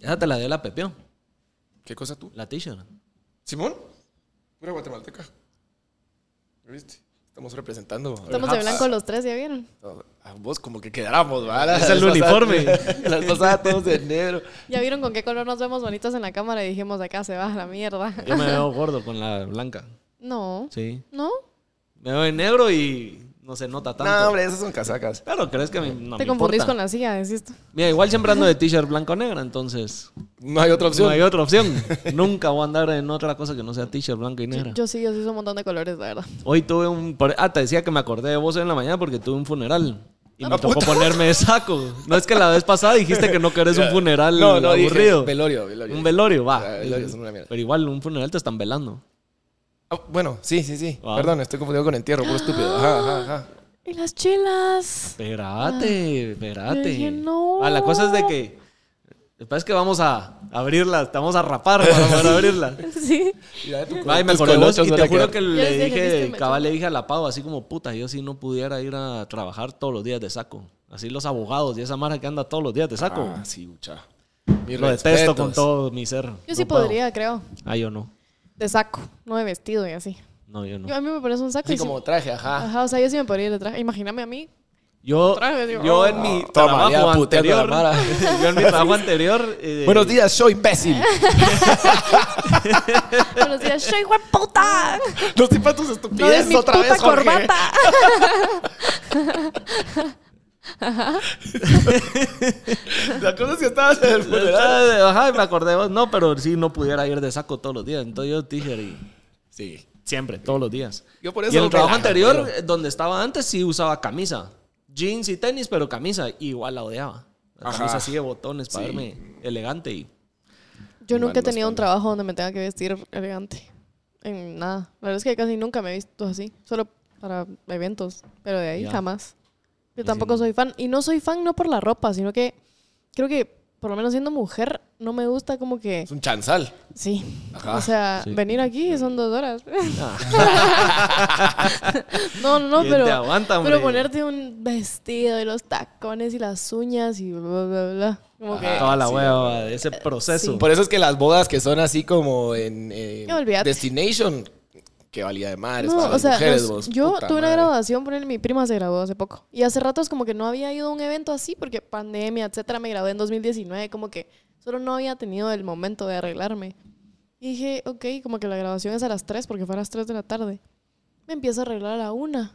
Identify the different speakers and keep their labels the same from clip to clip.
Speaker 1: Esa te la dio la Pepeón,
Speaker 2: ¿Qué cosa tú?
Speaker 1: la t-shirt.
Speaker 2: ¿Simón? Pura guatemalteca. ¿Viste? Estamos representando.
Speaker 3: Estamos de blanco los tres, ¿ya vieron?
Speaker 2: A vos como que quedáramos, ¿verdad?
Speaker 1: Es el uniforme.
Speaker 2: Las pasadas todos de enero.
Speaker 3: ¿Ya vieron con qué color nos vemos bonitos en la cámara y dijimos acá se va a la mierda?
Speaker 1: Yo me veo gordo con la blanca.
Speaker 3: No.
Speaker 1: Sí.
Speaker 3: ¿No?
Speaker 1: Me veo en negro y no se nota tanto.
Speaker 2: No, hombre, esas son casacas.
Speaker 1: Claro, crees que a mí no
Speaker 3: Te
Speaker 1: me
Speaker 3: confundís
Speaker 1: importa.
Speaker 3: con la silla, decís tú.
Speaker 1: Mira, igual siempre ando de t-shirt blanco o negra, entonces
Speaker 2: No hay otra opción.
Speaker 1: no hay otra opción. Nunca voy a andar en otra cosa que no sea t-shirt blanco y
Speaker 3: Yo,
Speaker 1: negra.
Speaker 3: yo sí, yo sí soy un montón de colores, la verdad.
Speaker 1: Hoy tuve un... por- Ah, te decía que me acordé de vos en la mañana porque tuve un funeral. Y me
Speaker 2: Ah,
Speaker 1: tocó
Speaker 2: puta.
Speaker 1: ponerme de saco. No es que la vez pasada dijiste que no querés un funeral
Speaker 2: No, no, dije,
Speaker 1: aburrido.
Speaker 2: velorio, velorio.
Speaker 1: Un velorio, va.
Speaker 2: Ah, velorios son una mierda.
Speaker 1: Pero igual, un funeral te están velando.
Speaker 2: Ah, bueno, sí, sí, sí.
Speaker 1: Ah.
Speaker 2: Perdón, estoy confundido con entierro, puro estúpido. Ajá, ajá, ajá.
Speaker 3: ¡Y las chelas!
Speaker 1: Espérate,
Speaker 3: Ah, yo
Speaker 1: espérate.
Speaker 3: dije, "No".
Speaker 1: Ah, la cosa es de que. Después que vamos a abrirla, te vamos a rapar para poder abrirla.
Speaker 3: Sí.
Speaker 2: Mira, tú-
Speaker 1: Ay, me
Speaker 2: tus
Speaker 1: acordé de vos
Speaker 2: colochos
Speaker 1: y
Speaker 2: van
Speaker 1: te
Speaker 2: a
Speaker 1: juro
Speaker 2: quedar-
Speaker 1: que
Speaker 3: les
Speaker 1: le
Speaker 3: dije, "Vísteme,
Speaker 1: dije,
Speaker 3: chavo".
Speaker 1: cabal, le dije a la pavo, así como puta, yo si no pudiera ir a trabajar todos los días de saco. Así los abogados y esa mara que anda todos los días de saco.
Speaker 2: Ah, sí, mucha. Mis
Speaker 1: lo detesto
Speaker 2: respetos.
Speaker 1: con todo mi ser.
Speaker 3: Yo sí
Speaker 1: No puedo.
Speaker 3: podría, creo.
Speaker 1: Ah, yo no.
Speaker 3: De saco, no de vestido y así.
Speaker 1: No, yo no.
Speaker 3: Yo, a mí me pones un saco
Speaker 2: Así
Speaker 3: y sí-
Speaker 2: como ah. traje, ajá.
Speaker 3: Ajá, o sea, yo sí me podría ir de traje. Imagíname a mí.
Speaker 1: Yo,
Speaker 3: traje, digo,
Speaker 1: yo
Speaker 3: "Oh".
Speaker 1: en mi
Speaker 2: Toma,
Speaker 1: trabajo
Speaker 2: ya puteando a la
Speaker 1: anterior.
Speaker 2: mara.
Speaker 1: yo en mi trabajo anterior. eh,
Speaker 2: Buenos días, yo imbécil.
Speaker 3: Buenos días, yo hijo de puta.
Speaker 2: No estoy para tus
Speaker 3: No es
Speaker 2: estupideces
Speaker 3: mi
Speaker 2: otra
Speaker 3: puta
Speaker 2: vez, Jorge.
Speaker 3: corbata.
Speaker 2: La cosa es que estabas en el funeral.
Speaker 1: Ajá, y me acordé de vos. No, pero sí, no pudiera ir de saco todos los días. Entonces yo t-shirt y
Speaker 2: Sí.
Speaker 1: siempre, todos los días.
Speaker 2: Yo por eso
Speaker 1: y en el
Speaker 2: me
Speaker 1: trabajo
Speaker 2: la-
Speaker 1: anterior, eh, donde estaba antes, sí usaba camisa. Jeans y tenis, pero camisa. y igual la odiaba. La
Speaker 2: Ajá.
Speaker 1: camisa así de botones para
Speaker 2: Sí.
Speaker 1: verme elegante. Y
Speaker 3: Yo nunca he
Speaker 2: Mandas
Speaker 3: tenido un
Speaker 2: panda.
Speaker 3: trabajo donde me tenga que vestir elegante. En nada. La verdad es que casi nunca me he visto así. Solo para eventos. Pero de ahí
Speaker 1: Ya.
Speaker 3: jamás. Yo
Speaker 1: Y
Speaker 3: tampoco
Speaker 1: sin-
Speaker 3: soy fan. Y no soy fan no por la ropa, sino que creo que, por lo menos siendo mujer, no me gusta como que.
Speaker 2: Es un chanzal.
Speaker 3: Sí.
Speaker 2: Ajá.
Speaker 3: O sea,
Speaker 1: Sí.
Speaker 3: venir aquí son dos horas. no, no, no,
Speaker 1: ¿Quién
Speaker 3: pero.
Speaker 1: te aguanta, hombre?
Speaker 3: pero ponerte un vestido y los tacones y las uñas y bla, bla, bla. Como
Speaker 2: Ah,
Speaker 3: que.
Speaker 1: toda la hueva de
Speaker 2: Eh,
Speaker 1: ese proceso.
Speaker 2: Por eso es que las bodas que son así como en eh,
Speaker 3: Ya, olvídate.
Speaker 2: Destination, que valía de madres
Speaker 3: No,
Speaker 2: para
Speaker 3: o
Speaker 2: las
Speaker 3: sea,
Speaker 2: mujeres,
Speaker 3: nos-
Speaker 2: vos,
Speaker 3: yo
Speaker 2: puta
Speaker 3: tuve una
Speaker 2: madre.
Speaker 3: graduación, ponele, mi prima se graduó hace poco. Y hace ratos como que no había ido a un evento así porque pandemia, etcétera, me gradué en 2019, como que solo no había tenido el momento de arreglarme. Y dije, ok, como que la graduación es a las 3 porque fue a las 3 de la tarde. Me empiezo a arreglar a la 1.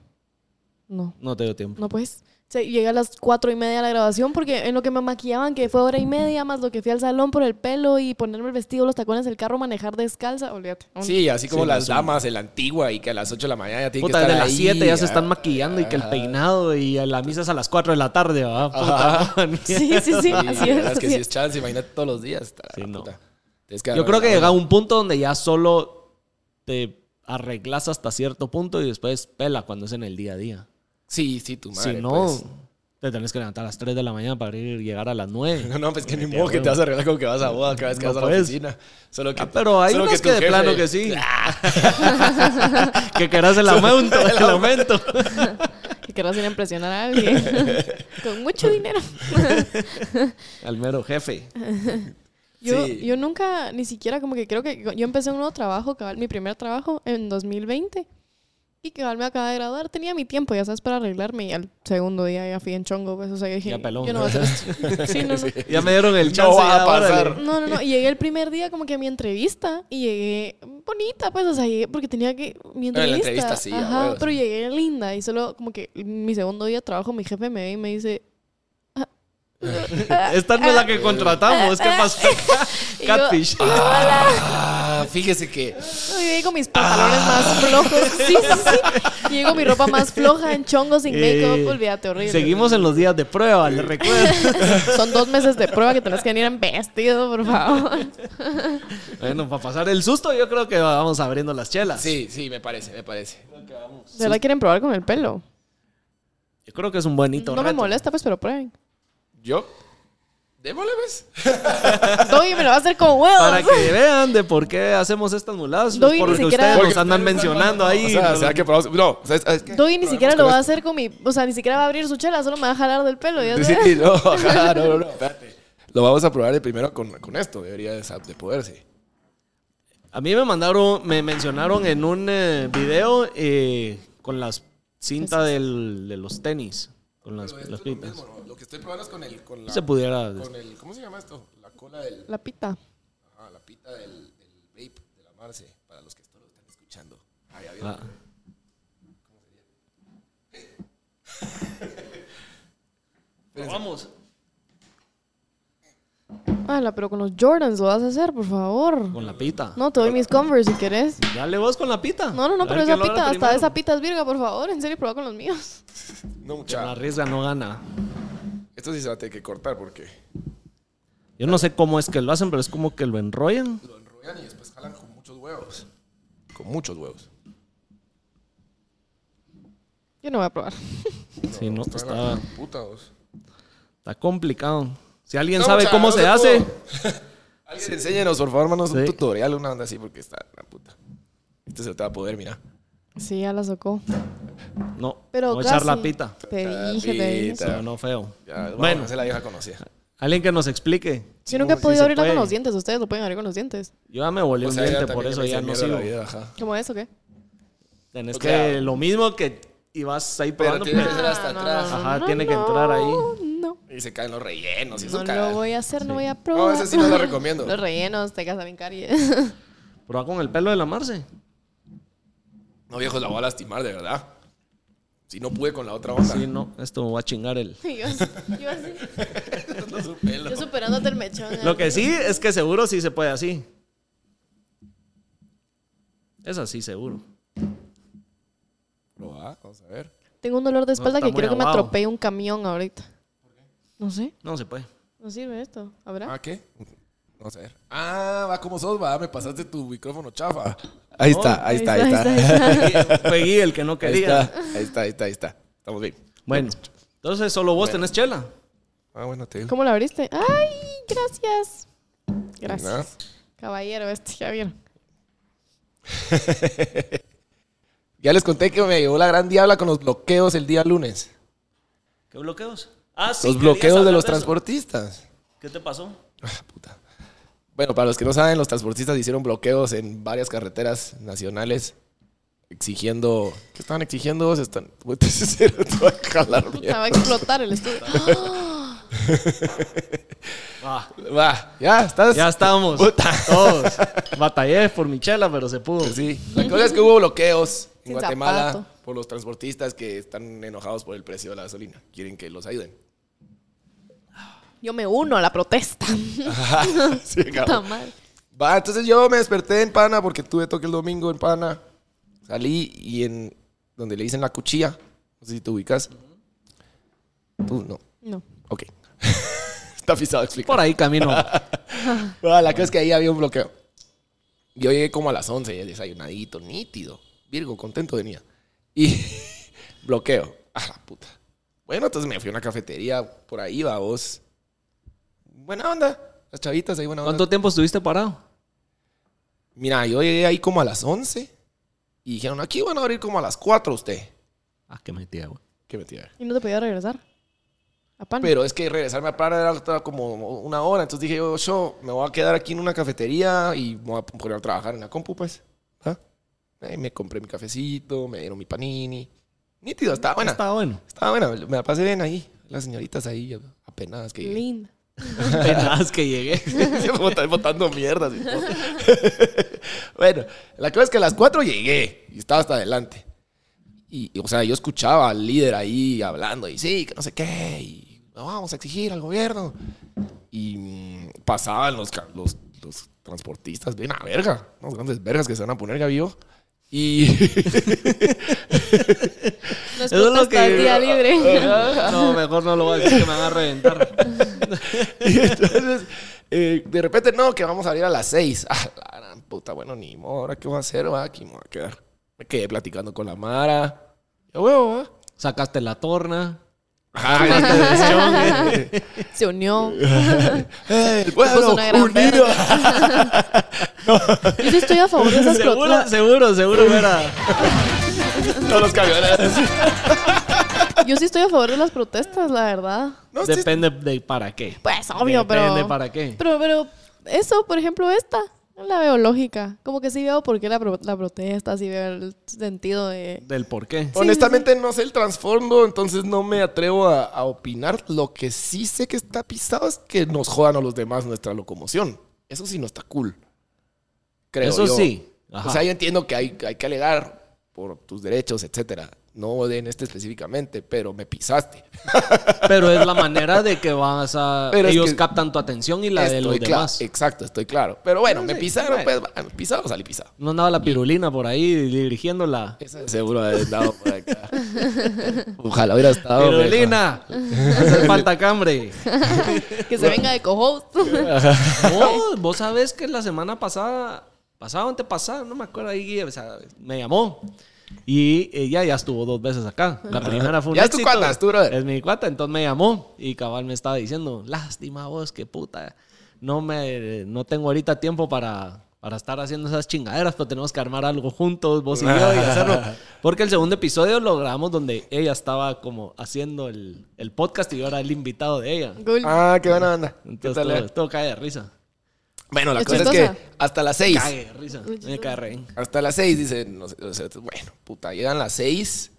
Speaker 3: No,
Speaker 1: No te dio tiempo.
Speaker 3: no pues. O sea, llegué a las 4 y media a la graduación porque en lo que me maquillaban, que fue hora y media, más lo que fui al salón por el pelo y ponerme el vestido, los tacones, el carro, manejar descalza, olvídate.
Speaker 2: Sí, así como
Speaker 1: Sí,
Speaker 2: las
Speaker 1: son-
Speaker 2: damas en la antigua y que a las 8 de la mañana ya tienen
Speaker 1: Puta,
Speaker 2: que estar
Speaker 1: desde las
Speaker 2: ahí,
Speaker 1: 7 ya se
Speaker 2: ah,
Speaker 1: están maquillando y que el
Speaker 2: ajá.
Speaker 1: peinado y la misa es a las 4 de la tarde, ¿verdad? Puta,
Speaker 3: Sí, sí, sí,
Speaker 2: Sí, la
Speaker 3: así es.
Speaker 2: verdad es que
Speaker 3: así
Speaker 2: si
Speaker 3: es.
Speaker 2: es chance, imagínate todos los días. está la
Speaker 1: Sí, no.
Speaker 2: puta. Tienes que
Speaker 1: Yo creo
Speaker 2: agarrar
Speaker 1: que
Speaker 2: la
Speaker 1: llega
Speaker 2: onda.
Speaker 1: un punto donde ya solo te arreglas hasta cierto punto y después pela cuando es en el día a día.
Speaker 2: Sí, sí, tu madre.
Speaker 1: si no,
Speaker 2: pues.
Speaker 1: te tenés que levantar a las 3 de la mañana para ir, llegar a las 9.
Speaker 2: No, no, pues que ni
Speaker 1: Ya,
Speaker 2: modo que te
Speaker 1: huevo.
Speaker 2: vas a arreglar como que vas a boda cada vez que
Speaker 1: No,
Speaker 2: vas a la
Speaker 1: pues.
Speaker 2: oficina. Solo que.
Speaker 1: Ah, pero hay
Speaker 2: solo
Speaker 1: unos que,
Speaker 2: tu
Speaker 1: de
Speaker 2: jefe-
Speaker 1: plano que sí. que querás el aumento, el aumento.
Speaker 3: Y querrás ir a impresionar a alguien. Con mucho dinero.
Speaker 1: Al mero jefe.
Speaker 3: Yo,
Speaker 2: Sí.
Speaker 3: yo nunca, ni siquiera como que creo que yo empecé un nuevo trabajo, cabal, mi primer trabajo en 2020. Y cabal me acaba de graduar, tenía mi tiempo, ya sabes, para arreglarme. Y al segundo día ya fui en chongo, pues, o sea, yo dije,
Speaker 1: Ya peló.
Speaker 3: yo no voy a hacer esto. Sí, no, no.
Speaker 1: Ya me dieron el
Speaker 2: No
Speaker 1: chance.
Speaker 2: va a
Speaker 1: ya, órale.
Speaker 2: pasar.
Speaker 3: No, no, no. Y llegué el primer día como que a mi entrevista y llegué bonita, pues, o sea, llegué porque tenía que...
Speaker 2: Ah, en
Speaker 3: Mi entrevista.
Speaker 2: la entrevista sí, a
Speaker 3: Ajá,
Speaker 2: huevos.
Speaker 3: pero llegué linda y solo como que mi segundo día de trabajo mi jefe me ve y me dice...
Speaker 1: Esta no es la que contratamos. ¿Qué pasó?
Speaker 3: y yo-
Speaker 1: Catfish.
Speaker 2: Ah, fíjese que.
Speaker 3: Yo llegué con mis pantalones más
Speaker 1: Ah.
Speaker 3: flojos. Sí, sí, sí. Llego mi ropa más floja, en chongos, sin
Speaker 1: Eh,
Speaker 3: make-up. Olvídate, horrible.
Speaker 1: Seguimos en los días de prueba, les recuerdo.
Speaker 3: Son dos meses de prueba que tenés que venir en vestido, por favor.
Speaker 1: Bueno, para pasar el susto, yo creo que vamos abriendo las chelas.
Speaker 2: Sí, sí, me parece, me parece.
Speaker 3: ¿De verdad quieren probar con el pelo?
Speaker 1: Yo creo que es un buenito
Speaker 3: No me
Speaker 1: reto.
Speaker 3: molesta, pues, pero prueben.
Speaker 2: Yo. Démosle, pues.
Speaker 3: Doggy me lo va a hacer con huevos.
Speaker 1: Para que vean de por qué hacemos estas muladas.
Speaker 3: Doy ni
Speaker 1: porque
Speaker 3: siquiera-
Speaker 1: ustedes
Speaker 3: Porque
Speaker 1: nos andan mencionando ahí.
Speaker 2: O sea, será que probamos. No, o sea, es- es que-
Speaker 3: Doggy ni siquiera lo
Speaker 2: con
Speaker 3: va a hacer con mi... O sea, ni siquiera va a abrir su chela, solo me va a jalar del pelo. ya
Speaker 2: Sí,
Speaker 3: sabes.
Speaker 2: sí, no, ajá, no, no, no, espérate. Lo vamos a probar de primero con, con esto. Debería de, sa- de poderse.
Speaker 1: A mí me mandaron, me mencionaron en un eh, video eh, con las cinta del- de los tenis, con las, las pintas.
Speaker 2: Pues, lo, que estoy probando es con el... Con
Speaker 1: Se pudiera.
Speaker 2: el ¿Cómo se llama esto? La cola del...
Speaker 3: La pita.
Speaker 2: Ah, la pita del, del vape, de la Marce, para los que esto lo están escuchando. Ah, ya vieron.
Speaker 1: ah, Vamos.
Speaker 3: Ala, pero con los Jordans lo vas a hacer, por favor.
Speaker 1: Con la pita.
Speaker 3: No, te doy mis Converse si querés.
Speaker 1: Dale vos con la pita.
Speaker 3: No, no,
Speaker 1: A
Speaker 3: no,
Speaker 1: ver
Speaker 3: pero
Speaker 1: qué
Speaker 3: esa
Speaker 1: logra
Speaker 3: pita, hasta
Speaker 1: primero.
Speaker 3: esa pita es virga, por favor. En serio, prueba con los míos.
Speaker 2: No,
Speaker 1: Quien
Speaker 2: mucha.
Speaker 1: arriesga no gana.
Speaker 2: Esto sí se va a tener que cortar porque
Speaker 1: Yo no sé cómo es que lo hacen, pero es como que lo enrollan.
Speaker 2: lo enrollan y después jalan con muchos huevos. Con muchos huevos.
Speaker 3: Yo no voy a probar.
Speaker 1: Sí, no,
Speaker 2: Está de
Speaker 1: está,
Speaker 2: la gran puta, vos.
Speaker 1: está complicado. Si alguien
Speaker 2: No,
Speaker 1: sabe
Speaker 2: pues, mucha,
Speaker 1: cómo
Speaker 2: no
Speaker 1: se
Speaker 2: sé
Speaker 1: hace,
Speaker 2: cómo. Alguien enséñenos, por favor, manos un
Speaker 1: Sí.
Speaker 2: tutorial, una onda así, porque está de la puta. Este se te va a poder, mira.
Speaker 3: Sí, ya la socó.
Speaker 1: no,
Speaker 3: Pero
Speaker 1: no echar la
Speaker 3: casi.
Speaker 1: pita.
Speaker 3: Te dije, te
Speaker 2: Pita.
Speaker 3: dije.
Speaker 1: Pero no feo.
Speaker 2: Ya, bueno,
Speaker 1: Bueno.
Speaker 2: es la vieja conocida.
Speaker 1: Alguien que nos explique.
Speaker 3: Yo nunca he
Speaker 1: Sí
Speaker 3: podido
Speaker 1: se
Speaker 3: abrirla con
Speaker 1: puede.
Speaker 3: los dientes. Ustedes lo pueden abrir con los dientes.
Speaker 1: Yo ya me volé
Speaker 2: O
Speaker 1: un
Speaker 2: sea, ella
Speaker 1: diente,
Speaker 2: también
Speaker 1: por
Speaker 2: le
Speaker 1: eso
Speaker 2: mete
Speaker 1: ya
Speaker 2: miedo
Speaker 1: no
Speaker 2: a la
Speaker 1: sigo.
Speaker 2: vida, ajá.
Speaker 3: ¿Cómo es o qué?
Speaker 1: Tenés
Speaker 2: O sea,
Speaker 1: que lo mismo que ibas ahí
Speaker 2: Pero
Speaker 1: probando.
Speaker 2: tiene que
Speaker 1: pero-
Speaker 2: ser hasta
Speaker 3: Ah, no,
Speaker 2: atrás.
Speaker 3: no, no,
Speaker 1: Ajá,
Speaker 3: no,
Speaker 1: tiene que
Speaker 3: no,
Speaker 1: entrar ahí.
Speaker 3: Ah, No.
Speaker 2: Y se caen los rellenos y eso
Speaker 3: No
Speaker 2: caga.
Speaker 3: lo voy a hacer, no voy a
Speaker 2: No,
Speaker 3: probar.
Speaker 2: esa sí no la recomiendo.
Speaker 3: Los rellenos, te casa bien caries.
Speaker 1: Probá con el pelo de la Marce.
Speaker 2: No, viejos, la voy a lastimar, de verdad. Si no pude con la otra onda.
Speaker 1: Sí, no, esto va a chingar el.
Speaker 3: Y yo, así- yo, así-
Speaker 2: No, su pelo.
Speaker 3: yo superándote el mechón.
Speaker 1: Lo que sí es que seguro sí se puede así. Es así, seguro.
Speaker 2: Lo va, vamos a ver.
Speaker 3: Tengo un dolor de espalda
Speaker 1: está
Speaker 3: que
Speaker 1: muy
Speaker 3: quiero que me
Speaker 1: aguado.
Speaker 3: atropelle un camión ahorita. No sé,
Speaker 1: No se puede.
Speaker 3: no sirve esto. ¿Habrá?
Speaker 2: Ah, ¿qué? Vamos a ver. Ah, va como sos, va. Me pasaste tu micrófono chafa. Ahí está, ahí está, ahí está. Ahí
Speaker 3: está, ahí está.
Speaker 1: Peguí el que no
Speaker 2: está,
Speaker 1: quería.
Speaker 2: ahí está, ahí está, ahí está. Estamos bien.
Speaker 1: Bueno, entonces solo vos tenés chela.
Speaker 2: Ah, bueno, te digo.
Speaker 3: ¿Cómo la abriste? ¡Ay, gracias!
Speaker 2: Nada.
Speaker 3: Gracias. Caballero, este, ya vieron.
Speaker 2: Ya les conté que me llevó la gran diabla con los bloqueos el día lunes.
Speaker 1: ¿Qué bloqueos? Ah, sí.
Speaker 2: los
Speaker 1: querías
Speaker 2: bloqueos de
Speaker 1: hablar
Speaker 2: los
Speaker 1: eso.
Speaker 2: transportistas.
Speaker 1: ¿Qué te pasó?
Speaker 2: Ah, puta. Bueno, para los que no saben, los transportistas hicieron bloqueos en varias carreteras nacionales exigiendo... ¿Qué estaban exigiendo? Se están... Se va a jalar
Speaker 3: Puta,
Speaker 2: mierda.
Speaker 3: va a explotar el estudio.
Speaker 1: Ah,
Speaker 2: Va, ya, estás...
Speaker 1: ya estamos.
Speaker 2: Pues, Puta.
Speaker 1: Todos. Batallé por mi chela, pero se pudo.
Speaker 2: Pues sí. La cosa es que hubo bloqueos en
Speaker 3: Sin
Speaker 2: Guatemala
Speaker 3: zapato.
Speaker 2: por los transportistas que están enojados por el precio de la gasolina. Quieren que los ayuden.
Speaker 3: Yo me uno a la protesta.
Speaker 2: Sí,
Speaker 3: Puta
Speaker 2: cabrón.
Speaker 3: madre.
Speaker 2: Va, entonces yo me desperté en Pana porque tuve toque el domingo en Pana. Salí y en donde le dicen la cuchilla. No sé si te ubicas. Tú no.
Speaker 3: No.
Speaker 2: Ok. Está pisado explicar.
Speaker 1: Por ahí camino.
Speaker 2: Ah, la cosa es que ahí había un bloqueo. Yo llegué como a las 11, ya desayunadito, nítido. Virgo, contento venía. Y bloqueo. A la puta. Bueno, entonces me fui a una cafetería por ahí, va vos. Buena onda. Las chavitas ahí, buena onda.
Speaker 1: ¿Cuánto tiempo estuviste parado?
Speaker 2: Mira, yo llegué ahí como a las 11 y dijeron, aquí van a abrir como a las 4 usted.
Speaker 1: Ah, qué mentira, güey.
Speaker 2: Qué mentira.
Speaker 3: ¿Y no te podía regresar? ¿A pan?
Speaker 2: Pero es que regresarme a Prada era toda como una hora. Entonces dije, yo, yo me voy a quedar aquí en una cafetería y me voy a poner a trabajar en la compu, pues. ¿Ah? Ahí me compré mi cafecito, me dieron mi panini. Nítido, estaba buena.
Speaker 1: Está bueno.
Speaker 2: Estaba buena, me la pasé bien ahí. Las señoritas ahí, apenas que llegué.
Speaker 3: Linda.
Speaker 1: Apenas que llegué.
Speaker 2: Bot- botando mierdas y todo. bueno, la cosa es que a las 4 llegué y estaba hasta adelante. Y, y, o sea, yo escuchaba al líder ahí hablando y sí, que no sé qué, y "No, vamos a exigir al gobierno. Y mm, pasaban los, ca- los, los transportistas, bien a verga, unos grandes vergas que se van a poner, ya vio. Y
Speaker 3: No es
Speaker 1: Eso es lo que-
Speaker 3: protesta, es día libre.
Speaker 1: No, mejor no lo voy a decir que me van a reventar.
Speaker 2: Y entonces, eh, de repente, no, que vamos a salir a las 6. Ah, la gran puta, bueno, ni modo, ahora qué voy a hacer, va, aquí me voy a quedar. Me quedé platicando con la Mara. Ya huevo, va.
Speaker 1: Sacaste la torna.
Speaker 2: Ajá,
Speaker 3: Se unió.
Speaker 2: el pueblo
Speaker 3: Puso una gran
Speaker 2: unido.
Speaker 3: Yo sí estoy a favor de esas
Speaker 1: Seguro,
Speaker 3: protestas.
Speaker 1: seguro, seguro, era.
Speaker 2: Todos los camioneros.
Speaker 3: Yo sí estoy a favor de las protestas, la verdad.
Speaker 2: No, sí,
Speaker 1: Depende de para qué.
Speaker 3: Pues obvio, pero.
Speaker 1: Depende para qué.
Speaker 3: Pero, pero eso, por ejemplo, esta, no la veo lógica. Como que sí veo por qué la, pro- la protesta, sí veo el sentido de...
Speaker 1: Del por qué.
Speaker 3: Sí.
Speaker 2: honestamente no sé el trasfondo, entonces no me atrevo a, a opinar. Lo que sí sé que está pisado es que nos jodan a los demás nuestra locomoción. Eso sí no está cool. Creo
Speaker 1: Eso
Speaker 2: yo.
Speaker 1: sí.
Speaker 2: O sea, yo entiendo que hay, hay que alegar por tus derechos, etcétera. No en este específicamente, pero me pisaste.
Speaker 1: Pero es la manera de que vas a.
Speaker 2: Pero es
Speaker 1: ellos
Speaker 2: que-
Speaker 1: captan tu atención y la de los
Speaker 2: Estoy cla-
Speaker 1: demás.
Speaker 2: Exacto, estoy claro. Pero bueno,
Speaker 1: No,
Speaker 2: me
Speaker 1: sí,
Speaker 2: pisaron,
Speaker 1: bueno.
Speaker 2: pues, bueno, pisado, salí pisado.
Speaker 1: No andaba la pirulina por ahí dirigiéndola.
Speaker 2: Esa de seguro ha de haber dado por acá. Ojalá hubiera estado. mejor.
Speaker 1: ¡Pirulina! Hace falta cambre.
Speaker 3: Que se venga de co-host.
Speaker 1: No, vos sabés que la semana pasada, pasada o antepasada, no me acuerdo ahí, o sea, me llamó. Y ella ya estuvo dos veces acá. La primera fue un
Speaker 2: Ya es tu
Speaker 1: éxito.
Speaker 2: cuata, es tu brother.
Speaker 1: Es mi cuata, entonces me llamó y cabal me estaba diciendo, lástima vos, que puta, no, me, no tengo ahorita tiempo para, para estar haciendo esas chingaderas, pero tenemos que armar algo juntos, vos y yo, y hacerlo. Porque el segundo episodio lo grabamos donde ella estaba como haciendo el, el podcast y yo era el invitado de ella.
Speaker 3: Cool.
Speaker 2: Ah, qué buena onda. ¿Qué
Speaker 1: Entonces
Speaker 2: tal, eh?
Speaker 1: todo, todo cae de risa.
Speaker 2: Bueno, la
Speaker 3: ¿Es
Speaker 2: cosa es
Speaker 3: chistosa?
Speaker 2: que hasta las seis.
Speaker 1: Cague de risa. Me cae re bien.
Speaker 2: Hasta las seis, dicen. no sé, o sea, bueno, puta, llegan las seis.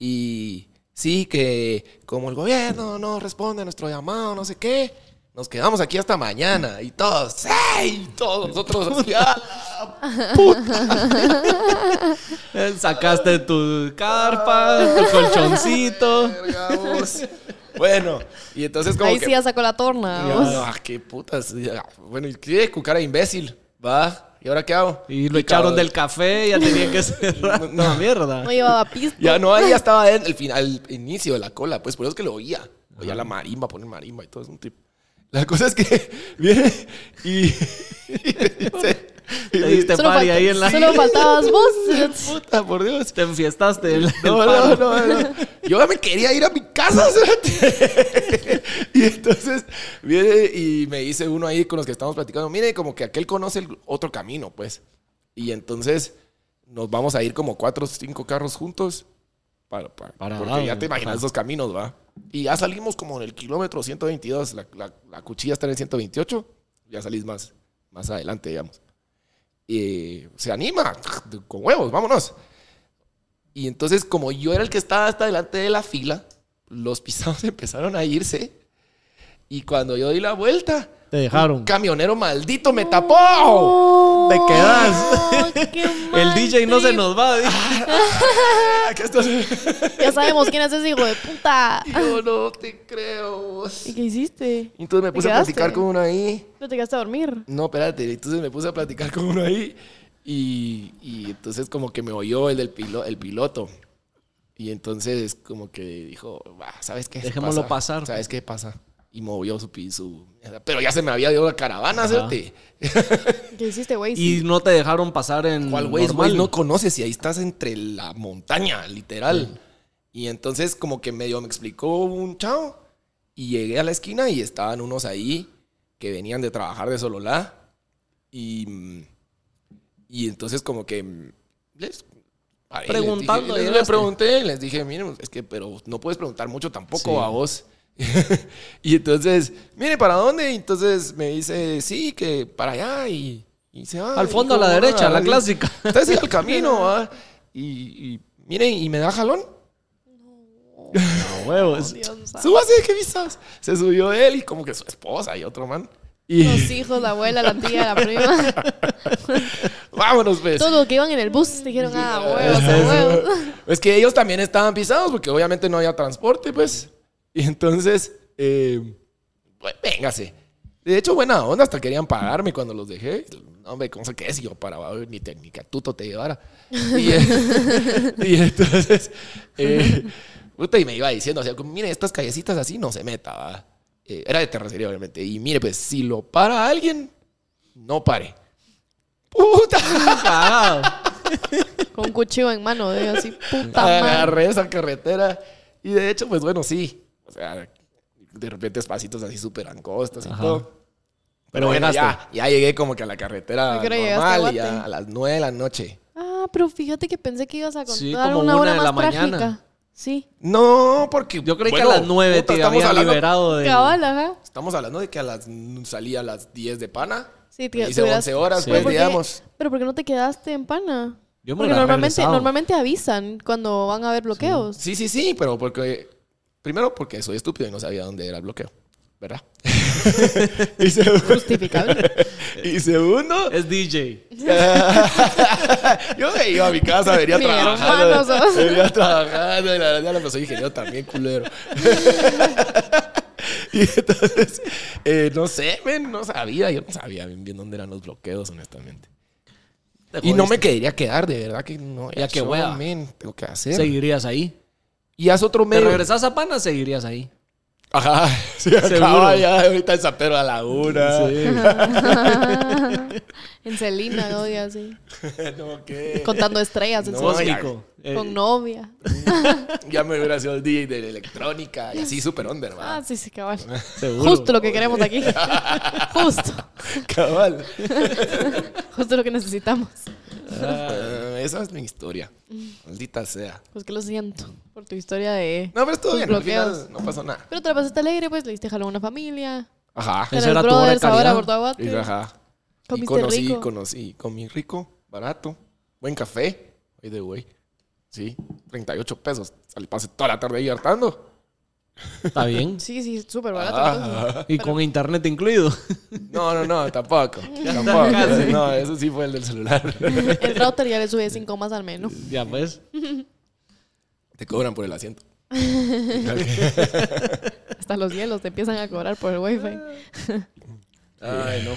Speaker 2: Y sí, que como el gobierno no responde a nuestro llamado, no sé qué. Nos quedamos aquí hasta mañana. Y todos, ¡sí! Y todos nosotros, así, ¡ah!
Speaker 1: Eh, Sacaste tu carpa, tu colchoncito.
Speaker 2: Verga, vos. Bueno, y entonces como
Speaker 3: Ahí
Speaker 2: que...
Speaker 3: sí ya sacó la torna.
Speaker 2: Y yo,
Speaker 3: vamos.
Speaker 2: ah, qué putas. Y, ah, Bueno, y qué con cara de imbécil. Va, ¿y ahora qué hago?
Speaker 1: Y lo echaron
Speaker 2: cabrón,
Speaker 1: del café, ya tenía que cerrar. No, mierda.
Speaker 3: No llevaba pista.
Speaker 2: Ya no, ahí ya estaba en el final, el inicio de la cola, pues por eso es que lo oía. Oía la marimba, poner marimba y todo, es un tipo. La cosa es que viene y... y me dice-
Speaker 1: Te
Speaker 2: y me
Speaker 1: diste
Speaker 3: Solo,
Speaker 1: party
Speaker 3: falta-
Speaker 1: ahí en la.
Speaker 3: solo faltabas vos.
Speaker 2: puta, por Dios.
Speaker 1: Te enfiestaste. en la-
Speaker 2: No,
Speaker 1: el paro.
Speaker 2: no, no, no. Yo ya me quería ir a mi casa. espérate. y entonces viene y me dice uno ahí con los que estamos platicando, mire, como que aquel conoce el otro camino, pues. Y entonces nos vamos a ir como cuatro o cinco carros juntos. Para, para-
Speaker 1: Para
Speaker 2: porque
Speaker 1: abajo,
Speaker 2: ya te imaginas
Speaker 1: ajá.
Speaker 2: esos caminos, ¿va? Y ya salimos como en el kilómetro 122, la, la, la cuchilla está en el 128, ya salís más, más adelante, digamos. Y se anima, con huevos, vámonos. Y entonces, como yo era el que estaba hasta delante de la fila, los pisados empezaron a irse. Y cuando yo di la vuelta,
Speaker 1: Te dejaron.
Speaker 2: un camionero maldito me tapó.
Speaker 1: Te quedas. El DJ no se nos va. dijo.
Speaker 2: Ah, que esto es-
Speaker 3: Ya sabemos quién es ese hijo de puta.
Speaker 2: Yo no te creo.
Speaker 3: ¿Y qué hiciste?
Speaker 2: Entonces me
Speaker 3: ¿Te
Speaker 2: puse a
Speaker 3: quedaste?
Speaker 2: platicar con uno ahí.
Speaker 3: ¿No te quedaste a dormir?
Speaker 2: No, espérate. Entonces me puse a platicar con uno ahí. Y, y entonces como que me oyó el del pilo- el piloto. Y entonces como que dijo, "Bah, ¿sabes qué? Se
Speaker 1: Dejémoslo
Speaker 2: pasa.
Speaker 1: pasar.
Speaker 2: ¿Sabes qué pasa? Y movió su piso. Pero ya se me había ido la caravana,
Speaker 1: Ajá.
Speaker 2: ¿cierto?
Speaker 3: ¿Qué hiciste, güey?
Speaker 1: Y no te dejaron pasar en.
Speaker 2: ¿Cuál Waze,
Speaker 1: normal.
Speaker 2: güey? No conoces y ahí estás entre la montaña, literal. Y entonces como que medio me explicó un chao y llegué a la esquina y estaban unos ahí que venían de trabajar de Sololá y, y entonces como que les... paré, les dije-
Speaker 1: Preguntando,
Speaker 2: les- le
Speaker 1: llegaste.
Speaker 2: pregunté, les dije, miren, es que pero no puedes preguntar mucho tampoco
Speaker 1: Sí.
Speaker 2: a vos. y entonces, mire, ¿para dónde? Y entonces me dice, sí, que para allá y, y se va.
Speaker 1: Al fondo a la
Speaker 2: Y como,
Speaker 1: derecha,
Speaker 2: "Ah,
Speaker 1: la
Speaker 2: sí".
Speaker 1: clásica.
Speaker 2: Está así el camino, ¿va? Y, y miren, y me da jalón.
Speaker 1: No, huevos.
Speaker 3: Dios santo.
Speaker 2: Súbase, qué visas. Se subió él y como que su esposa y otro man. Y
Speaker 3: Los hijos, la abuela, la tía, la prima.
Speaker 2: vámonos, pues.
Speaker 3: Todos los que iban en el bus dijeron, ah, huevos,
Speaker 2: Eso.
Speaker 3: a huevos.
Speaker 2: Es que ellos también estaban pisados porque obviamente no había transporte, pues. Y entonces, eh, pues, véngase. De hecho, buena onda, hasta querían pagarme cuando los dejé. No, hombre, ¿cómo se qué si yo paraba ni técnica, tuto te llevara? Y, eh, y entonces, eh, puta, y me iba diciendo, o sea, como, mire, estas callecitas así no se meta, va. Eh, era de terracería, obviamente. Y mire, pues, si lo para alguien, no pare. ¡Puta!
Speaker 1: Cagado.
Speaker 3: Con un cuchillo en mano, digo así, puta
Speaker 1: Ah,
Speaker 3: madre.
Speaker 2: agarré esa carretera. Y de hecho, pues bueno, sí. O sea, de repente espacitos así súper angostos y
Speaker 1: Ajá.
Speaker 2: todo.
Speaker 1: Pero
Speaker 2: Pero bueno,
Speaker 1: llegaste.
Speaker 2: ya, ya llegué como que a la carretera
Speaker 3: ¿A qué hora llegaste a
Speaker 2: normal y
Speaker 3: Guate?
Speaker 2: ya a las nueve de la noche.
Speaker 3: Ah, pero fíjate que pensé que ibas a contar
Speaker 1: Sí, como
Speaker 3: una
Speaker 1: una
Speaker 3: hora
Speaker 1: de
Speaker 3: más
Speaker 1: la
Speaker 3: trágica.
Speaker 1: mañana.
Speaker 3: Sí.
Speaker 2: No, porque.
Speaker 1: Yo creí
Speaker 2: bueno,
Speaker 1: que a las 9
Speaker 2: puta,
Speaker 1: te
Speaker 2: estamos
Speaker 1: habían
Speaker 2: hablando-
Speaker 1: liberado de.
Speaker 3: Cabal, ajá.
Speaker 2: Estamos hablando de que a las salía a las 10 de pana.
Speaker 3: Sí,
Speaker 2: Y
Speaker 3: te-
Speaker 2: hice
Speaker 3: tuvieras-
Speaker 2: 11 horas,
Speaker 1: Sí.
Speaker 2: pues,
Speaker 1: ¿Por
Speaker 3: qué?
Speaker 2: digamos.
Speaker 3: Pero ¿por qué no te quedaste en pana?
Speaker 1: Yo me
Speaker 3: Porque
Speaker 1: hubiera
Speaker 3: normalmente,
Speaker 1: regresado.
Speaker 3: normalmente avisan cuando van a haber bloqueos.
Speaker 2: Sí, sí, sí, pero porque. Primero, porque soy estúpido y no sabía dónde era el bloqueo. ¿Verdad? y, seg-
Speaker 3: Justificable.
Speaker 2: y segundo,
Speaker 1: Es DJ.
Speaker 2: yo me iba a mi casa, venía
Speaker 3: Mi hermano
Speaker 2: trabajando.
Speaker 3: sos.
Speaker 2: Venía trabajando y la verdad, pero soy ingeniero también, culero. y entonces, eh, no sé, men, no sabía. Yo no sabía bien, bien dónde eran los bloqueos, honestamente.
Speaker 1: Te
Speaker 2: Y no
Speaker 1: jodiste.
Speaker 2: me quería quedar, de verdad que no.
Speaker 1: Ya que
Speaker 2: yo,
Speaker 1: hueva.
Speaker 2: men, Tengo que hacer.
Speaker 1: Seguirías ahí.
Speaker 2: Y haz otro
Speaker 1: Te
Speaker 2: medio.
Speaker 1: regresas a Pana, seguirías ahí.
Speaker 2: Ajá. Sí, acaba ya ahorita el zapero a la una.
Speaker 3: en Celina, novia, así.
Speaker 2: no, ¿qué?
Speaker 3: Contando estrellas en
Speaker 2: No, ah,
Speaker 3: su-
Speaker 1: Sos
Speaker 2: ya.
Speaker 1: rico. Eh,
Speaker 3: Con novia.
Speaker 2: Ya me hubiera sido el DJ de la electrónica y así super under, ¿va?
Speaker 3: Ah, sí, sí, cabal.
Speaker 1: seguro.
Speaker 3: Justo lo que queremos aquí. Justo.
Speaker 2: Cabal.
Speaker 3: Justo lo que necesitamos.
Speaker 2: Ah, esa es mi historia. Maldita sea.
Speaker 3: Pues que lo siento por tu historia de...
Speaker 2: No, pero estuvo
Speaker 3: Tus
Speaker 2: bien. Al
Speaker 3: bloqueos.
Speaker 2: final no pasó nada.
Speaker 3: Pero te la pasaste alegre, pues le diste jalón a una familia.
Speaker 2: Ajá.
Speaker 1: Esa
Speaker 3: Eran
Speaker 1: era tu hora de
Speaker 3: brothers, ahora
Speaker 1: caridad.
Speaker 3: por tu aguate.
Speaker 2: Y, ajá. Y
Speaker 3: Comiste
Speaker 2: conocí,
Speaker 3: rico.
Speaker 2: conocí. Comí rico, barato, buen café. By the way. Sí, 38 pesos. Salí, pasé toda la tarde ahí hartando.
Speaker 1: Está bien.
Speaker 3: Sí, sí, súper barato. entonces.
Speaker 2: Ah.
Speaker 1: Y con internet incluido.
Speaker 2: No, no, no, tampoco. tampoco.
Speaker 1: casi.
Speaker 2: No, eso sí fue el del celular.
Speaker 3: El router ya le sube 5 más al menos.
Speaker 1: ya pues.
Speaker 2: Te cobran por el asiento.
Speaker 3: Hasta los hielos te empiezan a cobrar por el wifi.
Speaker 1: Ay, no.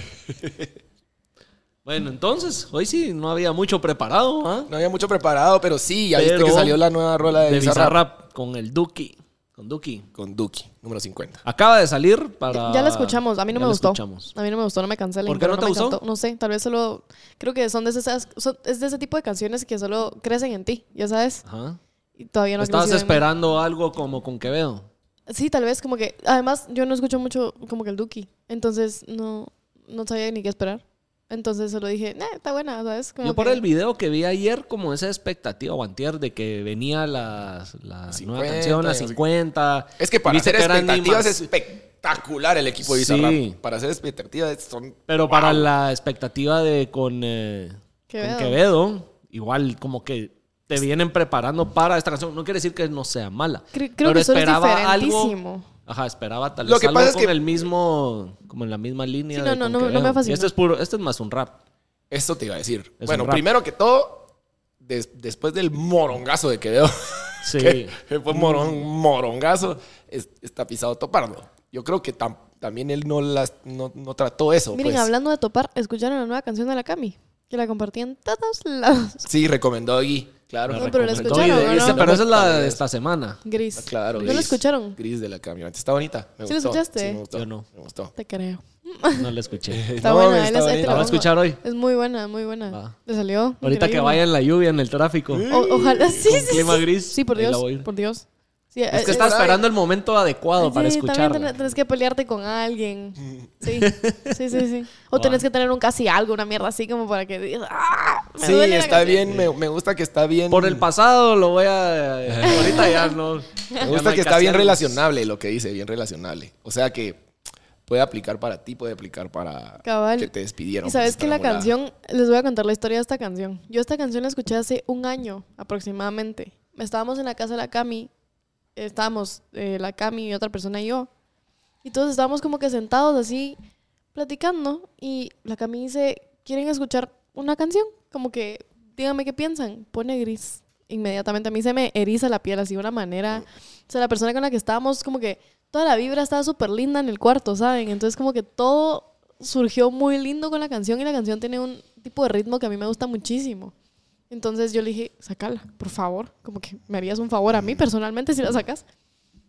Speaker 1: Bueno, entonces, hoy sí no había mucho preparado, ¿ah?
Speaker 2: No había mucho preparado, pero sí, ya viste
Speaker 1: Pero-
Speaker 2: que salió la nueva rola de,
Speaker 1: De
Speaker 2: Bizarrap
Speaker 1: Bizarrap con el Duki. Con Duki.
Speaker 2: con Duki, número 50.
Speaker 1: Acaba de salir para.
Speaker 3: Ya la escuchamos, a mí no
Speaker 1: Ya
Speaker 3: me
Speaker 1: la
Speaker 3: gustó.
Speaker 1: escuchamos.
Speaker 3: A mí no me gustó, no me cancelen.
Speaker 1: ¿Por qué
Speaker 3: pero
Speaker 1: no te
Speaker 3: me
Speaker 1: gustó?
Speaker 3: encantó. No sé, tal vez solo. Creo que son de esas. son- es de ese tipo de canciones que solo crecen en ti, ya sabes.
Speaker 1: Ajá.
Speaker 3: Y todavía no ha
Speaker 1: Estabas
Speaker 3: crecido en mí.
Speaker 1: esperando algo como con Quevedo.
Speaker 3: Sí, tal vez como que. Además, yo no escucho mucho como que el Duki. Entonces no, no sabía ni qué esperar. Entonces solo dije, "Nah, está buena, ¿sabes? Como
Speaker 1: Yo por
Speaker 3: que-
Speaker 1: el video que vi ayer, como esa expectativa, o antier, de que venía la, la nueva
Speaker 2: 50,
Speaker 1: canción, la
Speaker 2: y no sé qué.
Speaker 1: 50.
Speaker 2: Es que para
Speaker 1: Viste
Speaker 2: hacer
Speaker 1: que eran
Speaker 2: expectativas
Speaker 1: rimas.
Speaker 2: es espectacular el equipo de
Speaker 1: Sí.
Speaker 2: Bizarrap. Para hacer expectativas son...
Speaker 1: Pero para la expectativa de con, eh,
Speaker 3: Quevedo.
Speaker 1: con Quevedo, igual como que te vienen preparando para esta canción. No quiere decir que no sea mala.
Speaker 3: Cre- creo
Speaker 1: pero
Speaker 3: que solo es
Speaker 1: esperaba algo.
Speaker 3: diferentísimo.
Speaker 1: Ajá, esperaba tal vez
Speaker 2: Lo que
Speaker 1: algo
Speaker 2: pasa es
Speaker 1: con
Speaker 2: que-
Speaker 1: el mismo, como en la misma línea.
Speaker 3: Sí,
Speaker 1: de
Speaker 3: no, no,
Speaker 1: con
Speaker 3: no, no me
Speaker 1: Quevedo.
Speaker 3: fascinó.
Speaker 1: Este es puro, este es más un rap.
Speaker 2: Esto te iba a decir.
Speaker 1: Es
Speaker 2: bueno,
Speaker 1: un rap.
Speaker 2: primero que todo, des- después del morongazo de Quevedo,
Speaker 1: Sí.
Speaker 2: que
Speaker 1: Mm.
Speaker 2: fue morón, morongazo, es- está pisado toparlo. Yo creo que tam- también él no, las, no, no trató eso.
Speaker 3: Miren,
Speaker 2: pues.
Speaker 3: hablando de topar, escucharon la nueva canción de la Cami. Que la compartí en todos lados.
Speaker 2: Sí, recomendó Gui. Claro.
Speaker 1: La
Speaker 3: No, pero la
Speaker 1: recomendó
Speaker 3: escucharon,
Speaker 1: y de-
Speaker 3: ¿no?
Speaker 1: dice,
Speaker 3: No.
Speaker 1: Pero esa es la de esta semana.
Speaker 3: Gris.
Speaker 2: Ah, Claro,
Speaker 3: ¿No
Speaker 2: gris.
Speaker 3: la escucharon?
Speaker 2: Gris de la camioneta. Está bonita. Me
Speaker 3: ¿Sí la
Speaker 2: gustó.
Speaker 3: escuchaste?
Speaker 2: Sí, me gustó.
Speaker 1: Yo no.
Speaker 2: Me gustó.
Speaker 3: Te creo.
Speaker 1: No la escuché.
Speaker 3: Está
Speaker 2: No,
Speaker 3: buena,
Speaker 2: está
Speaker 3: él es- ahí te
Speaker 2: bonita.
Speaker 1: La voy a escuchar hoy.
Speaker 3: Es muy buena, muy buena.
Speaker 1: Va.
Speaker 3: Le salió.
Speaker 1: Ahorita que
Speaker 3: increíble.
Speaker 1: vaya en la lluvia, en el tráfico.
Speaker 3: O- ojalá. Sí, sí, sí.
Speaker 1: clima gris,
Speaker 3: Sí, por
Speaker 1: ahí la
Speaker 3: Dios.
Speaker 1: voy a ir.
Speaker 3: Por Dios. Sí,
Speaker 1: Es
Speaker 3: eh,
Speaker 1: que está
Speaker 3: eh,
Speaker 1: esperando el momento adecuado para
Speaker 3: sí, también tenés-
Speaker 1: escucharla.
Speaker 3: tenés que pelearte con alguien. Sí, sí, sí. sí. O
Speaker 1: Va.
Speaker 3: tenés que tener un casi algo, una mierda así como para que digas. "Ah, me
Speaker 2: Sí,
Speaker 3: duele la
Speaker 2: está
Speaker 3: cabeza".
Speaker 2: bien. Me, me gusta que está bien.
Speaker 1: Por el pasado lo voy a... Ahorita ya no.
Speaker 2: Eh. Me gusta que está bien relacionable lo que dice, bien relacionable. O sea que puede aplicar para ti, puede aplicar para
Speaker 3: Cabal.
Speaker 2: que te despidieron.
Speaker 3: Y sabes
Speaker 2: pues,
Speaker 3: que la
Speaker 2: está enamorada.
Speaker 3: canción, les voy a contar la historia de esta canción. Yo esta canción la escuché hace un año aproximadamente. Estábamos en la casa de la Cami, estábamos eh, la Cami y otra persona y yo. Y todos estábamos como que sentados así platicando y la Cami dice, ¿quieren escuchar una canción? Como que, díganme qué piensan. Pone gris. Inmediatamente a mí se me eriza la piel así de una manera. O sea, la persona con la que estábamos como que toda la vibra estaba súper linda en el cuarto, ¿saben? Entonces como que todo surgió muy lindo con la canción y la canción tiene un tipo de ritmo que a mí me gusta muchísimo. Entonces yo le dije, sacala, por favor. Como que me harías un favor a mí personalmente si la sacas.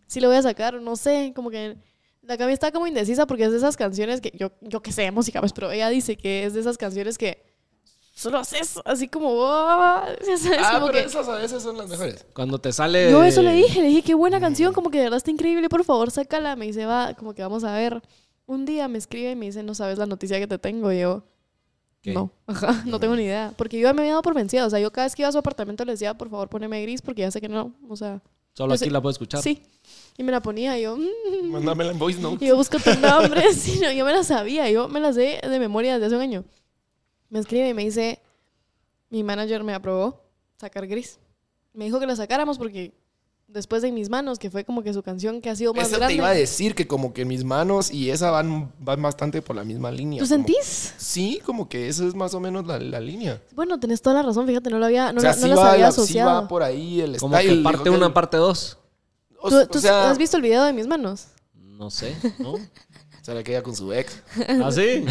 Speaker 3: Si la voy a sacar, no sé, como que... La Cami está como indecisa porque es de esas canciones que yo, yo que sé, música, pues, pero ella dice que es de esas canciones que solo haces así como... "Ah", ya sabes,
Speaker 2: Ah,
Speaker 3: como
Speaker 2: pero
Speaker 3: que-
Speaker 2: esas a veces son las mejores.
Speaker 1: Cuando te sale...
Speaker 3: yo eso le dije, le dije, qué buena canción, como que de verdad está increíble, por favor, sácala. Me dice, va, como que vamos a ver. Un día me escribe y me dice, no sabes la noticia que te tengo. Y yo,
Speaker 1: ¿Qué?
Speaker 3: no, ajá, no tengo ni idea. Porque yo ya me había dado por vencida. O sea, yo cada vez que iba a su apartamento le decía, por favor, poneme gris, porque ya sé que no. O sea,
Speaker 1: Solo
Speaker 3: Yo
Speaker 1: aquí
Speaker 3: sé-
Speaker 1: la puedo escuchar.
Speaker 3: Sí. Y me la ponía y yo, mm,
Speaker 2: Mándamela en voice note.
Speaker 3: y yo busco tu nombre, sí, no, yo me la sabía, yo me la sé de memoria desde hace un año. Me escribe y me dice, mi manager me aprobó sacar Gris. Me dijo que la sacáramos porque después de Mis Manos, que fue como que su canción que ha sido más
Speaker 2: Eso
Speaker 3: grande.
Speaker 2: te iba a decir que como que mis manos y esa van, van bastante por la misma línea.
Speaker 3: ¿Tú
Speaker 2: como-
Speaker 3: sentís?
Speaker 2: Sí, como que esa es más o menos la, la línea.
Speaker 3: Bueno, tenés toda la razón, fíjate, no lo había, no,
Speaker 2: o sea,
Speaker 3: la- no
Speaker 2: sí,
Speaker 3: las
Speaker 2: va, pues,
Speaker 3: había
Speaker 2: la- sí
Speaker 3: asociado.
Speaker 2: va por ahí el
Speaker 1: Como que
Speaker 2: style,
Speaker 1: parte
Speaker 2: digo que-
Speaker 1: una, parte dos.
Speaker 2: o-
Speaker 3: ¿Tú,
Speaker 2: o
Speaker 3: tú
Speaker 2: sea,
Speaker 3: has visto el video de Mis Manos?
Speaker 1: No sé, ¿no?
Speaker 2: Se la queda con su ex.
Speaker 1: ¿Ah, sí?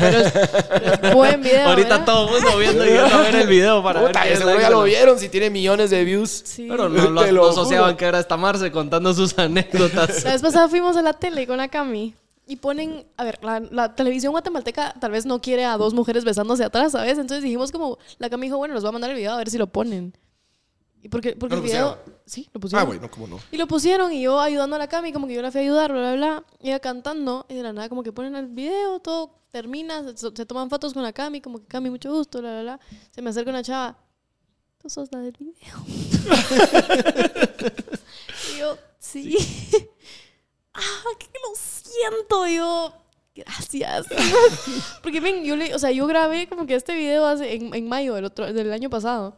Speaker 3: Buen video,
Speaker 1: Ahorita
Speaker 3: ¿verdad?
Speaker 1: todo el mundo viendo y yo a ver el video para
Speaker 2: Puta,
Speaker 1: ver. qué
Speaker 2: que
Speaker 1: es la
Speaker 2: seguro ya lo
Speaker 1: que-
Speaker 2: vieron si tiene millones de views.
Speaker 3: Sí.
Speaker 1: Pero no, lo,
Speaker 2: Te
Speaker 1: no
Speaker 2: lo
Speaker 1: asociaban
Speaker 2: juro.
Speaker 1: que era esta Marce contando sus anécdotas.
Speaker 3: La vez pasada fuimos a la tele con la Cami y ponen, a ver, la, la televisión guatemalteca tal vez no quiere a dos mujeres besándose atrás, ¿sabes? Entonces dijimos como, la Cami dijo, bueno, les voy a mandar el video a ver si lo ponen. Y porque, porque
Speaker 2: ¿No lo
Speaker 3: el video...
Speaker 2: pusieron?
Speaker 3: Sí, lo pusieron.
Speaker 2: Ah, bueno, cómo no.
Speaker 3: Y lo pusieron y yo ayudando a la Cami, como que yo la fui a ayudar, bla, bla, bla. Y ella cantando y de la nada como que ponen el video, todo termina, se, se toman fotos con la Cami, como que Cami, mucho gusto, bla, bla, bla. Se me acerca una chava, tú sos la del video. y yo, sí. ah, que lo siento, Y yo. Gracias. Porque ven, yo le, o sea, yo grabé como que este video hace, en, en mayo del, otro, del año pasado.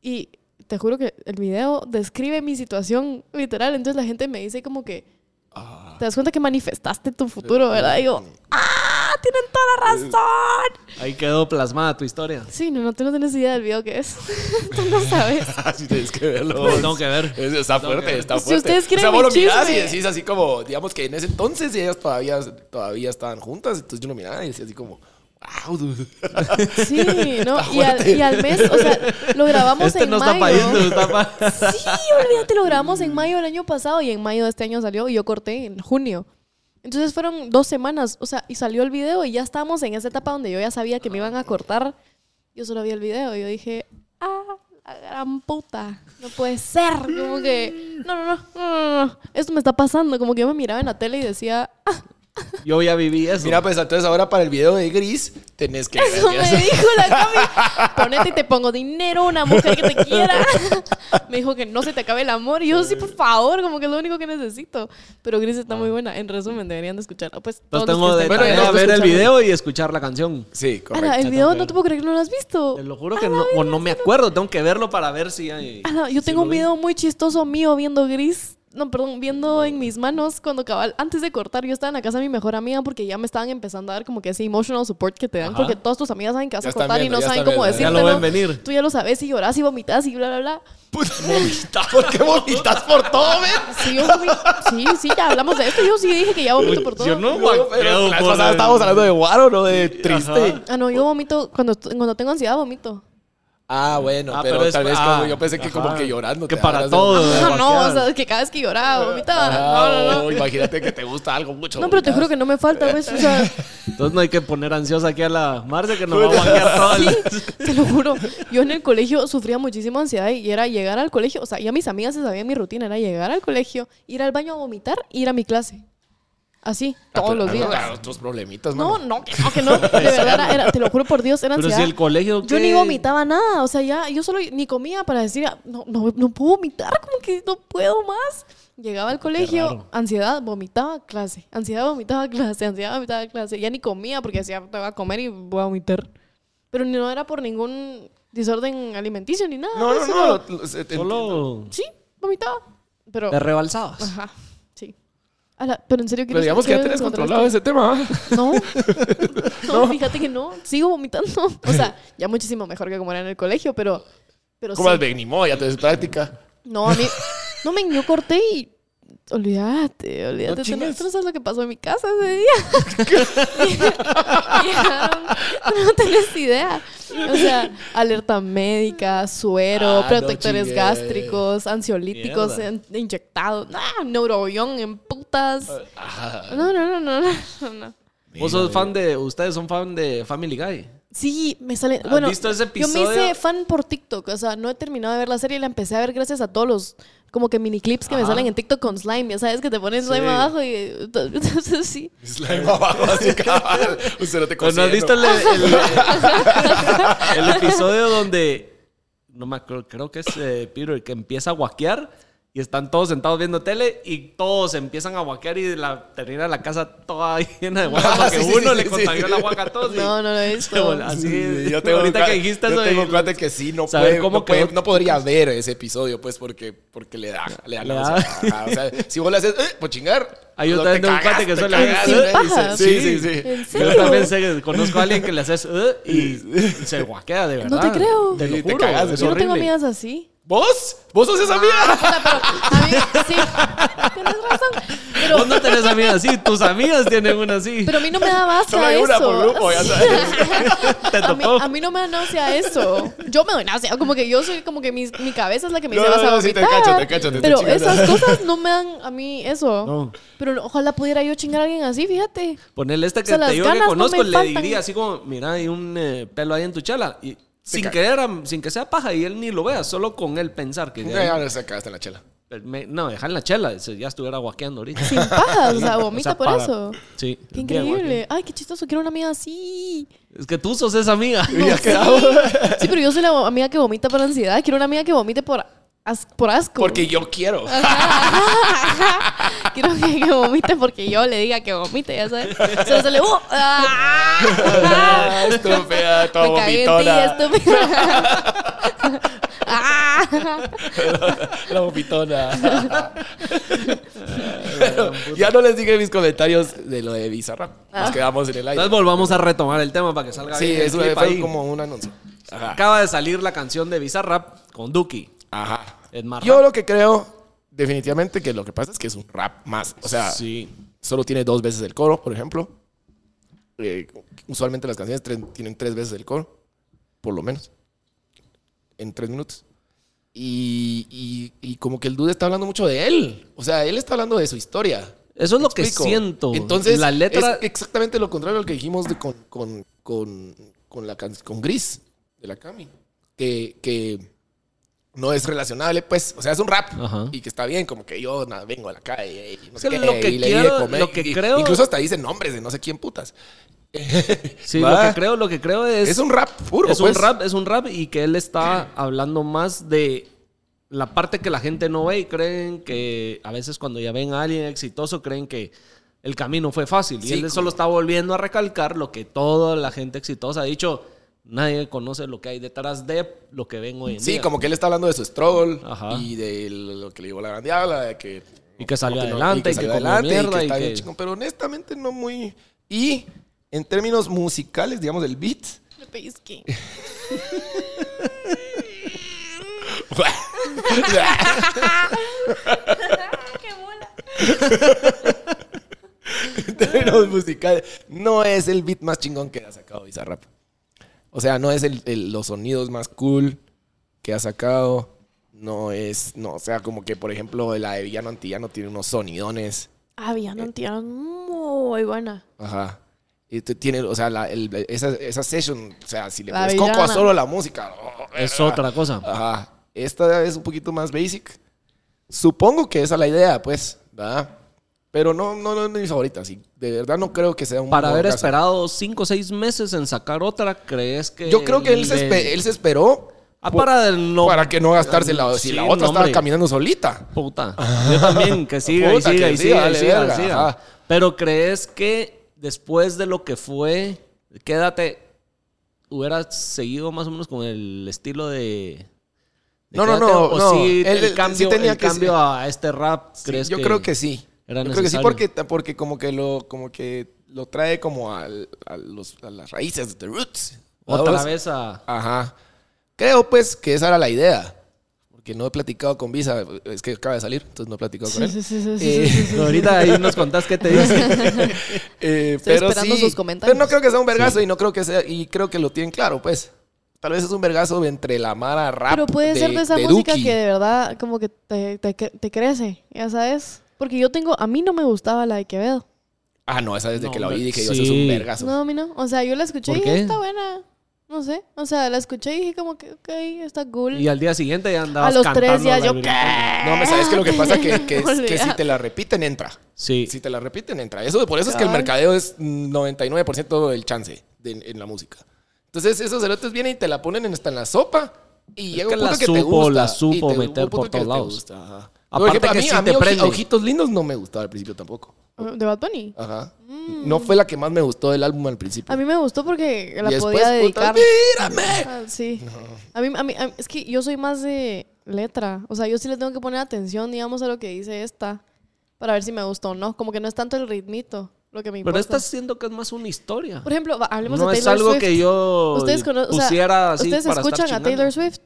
Speaker 3: Y te juro que el video describe mi situación literal. Entonces la gente me dice como que,
Speaker 2: Ah.
Speaker 3: te das cuenta que manifestaste tu futuro, ¿verdad? Y yo, ¡ah! Tienen toda la razón.
Speaker 1: Ahí quedó plasmada tu historia.
Speaker 3: Sí, no, no, tú no tienes idea del video que es. tú no sabes.
Speaker 2: Ah, sí, tienes que verlo.
Speaker 1: Pues tengo que ver.
Speaker 2: Es- está
Speaker 1: Tengo que
Speaker 2: fuerte,
Speaker 1: ver.
Speaker 2: está
Speaker 3: Si
Speaker 2: fuerte.
Speaker 3: ustedes quieren
Speaker 2: o sea, vos
Speaker 3: mi
Speaker 2: lo mirás y
Speaker 3: chisme.
Speaker 2: decís así como, digamos que en ese entonces ellas todavía, todavía estaban juntas, entonces yo lo miraba y decía así como, wow, dude".
Speaker 3: Sí, ¿no?
Speaker 2: Está
Speaker 3: Y al,
Speaker 2: fuerte.
Speaker 3: y al mes, o sea, lo grabamos
Speaker 1: Este
Speaker 3: en
Speaker 1: no
Speaker 3: mayo.
Speaker 1: está para irnos, está para...
Speaker 3: Sí, olvídate, lo grabamos en mayo del año pasado y en mayo de este año salió y yo corté en junio. Entonces fueron dos semanas, o sea, y salió el video y ya estábamos en esa etapa donde yo ya sabía que me iban a cortar. Yo solo vi el video y yo dije, ah, la gran puta, no puede ser. Como que, no, no, no, no, no, no, esto me está pasando. Como que yo me miraba en la tele y decía, ah,
Speaker 1: Yo ya viví eso.
Speaker 2: Mira, pues entonces ahora para el video de Gris tenés que ver
Speaker 3: eso me
Speaker 2: eso.
Speaker 3: dijo la Cami, ponete y te pongo dinero, una mujer que te quiera. Me dijo que no se te acabe el amor. Y yo, sí, por favor, como que es lo único que necesito. Pero Gris está muy buena. En resumen, deberían de escucharla. Pues, todos
Speaker 1: Entonces
Speaker 3: los
Speaker 1: tengo
Speaker 3: que
Speaker 1: de
Speaker 3: estén-
Speaker 2: Bueno,
Speaker 1: tarea
Speaker 2: ya te
Speaker 1: ver el
Speaker 2: escucharon.
Speaker 1: video y escuchar la canción.
Speaker 2: Sí,
Speaker 3: Ala,
Speaker 2: correcto.
Speaker 3: el video no te puedo creer que no lo has visto.
Speaker 1: Te lo juro que no, o no me acuerdo. Tengo que verlo para ver si... hay-
Speaker 3: Ala, Ah, yo
Speaker 1: si
Speaker 3: tengo
Speaker 1: lo
Speaker 3: un
Speaker 1: vi.
Speaker 3: video muy chistoso mío viendo Gris. No, perdón, viendo en mis manos cuando cabal, antes de cortar, yo estaba en la casa de mi mejor amiga porque ya me estaban empezando a dar como que ese emotional support que te dan,
Speaker 1: Ajá.
Speaker 3: porque todas tus amigas saben que vas
Speaker 2: Ya
Speaker 3: a
Speaker 2: están
Speaker 3: cortar
Speaker 2: viendo,
Speaker 3: y no
Speaker 2: ya
Speaker 3: saben
Speaker 2: están
Speaker 3: cómo
Speaker 2: viendo,
Speaker 1: Ya
Speaker 3: decírtelo.
Speaker 1: lo ven venir.
Speaker 3: Tú ya lo sabes y lloras y vomitas y bla, bla, bla.
Speaker 2: Puta, vomitas. ¿Por qué vomitas por todo, men?
Speaker 3: Sí, yo vomi- sí, sí, ya hablamos de esto. Yo sí dije que ya vomito por todo.
Speaker 1: Yo no
Speaker 2: No, pero
Speaker 1: guaqueo
Speaker 2: la vez
Speaker 1: por
Speaker 2: pasada
Speaker 1: el-
Speaker 2: estábamos hablando de guaro, no de triste.
Speaker 1: Ajá.
Speaker 3: Ah, no, yo vomito cuando, est- cuando tengo ansiedad, vomito.
Speaker 2: Ah, bueno,
Speaker 1: Ah,
Speaker 2: pero,
Speaker 1: pero es-
Speaker 2: tal vez
Speaker 1: ah,
Speaker 2: como yo pensé que como
Speaker 1: ajá.
Speaker 2: que llorando.
Speaker 1: Que
Speaker 2: te
Speaker 1: para
Speaker 2: agarras de-
Speaker 1: todo.
Speaker 3: Ah,
Speaker 1: Demasiado.
Speaker 3: no, o sea, que cada vez que lloraba, vomitaba.
Speaker 2: Ah,
Speaker 3: No, no, no.
Speaker 2: Imagínate que te gusta algo
Speaker 1: oh,
Speaker 2: mucho. Ah,
Speaker 3: No, pero te
Speaker 2: vomitas.
Speaker 3: juro que no me falta, ¿ves? O sea,
Speaker 1: Entonces no hay que poner ansiosa aquí a la Marce que nos va a guaquear todo el...
Speaker 3: te lo juro. Yo en el colegio sufría muchísima ansiedad y era llegar al colegio. O sea, ya mis amigas se sabían mi rutina. Era llegar al colegio, ir al baño a vomitar, ir a mi clase. Así,
Speaker 2: Ah, pero-
Speaker 3: todos los
Speaker 2: ah,
Speaker 3: días.
Speaker 2: ah, Otros problemitas,
Speaker 3: No,
Speaker 2: mano.
Speaker 3: no, que no, que no. De verdad, era- era- te lo juro por Dios, era
Speaker 1: Pero
Speaker 3: ansiedad.
Speaker 1: si el colegio...
Speaker 3: Yo
Speaker 1: ¿qué?
Speaker 3: ni vomitaba nada, o sea, ya, yo solo ni comía para decir, ah, no, no, no puedo vomitar, como que no puedo más. Llegaba al colegio,
Speaker 1: raro.
Speaker 3: ansiedad, vomitaba, clase, ansiedad, vomitaba, clase, ansiedad, vomitaba, clase. Ya ni comía porque decía, te voy a comer y voy a vomitar. Pero no era por ningún desorden alimenticio ni nada.
Speaker 2: No, no, no.
Speaker 3: pues, sino-
Speaker 2: lo- lo- se- te entiendo.
Speaker 1: Solo
Speaker 3: Sí, vomitaba, pero...
Speaker 1: te rebalsabas.
Speaker 3: Ajá, sí. Ala, pero en serio,
Speaker 2: Pero
Speaker 3: ¿quieres-
Speaker 2: digamos que ya
Speaker 3: quieres
Speaker 2: tenés
Speaker 3: encontrar
Speaker 2: controlado ese tema. ¿ah?
Speaker 3: no. no, fíjate que no. Sigo vomitando. O sea, ya muchísimo mejor que como era en el colegio, pero. pero
Speaker 2: Como
Speaker 3: sí.
Speaker 2: el Benimo, ya tenés práctica.
Speaker 3: No, a mí. No, men, yo corté y. Olvídate, olvídate.
Speaker 2: No
Speaker 3: tú no-
Speaker 2: chingues.
Speaker 3: tú no sabes lo que pasó en mi casa ese día. Ya, no tenés idea. O sea, alerta médica, suero,
Speaker 2: Ah, no
Speaker 3: protectores
Speaker 2: chingues.
Speaker 3: gástricos, ansiolíticos
Speaker 1: Mierda.
Speaker 3: en- inyectados, ah, neurobión en putas.
Speaker 2: Ah,
Speaker 3: No, no, no, no, no, no.
Speaker 1: Vos sos fan de... Ustedes son fan de Family Guy.
Speaker 3: Sí, me sale.
Speaker 1: ¿Has
Speaker 3: Bueno,
Speaker 1: visto ese
Speaker 3: yo me
Speaker 1: episodio?
Speaker 3: hice fan por TikTok. O sea, no he terminado de ver la serie y la empecé a ver gracias a todos los como que miniclips que me
Speaker 1: Ajá.
Speaker 3: salen en TikTok con slime. Ya sabes que te ponen slime
Speaker 1: Sí.
Speaker 3: abajo y. Entonces, sí.
Speaker 2: Slime abajo, así cabal. Usted no te
Speaker 1: Pues no has
Speaker 2: considero.
Speaker 1: visto el, el- el episodio donde no me acuerdo, creo que es eh, Peter que empieza a guaquear Y están todos sentados viendo tele y todos empiezan a guaquear y la, termina la casa toda llena de guaca
Speaker 2: Ah,
Speaker 1: porque
Speaker 2: sí, sí,
Speaker 1: uno
Speaker 2: sí,
Speaker 1: le
Speaker 2: sí,
Speaker 1: contagió
Speaker 2: sí.
Speaker 1: la guaca a todos. y-
Speaker 3: No, no lo he
Speaker 1: Se voló.
Speaker 3: visto.
Speaker 1: Así,
Speaker 2: Sí,
Speaker 1: ahorita
Speaker 2: un
Speaker 1: que
Speaker 2: cua-
Speaker 1: dijiste
Speaker 2: yo
Speaker 1: eso
Speaker 2: tengo
Speaker 1: de-
Speaker 2: un cuate que sí, no
Speaker 1: saber
Speaker 2: puede,
Speaker 1: cómo
Speaker 2: no, puede-
Speaker 1: quedó-
Speaker 2: no podría ver ese episodio, pues, porque, porque le da, le da
Speaker 1: Le
Speaker 2: la
Speaker 1: da.
Speaker 2: gozada. O sea, si vos le haces, eh, pues chingar.
Speaker 1: Ahí yo
Speaker 2: no
Speaker 1: también
Speaker 2: te
Speaker 1: tengo un cuate
Speaker 2: cagaste,
Speaker 1: que solo
Speaker 2: te
Speaker 1: le hace,
Speaker 2: cagaste,
Speaker 3: "Eh",
Speaker 2: dice.
Speaker 3: pajas.
Speaker 2: Sí, sí, sí.
Speaker 3: ¿En
Speaker 1: Yo
Speaker 3: serio?
Speaker 1: también sé que conozco a alguien que le haces "Eh", y se guaquea de verdad.
Speaker 3: No te creo.
Speaker 1: Te lo
Speaker 2: Sí, te
Speaker 1: juro.
Speaker 2: cagas,
Speaker 1: es
Speaker 2: yo
Speaker 3: Yo no tengo
Speaker 1: horrible.
Speaker 3: amigas así.
Speaker 2: ¿Vos? ¿Vos sos
Speaker 1: Ah,
Speaker 2: esa mía?
Speaker 3: Puta, pero a mí sí. Tienes razón. Pero,
Speaker 1: Vos no tenés amigas así, tus amigas tienen una así.
Speaker 3: pero a mí no me da
Speaker 2: Solo
Speaker 3: basta
Speaker 2: hay
Speaker 3: eso.
Speaker 2: una por grupo, ya sabes.
Speaker 1: Te
Speaker 3: A mí,
Speaker 1: tocó.
Speaker 3: a mí no me da náusea eso. Yo me doy náusea. Como que yo soy, como que mi, mi cabeza es la que me
Speaker 2: No,
Speaker 3: dice
Speaker 2: no,
Speaker 3: vas a
Speaker 2: no, sí, te
Speaker 3: vomitar.
Speaker 2: cacho, te cacho, te estoy
Speaker 3: Pero
Speaker 2: chingando.
Speaker 3: esas cosas no me dan a mí eso.
Speaker 1: No.
Speaker 3: Pero no- ojalá pudiera yo chingar a alguien así, fíjate.
Speaker 1: Ponerle esta que
Speaker 3: sea,
Speaker 1: te
Speaker 3: las
Speaker 1: digo que
Speaker 3: ganas no
Speaker 1: conozco,
Speaker 3: me
Speaker 1: le
Speaker 3: faltan.
Speaker 1: diría así como, mira, hay un eh, pelo ahí en tu chala. Y sin
Speaker 2: caga.
Speaker 1: querer, am- sin que sea paja y él ni lo vea, solo con él pensar que... de ahí-
Speaker 2: Ya no se cagaste en la chela.
Speaker 1: me- no, dejar en la chela, se- ya estuviera guaqueando ahorita.
Speaker 3: Sin pajas, o sea,
Speaker 1: O
Speaker 3: vomita
Speaker 1: sea,
Speaker 3: por
Speaker 1: para-
Speaker 3: eso.
Speaker 1: Sí.
Speaker 3: Qué
Speaker 1: bien
Speaker 3: increíble. Ay, qué chistoso, quiero una amiga así.
Speaker 1: guaqueando. Es que tú sos esa amiga.
Speaker 2: Y ya quedamos.
Speaker 3: Sí, pero yo soy la amiga que vomita por ansiedad. Quiero una amiga que vomite por, as- por asco.
Speaker 2: Porque yo quiero.
Speaker 1: Ah,
Speaker 3: Quiero que, que vomite porque yo le diga que vomite, ya sabes. Solo sale, ¡uh! ¡Ah!
Speaker 2: Ah, Estúpida, toda
Speaker 3: Me cagué en ti,
Speaker 2: vomitona.
Speaker 3: estúpida. Ah.
Speaker 2: La vomitona. Pero ya no les dije mis comentarios de lo de Bizarra. Nos
Speaker 3: Ah.
Speaker 2: quedamos en el aire.
Speaker 1: Entonces volvamos a retomar el tema para que salga
Speaker 2: Sí,
Speaker 1: bien el
Speaker 2: eso
Speaker 1: clip
Speaker 2: fue
Speaker 1: ahí.
Speaker 2: como un anuncio. este Ajá.
Speaker 1: Acaba de salir la canción de Bizarrap con Duki.
Speaker 2: Ajá.
Speaker 1: Es más
Speaker 2: Yo
Speaker 1: rap.
Speaker 2: lo que creo, definitivamente, que lo que pasa es que es un rap más. O sea,
Speaker 1: sí.
Speaker 2: solo tiene dos veces el coro, por ejemplo. Eh, usualmente las canciones tres- tienen tres veces el coro, por lo menos, en tres minutos. Y, y- y como que el dude está hablando mucho de él. O sea, él está hablando de su historia.
Speaker 1: Eso es lo que
Speaker 2: explico.
Speaker 1: siento.
Speaker 2: Entonces,
Speaker 1: la letra
Speaker 2: es exactamente lo contrario al que dijimos de con, con, con, con la can- con Gris, de la Cami. Que, que no es relacionable, pues. O sea, es un rap.
Speaker 1: Ajá.
Speaker 2: Y que está bien, como que yo na, vengo a la calle y no
Speaker 1: Es
Speaker 2: sé
Speaker 1: que
Speaker 2: qué,
Speaker 1: lo que
Speaker 2: y le di
Speaker 1: quiero-
Speaker 2: de comer,
Speaker 1: lo que
Speaker 2: y-
Speaker 1: creo-
Speaker 2: Incluso hasta dicen nombres de no sé quién putas.
Speaker 1: Sí,
Speaker 2: Va.
Speaker 1: lo que creo, lo que creo es.
Speaker 2: Es, un rap puro,
Speaker 1: es
Speaker 2: pues.
Speaker 1: un rap, es un rap y que él está hablando más de la parte que la gente no ve y creen que a veces cuando ya ven a alguien exitoso creen que el camino fue fácil y
Speaker 2: Sí,
Speaker 1: él
Speaker 2: como-
Speaker 1: solo está volviendo a recalcar lo que toda la gente exitosa ha dicho, nadie conoce lo que hay detrás de lo que ven hoy en
Speaker 2: Sí,
Speaker 1: día.
Speaker 2: como que él está hablando de su stroll
Speaker 1: Ajá.
Speaker 2: y de lo que le llevó la gran diabla, de que...
Speaker 1: Y que salió
Speaker 2: no-
Speaker 1: adelante, y que comió mierda, y
Speaker 2: está bien
Speaker 1: que-
Speaker 2: chingón, pero honestamente no muy... Y en términos musicales, digamos, el beat...
Speaker 3: Me pellizqué. ¡Qué bola!
Speaker 2: en términos musicales, no es el beat más chingón que ha sacado Bizarrap. O sea, no es el- el- los sonidos más cool que ha sacado. No es... No, o sea, como que, por ejemplo, la de Villano Antillano tiene unos sonidones...
Speaker 3: Ah, Villano Antillano, muy buena.
Speaker 2: Ajá. Y te tiene, o sea, la- el- esa, esa session, o sea, si le
Speaker 3: La
Speaker 2: pones coco a
Speaker 3: villana.
Speaker 2: solo la música. oh,
Speaker 1: es
Speaker 2: eh,
Speaker 1: otra cosa.
Speaker 2: Ajá. Esta es un poquito más basic. Supongo que esa es la idea, pues, ¿verdad? Pero no, no, no es de mis favoritas. Y de verdad no creo que sea un.
Speaker 1: Para haber
Speaker 2: fracaso.
Speaker 1: esperado cinco o seis meses en sacar otra, ¿crees que...?
Speaker 2: Yo creo que él se,
Speaker 1: le-
Speaker 2: espe- él se esperó.
Speaker 1: Ah,
Speaker 2: por-
Speaker 1: para no...
Speaker 2: para que no gastarse la. Si
Speaker 1: Sí,
Speaker 2: la otra
Speaker 1: no,
Speaker 2: estaba
Speaker 1: hombre.
Speaker 2: caminando solita.
Speaker 1: Puta. Yo también, que siga y
Speaker 2: Puta,
Speaker 1: siga
Speaker 2: que
Speaker 1: y
Speaker 2: siga,
Speaker 1: siga y
Speaker 2: dale
Speaker 1: siga, y
Speaker 2: verga,
Speaker 1: siga.
Speaker 2: ajá.
Speaker 1: Pero crees que después de lo que fue, quédate, hubiera seguido más o menos con el estilo de. de
Speaker 2: No, no,
Speaker 1: Quédate?
Speaker 2: no,
Speaker 1: O
Speaker 2: no.
Speaker 1: sí,
Speaker 2: Él-
Speaker 1: el,
Speaker 2: él sí
Speaker 1: cambio,
Speaker 2: tenía
Speaker 1: el
Speaker 2: que-
Speaker 1: cambio a este rap,
Speaker 2: Sí,
Speaker 1: ¿crees
Speaker 2: yo
Speaker 1: que
Speaker 2: creo que sí. Yo
Speaker 1: era
Speaker 2: creo que sí
Speaker 1: necesario?
Speaker 2: porque, porque como que lo como que lo trae como al- a, los- a las raíces de Roots.
Speaker 1: Otra
Speaker 2: ¿Vamos?
Speaker 1: vez a.
Speaker 2: Ajá. Creo pues que esa era la idea. Porque no he platicado con Visa, es que acaba de salir, entonces no he platicado con él.
Speaker 3: Sí, sí, sí, sí,
Speaker 2: Eh,
Speaker 1: Ahorita ahí nos contás qué te dice.
Speaker 2: eh,
Speaker 3: Estoy esperando sus comentarios.
Speaker 2: Pero no creo que sea un vergazo y no creo que sea y creo que lo tienen claro, pues. Tal vez es un vergazo entre la mara rap
Speaker 3: Pero puede
Speaker 2: de-
Speaker 3: ser de esa
Speaker 2: de
Speaker 3: música
Speaker 2: Duki.
Speaker 3: que de verdad como que te, te, te crece, ya sabes. Porque yo tengo, a mí no me gustaba la de Quevedo.
Speaker 2: Ah, no, esa desde
Speaker 1: No,
Speaker 2: que la oí
Speaker 1: hombre,
Speaker 2: dije yo, eso es un
Speaker 1: sí.
Speaker 2: vergazo.
Speaker 3: No, a mí no. O sea, yo la escuché y
Speaker 1: ¿Por
Speaker 3: dije,
Speaker 1: qué?
Speaker 3: está buena. No sé. O sea, la escuché y dije como que, ok, está cool.
Speaker 1: Y al día siguiente ya andabas
Speaker 3: a los
Speaker 1: cantando
Speaker 3: tres ya
Speaker 1: la
Speaker 3: yo,
Speaker 1: virgen.
Speaker 3: ¿qué?
Speaker 2: No, me sabes que lo que pasa que, que, es- que si
Speaker 3: Olvídate.
Speaker 2: te la repiten, entra.
Speaker 1: Sí.
Speaker 2: Si te la repiten, entra. Eso, por eso es que el
Speaker 3: Cabal.
Speaker 2: mercadeo es 99% del chance de- en la música. Entonces, esos cerotes vienen y te la ponen en- hasta en la sopa. Y llega
Speaker 1: que
Speaker 2: un punto
Speaker 1: la
Speaker 2: que te
Speaker 1: supo,
Speaker 2: gusta.
Speaker 1: la
Speaker 2: y te-
Speaker 1: supo
Speaker 2: un
Speaker 1: meter
Speaker 2: punto
Speaker 1: por
Speaker 2: que
Speaker 1: todos
Speaker 2: te
Speaker 1: lados.
Speaker 2: gusta, ajá. Por
Speaker 1: Aparte
Speaker 2: ejemplo,
Speaker 1: que
Speaker 2: a mí,
Speaker 1: sí
Speaker 2: a mí
Speaker 1: te
Speaker 2: Oji-
Speaker 1: prende.
Speaker 2: Ojitos Lindos no me gustaba al principio tampoco.
Speaker 3: ¿De Bad Bunny?
Speaker 2: Ajá.
Speaker 1: Mm.
Speaker 2: No fue la que más me gustó del álbum al principio.
Speaker 3: A mí me gustó porque la
Speaker 2: y después,
Speaker 3: podía
Speaker 2: puta,
Speaker 3: dedicar.
Speaker 2: ¡Mírame!
Speaker 3: Ah, sí. A, mí, a, mí, a mí- es que yo soy más de letra. O sea, yo sí le tengo que poner atención, digamos, a lo que dice esta para ver si me gustó o no. Como que no es tanto el ritmito lo que me importa.
Speaker 1: Pero esta siento que es más una historia.
Speaker 3: Por ejemplo, va, hablemos
Speaker 1: No
Speaker 3: de
Speaker 1: es
Speaker 3: Taylor
Speaker 1: algo
Speaker 3: Swift.
Speaker 1: que yo
Speaker 3: Ustedes, cono- o sea,
Speaker 1: pusiera así
Speaker 3: ¿ustedes
Speaker 1: para estar
Speaker 3: escuchan a
Speaker 1: chingando.
Speaker 3: Taylor Swift.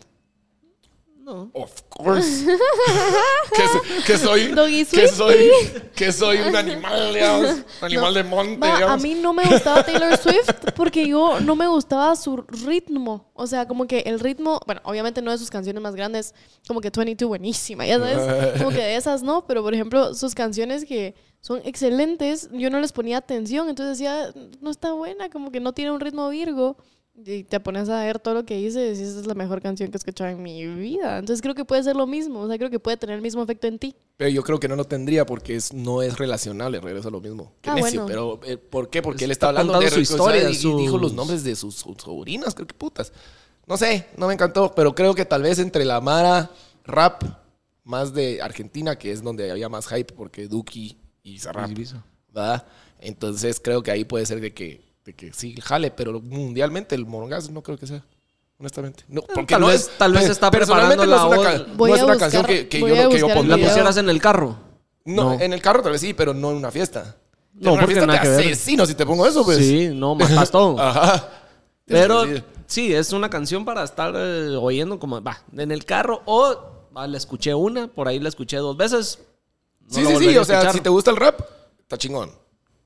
Speaker 1: No.
Speaker 2: Of course. que, so- que soy.
Speaker 3: Doggy
Speaker 2: que
Speaker 3: Swift.
Speaker 2: soy. Que soy un animal, digamos. Un animal de monte,
Speaker 3: Va, a
Speaker 2: digamos.
Speaker 3: mí no me gustaba Taylor Swift porque yo no me gustaba su ritmo. O sea, como que el ritmo, bueno, obviamente no de sus canciones más grandes, como que 22 buenísima, ya sabes, como que de esas no, pero por ejemplo, sus canciones que son excelentes, yo no les ponía atención, entonces decía, no está buena, como que no tiene un ritmo virgo. Y te pones a ver todo lo que hice y decís, esa es la mejor canción que he escuchado en mi vida. Entonces creo que puede ser lo mismo, o sea, creo que puede tener el mismo efecto en ti.
Speaker 2: Pero yo creo que no lo tendría porque es, no es relacionable, regreso a lo mismo. Qué
Speaker 3: Ah,
Speaker 2: necio,
Speaker 3: bueno.
Speaker 2: pero eh, ¿por qué? Porque él
Speaker 1: Está
Speaker 2: está hablando de
Speaker 1: contando su
Speaker 2: o sea,
Speaker 1: historia,
Speaker 2: y- y dijo
Speaker 1: sus-
Speaker 2: los nombres de sus, sus sobrinas, creo que putas. No sé, no me encantó, pero creo que tal vez entre la Mara rap más de Argentina, que es donde había más hype porque Duki y Zarrap, ¿verdad? Entonces creo que ahí puede ser de que, de que sí jale, pero mundialmente el morongazo no creo que sea. Honestamente. No, porque
Speaker 1: tal
Speaker 2: no
Speaker 1: vez-
Speaker 2: es-
Speaker 1: tal vez está
Speaker 2: personalmente
Speaker 1: preparando
Speaker 2: no es
Speaker 1: la
Speaker 2: una,
Speaker 1: voz.
Speaker 2: ca-
Speaker 3: Voy
Speaker 2: no es
Speaker 3: a
Speaker 2: una
Speaker 3: buscar-
Speaker 2: canción que, que
Speaker 3: voy
Speaker 2: yo,
Speaker 3: a
Speaker 2: no- que yo
Speaker 3: buscar el
Speaker 1: ¿La
Speaker 2: pondría.
Speaker 3: video.
Speaker 1: pusieras en el carro?
Speaker 2: No,
Speaker 1: No.
Speaker 2: en el carro tal vez sí, pero no en una fiesta.
Speaker 1: No,
Speaker 2: No, en una
Speaker 1: porque
Speaker 2: fiesta te
Speaker 1: nada que ver.
Speaker 2: asesino si te pongo eso, pues. Ah,
Speaker 1: Sí, no, matas todo.
Speaker 2: Ajá.
Speaker 1: Pero
Speaker 2: Tienes que decir.
Speaker 1: sí, es una canción para estar eh, oyendo como, va, en el carro o va, la escuché una, por ahí la escuché dos veces. no la
Speaker 2: Sí, sí, sí.
Speaker 1: volvería a
Speaker 2: O sea,
Speaker 1: escuchar.
Speaker 2: si te gusta el rap, está chingón.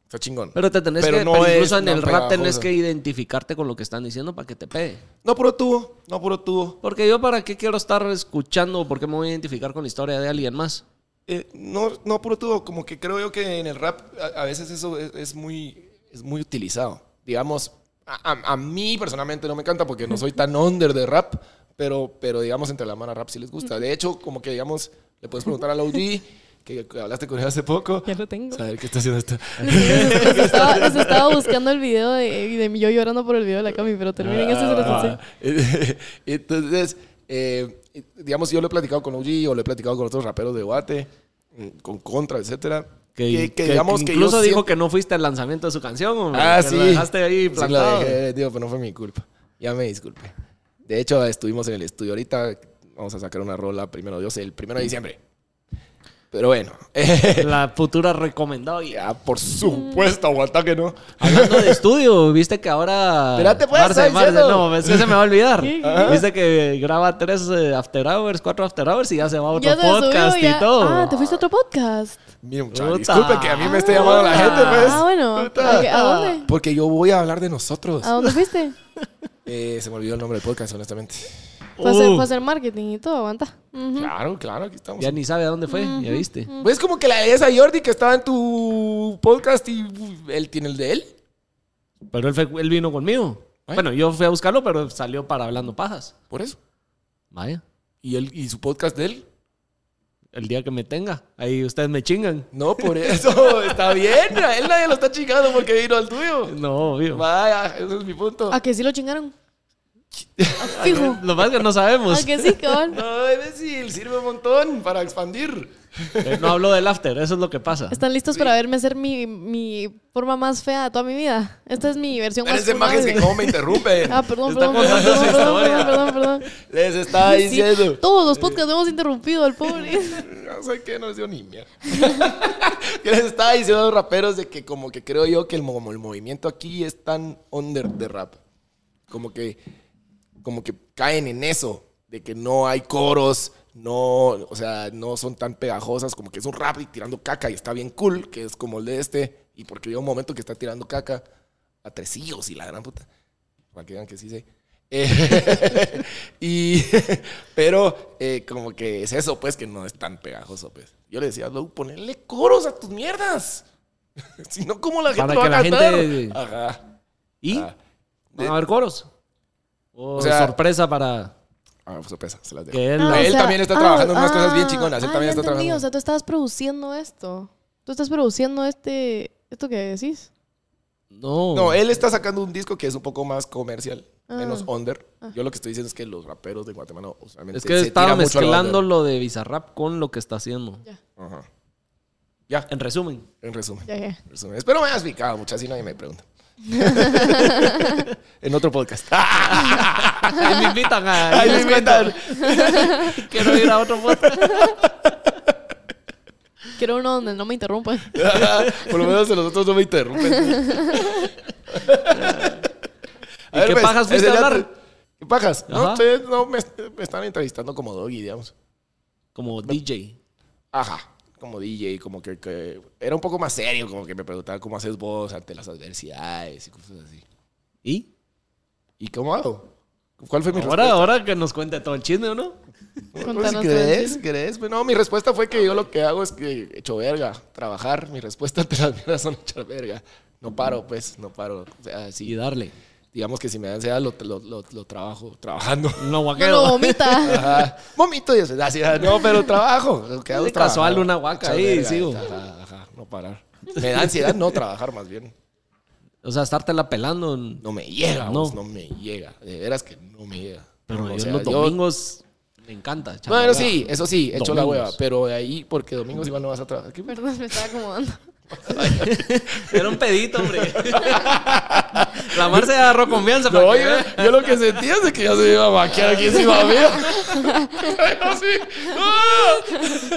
Speaker 2: Está chingón.
Speaker 1: Pero te tenés
Speaker 2: Pero
Speaker 1: que,
Speaker 2: no
Speaker 1: pero
Speaker 2: es
Speaker 1: incluso en
Speaker 2: una
Speaker 1: el rap tenés
Speaker 2: pegajosa.
Speaker 1: que identificarte con lo que están diciendo para que te pegue.
Speaker 2: No puro tubo, no puro tubo.
Speaker 1: Porque yo para qué quiero estar escuchando, por qué me voy a identificar con la historia de alguien más.
Speaker 2: Eh, no, no puro tubo. Como que creo yo que en el rap a, a veces eso es, es muy, es muy utilizado. Digamos, a, a- a mí personalmente no me encanta porque no soy tan under de rap. Pero, pero digamos, entre la mano rap sí les gusta. De hecho, como que digamos, le puedes preguntar a la OG, que, que hablaste con él hace poco.
Speaker 3: Ya lo tengo.
Speaker 2: Saber qué está haciendo esto.
Speaker 3: Les Pues estaba, les estaba buscando el video de, de mí- yo llorando por el video de la Cami, pero terminen este
Speaker 2: Ah,
Speaker 3: se los enseño.
Speaker 2: Entonces, eh, digamos, yo lo he platicado con OG o lo he platicado con otros raperos de Guate, mm, con Contra, etcétera.
Speaker 1: incluso dijo
Speaker 2: yo siento-
Speaker 1: que no fuiste al lanzamiento de su canción. hombre,
Speaker 2: Ah,
Speaker 1: que
Speaker 2: sí.
Speaker 1: La dejaste ahí
Speaker 2: Sí, la
Speaker 1: plantado.
Speaker 2: dejé, digo, pero no fue mi culpa. Ya me disculpe. De hecho, estuvimos en el estudio ahorita. Vamos a sacar una rola primero, Dios, el primero de diciembre. Pero bueno,
Speaker 1: La futura recomendada. Y
Speaker 2: ya, por supuesto, aguanta que no.
Speaker 1: Hablando de estudio, viste que ahora.
Speaker 2: Espérate, pues,
Speaker 1: Marce,
Speaker 2: estoy
Speaker 1: Marce,
Speaker 2: diciendo.
Speaker 1: no, es que se me va a olvidar. Viste que graba tres eh, after hours, cuatro after hours y ya se va a otro
Speaker 3: Ya se subió,
Speaker 1: podcast
Speaker 3: ya.
Speaker 1: y todo.
Speaker 3: Ah, te fuiste a otro podcast.
Speaker 2: Mira, muchacho,
Speaker 1: Puta.
Speaker 2: disculpe que a mí me esté llamando la
Speaker 1: Ah.
Speaker 2: gente, pues.
Speaker 3: Ah, bueno.
Speaker 2: Puta.
Speaker 3: Ok, ¿A dónde?
Speaker 2: Porque yo voy a hablar de nosotros.
Speaker 3: ¿A dónde fuiste?
Speaker 2: Eh, se me olvidó el nombre del podcast, honestamente.
Speaker 3: Fue a hacer,
Speaker 1: Uh.
Speaker 3: fue a hacer marketing y todo, aguanta. Ujú.
Speaker 2: Claro, claro, aquí estamos.
Speaker 1: Ya ni sabe a dónde fue, ya viste.
Speaker 2: Pues como que la de esa Jordi que estaba en tu podcast y uh, él tiene el de él.
Speaker 1: Pero él, fue- él vino conmigo.
Speaker 2: Ay.
Speaker 1: Bueno, yo fui a buscarlo, pero salió para hablando pajas.
Speaker 2: Por eso.
Speaker 1: Vaya.
Speaker 2: Y él y su podcast de él.
Speaker 1: El día que me tenga, ahí ustedes me chingan.
Speaker 2: No, por eso. está bien. A él nadie lo está chingando porque vino al tuyo.
Speaker 1: No, obvio.
Speaker 2: Vaya, ese es mi punto.
Speaker 3: ¿A que sí lo chingaron? Ah, Fijo.
Speaker 1: Lo más que no sabemos.
Speaker 3: ¿A que sí, cabrón?
Speaker 2: No, imbécil, sirve un montón para expandir.
Speaker 1: Eh, No habló del after, eso es lo que pasa.
Speaker 3: ¿Están listos para verme hacer mi, mi forma más fea de toda mi vida? Esta es mi versión más
Speaker 2: Parece imágenes que
Speaker 3: funable.
Speaker 2: cómo me interrumpen.
Speaker 3: Ah, perdón,
Speaker 1: Está
Speaker 3: perdón, perdón,
Speaker 1: contando su
Speaker 3: perdón, perdón,
Speaker 1: historia.
Speaker 3: perdón, perdón, perdón.
Speaker 2: Les estaba
Speaker 3: Sí,
Speaker 2: diciendo.
Speaker 3: todos los podcasts lo hemos interrumpido al pobre.
Speaker 2: No sé qué, no les dio ni mierda. que les estaba diciendo a los raperos de que como que creo yo que el, mo- como el movimiento aquí es tan under de rap. Como que, como que caen en eso, de que no hay coros, no, o sea, no son tan pegajosas, como que es un rap y tirando caca y está bien cool, que es como el de este, y porque llega un momento que está tirando caca a tres hijos y la gran puta. Para que vean que sí sé. Eh, y, pero eh, como que es eso, pues, que no es tan pegajoso, pues. Yo le decía, Lou, ponerle coros a tus mierdas. si no, ¿cómo la
Speaker 1: Para
Speaker 2: gente lo va
Speaker 1: que
Speaker 2: a
Speaker 1: la
Speaker 2: cantar?
Speaker 1: gente-
Speaker 2: Ajá.
Speaker 1: ¿Y?
Speaker 2: Ah.
Speaker 1: ¿Van a haber coros? O,
Speaker 2: O sea-
Speaker 1: sorpresa para
Speaker 2: Ah, pues, sorpresa, se las dejo.
Speaker 1: que él
Speaker 3: Ah,
Speaker 1: la-
Speaker 3: o
Speaker 2: Él también está trabajando en unas cosas bien chingonas, él
Speaker 3: ah,
Speaker 2: también
Speaker 3: ya
Speaker 2: está
Speaker 3: entendí,
Speaker 2: trabajando.
Speaker 3: O sea, tú estabas produciendo esto. Tú estás produciendo este esto que decís.
Speaker 1: No.
Speaker 2: No, él está sacando un disco que es un poco más comercial. menos
Speaker 3: Ah.
Speaker 2: under. Yo lo que estoy diciendo es que los raperos de Guatemala usualmente
Speaker 1: Es que
Speaker 2: se
Speaker 1: estaba
Speaker 2: tiran mucho al
Speaker 1: mezclando
Speaker 2: under.
Speaker 1: lo de Bizarrap con lo que está haciendo.
Speaker 3: Ya,
Speaker 2: Ajá. Ya,
Speaker 1: En resumen.
Speaker 2: en resumen.
Speaker 3: ya, ya.
Speaker 2: en resumen. Espero me hayas picado, muchas y nadie me pregunta. en otro podcast.
Speaker 1: Ahí me invitan a.
Speaker 2: Ahí
Speaker 1: Ahí
Speaker 2: me
Speaker 1: les cuento.
Speaker 2: invitan.
Speaker 1: Quiero ir a otro podcast.
Speaker 3: Quiero uno donde no me interrumpan.
Speaker 2: Por lo menos de los otros no me interrumpen.
Speaker 1: ¿Y qué pajas fuiste a
Speaker 2: pues, es el
Speaker 1: hablar?
Speaker 2: otro. ¿Qué pajas? No,
Speaker 1: Ajá.
Speaker 2: ustedes no me, me están entrevistando como doggy, digamos.
Speaker 1: Como DJ.
Speaker 2: Ajá, como DJ, como que, que- era un poco más serio, como que me preguntaban cómo haces vos ante las adversidades y cosas así.
Speaker 1: ¿Y?
Speaker 2: ¿Y cómo hago? ¿Cuál fue mi
Speaker 1: Ahora,
Speaker 2: respuesta?
Speaker 1: ahora que nos cuente todo el chisme, ¿o no?
Speaker 2: Pues,
Speaker 3: Contanos
Speaker 2: ¿Crees? ¿Crees? Pues, No, mi respuesta fue que yo lo que hago es que echo verga, trabajar. Mi respuesta ante las mierdas son echar verga. No paro, pues, no paro. O sea, sí,
Speaker 1: Y darle.
Speaker 2: digamos que si me da ansiedad lo, lo, lo- lo trabajo trabajando.
Speaker 1: No
Speaker 3: No
Speaker 1: guaqueo.
Speaker 3: lo vomita.
Speaker 2: Ajá. Momento y eso. Así, ah, no, pero trabajo. Lo que hago es trabajar.
Speaker 1: Casual, una guaca
Speaker 2: Echar
Speaker 1: ahí,
Speaker 2: verga,
Speaker 1: sigo.
Speaker 2: Ajá, ajá, no parar. Me da ansiedad no trabajar más bien.
Speaker 1: O sea, estártela pelando. en-
Speaker 2: No me llega,
Speaker 1: No.
Speaker 2: no, no me llega. De veras que no me llega.
Speaker 1: Pero
Speaker 2: O
Speaker 1: yo
Speaker 2: sea,
Speaker 1: los domingos me encanta. echar la
Speaker 2: Bueno,
Speaker 1: hueva.
Speaker 2: sí, eso sí, echo la
Speaker 1: Domingos.
Speaker 2: hueva, pero de ahí, porque domingos igual no vas a trabajar. ¿Qué
Speaker 3: Perdón, me estaba acomodando.
Speaker 1: Era un pedito, hombre. la Mar se agarró confianza.
Speaker 2: No,
Speaker 1: para que
Speaker 2: yo,
Speaker 1: vea.
Speaker 2: yo lo que sentía es de que ya se iba a maquiar aquí encima mío. Pero sí. ¡ah!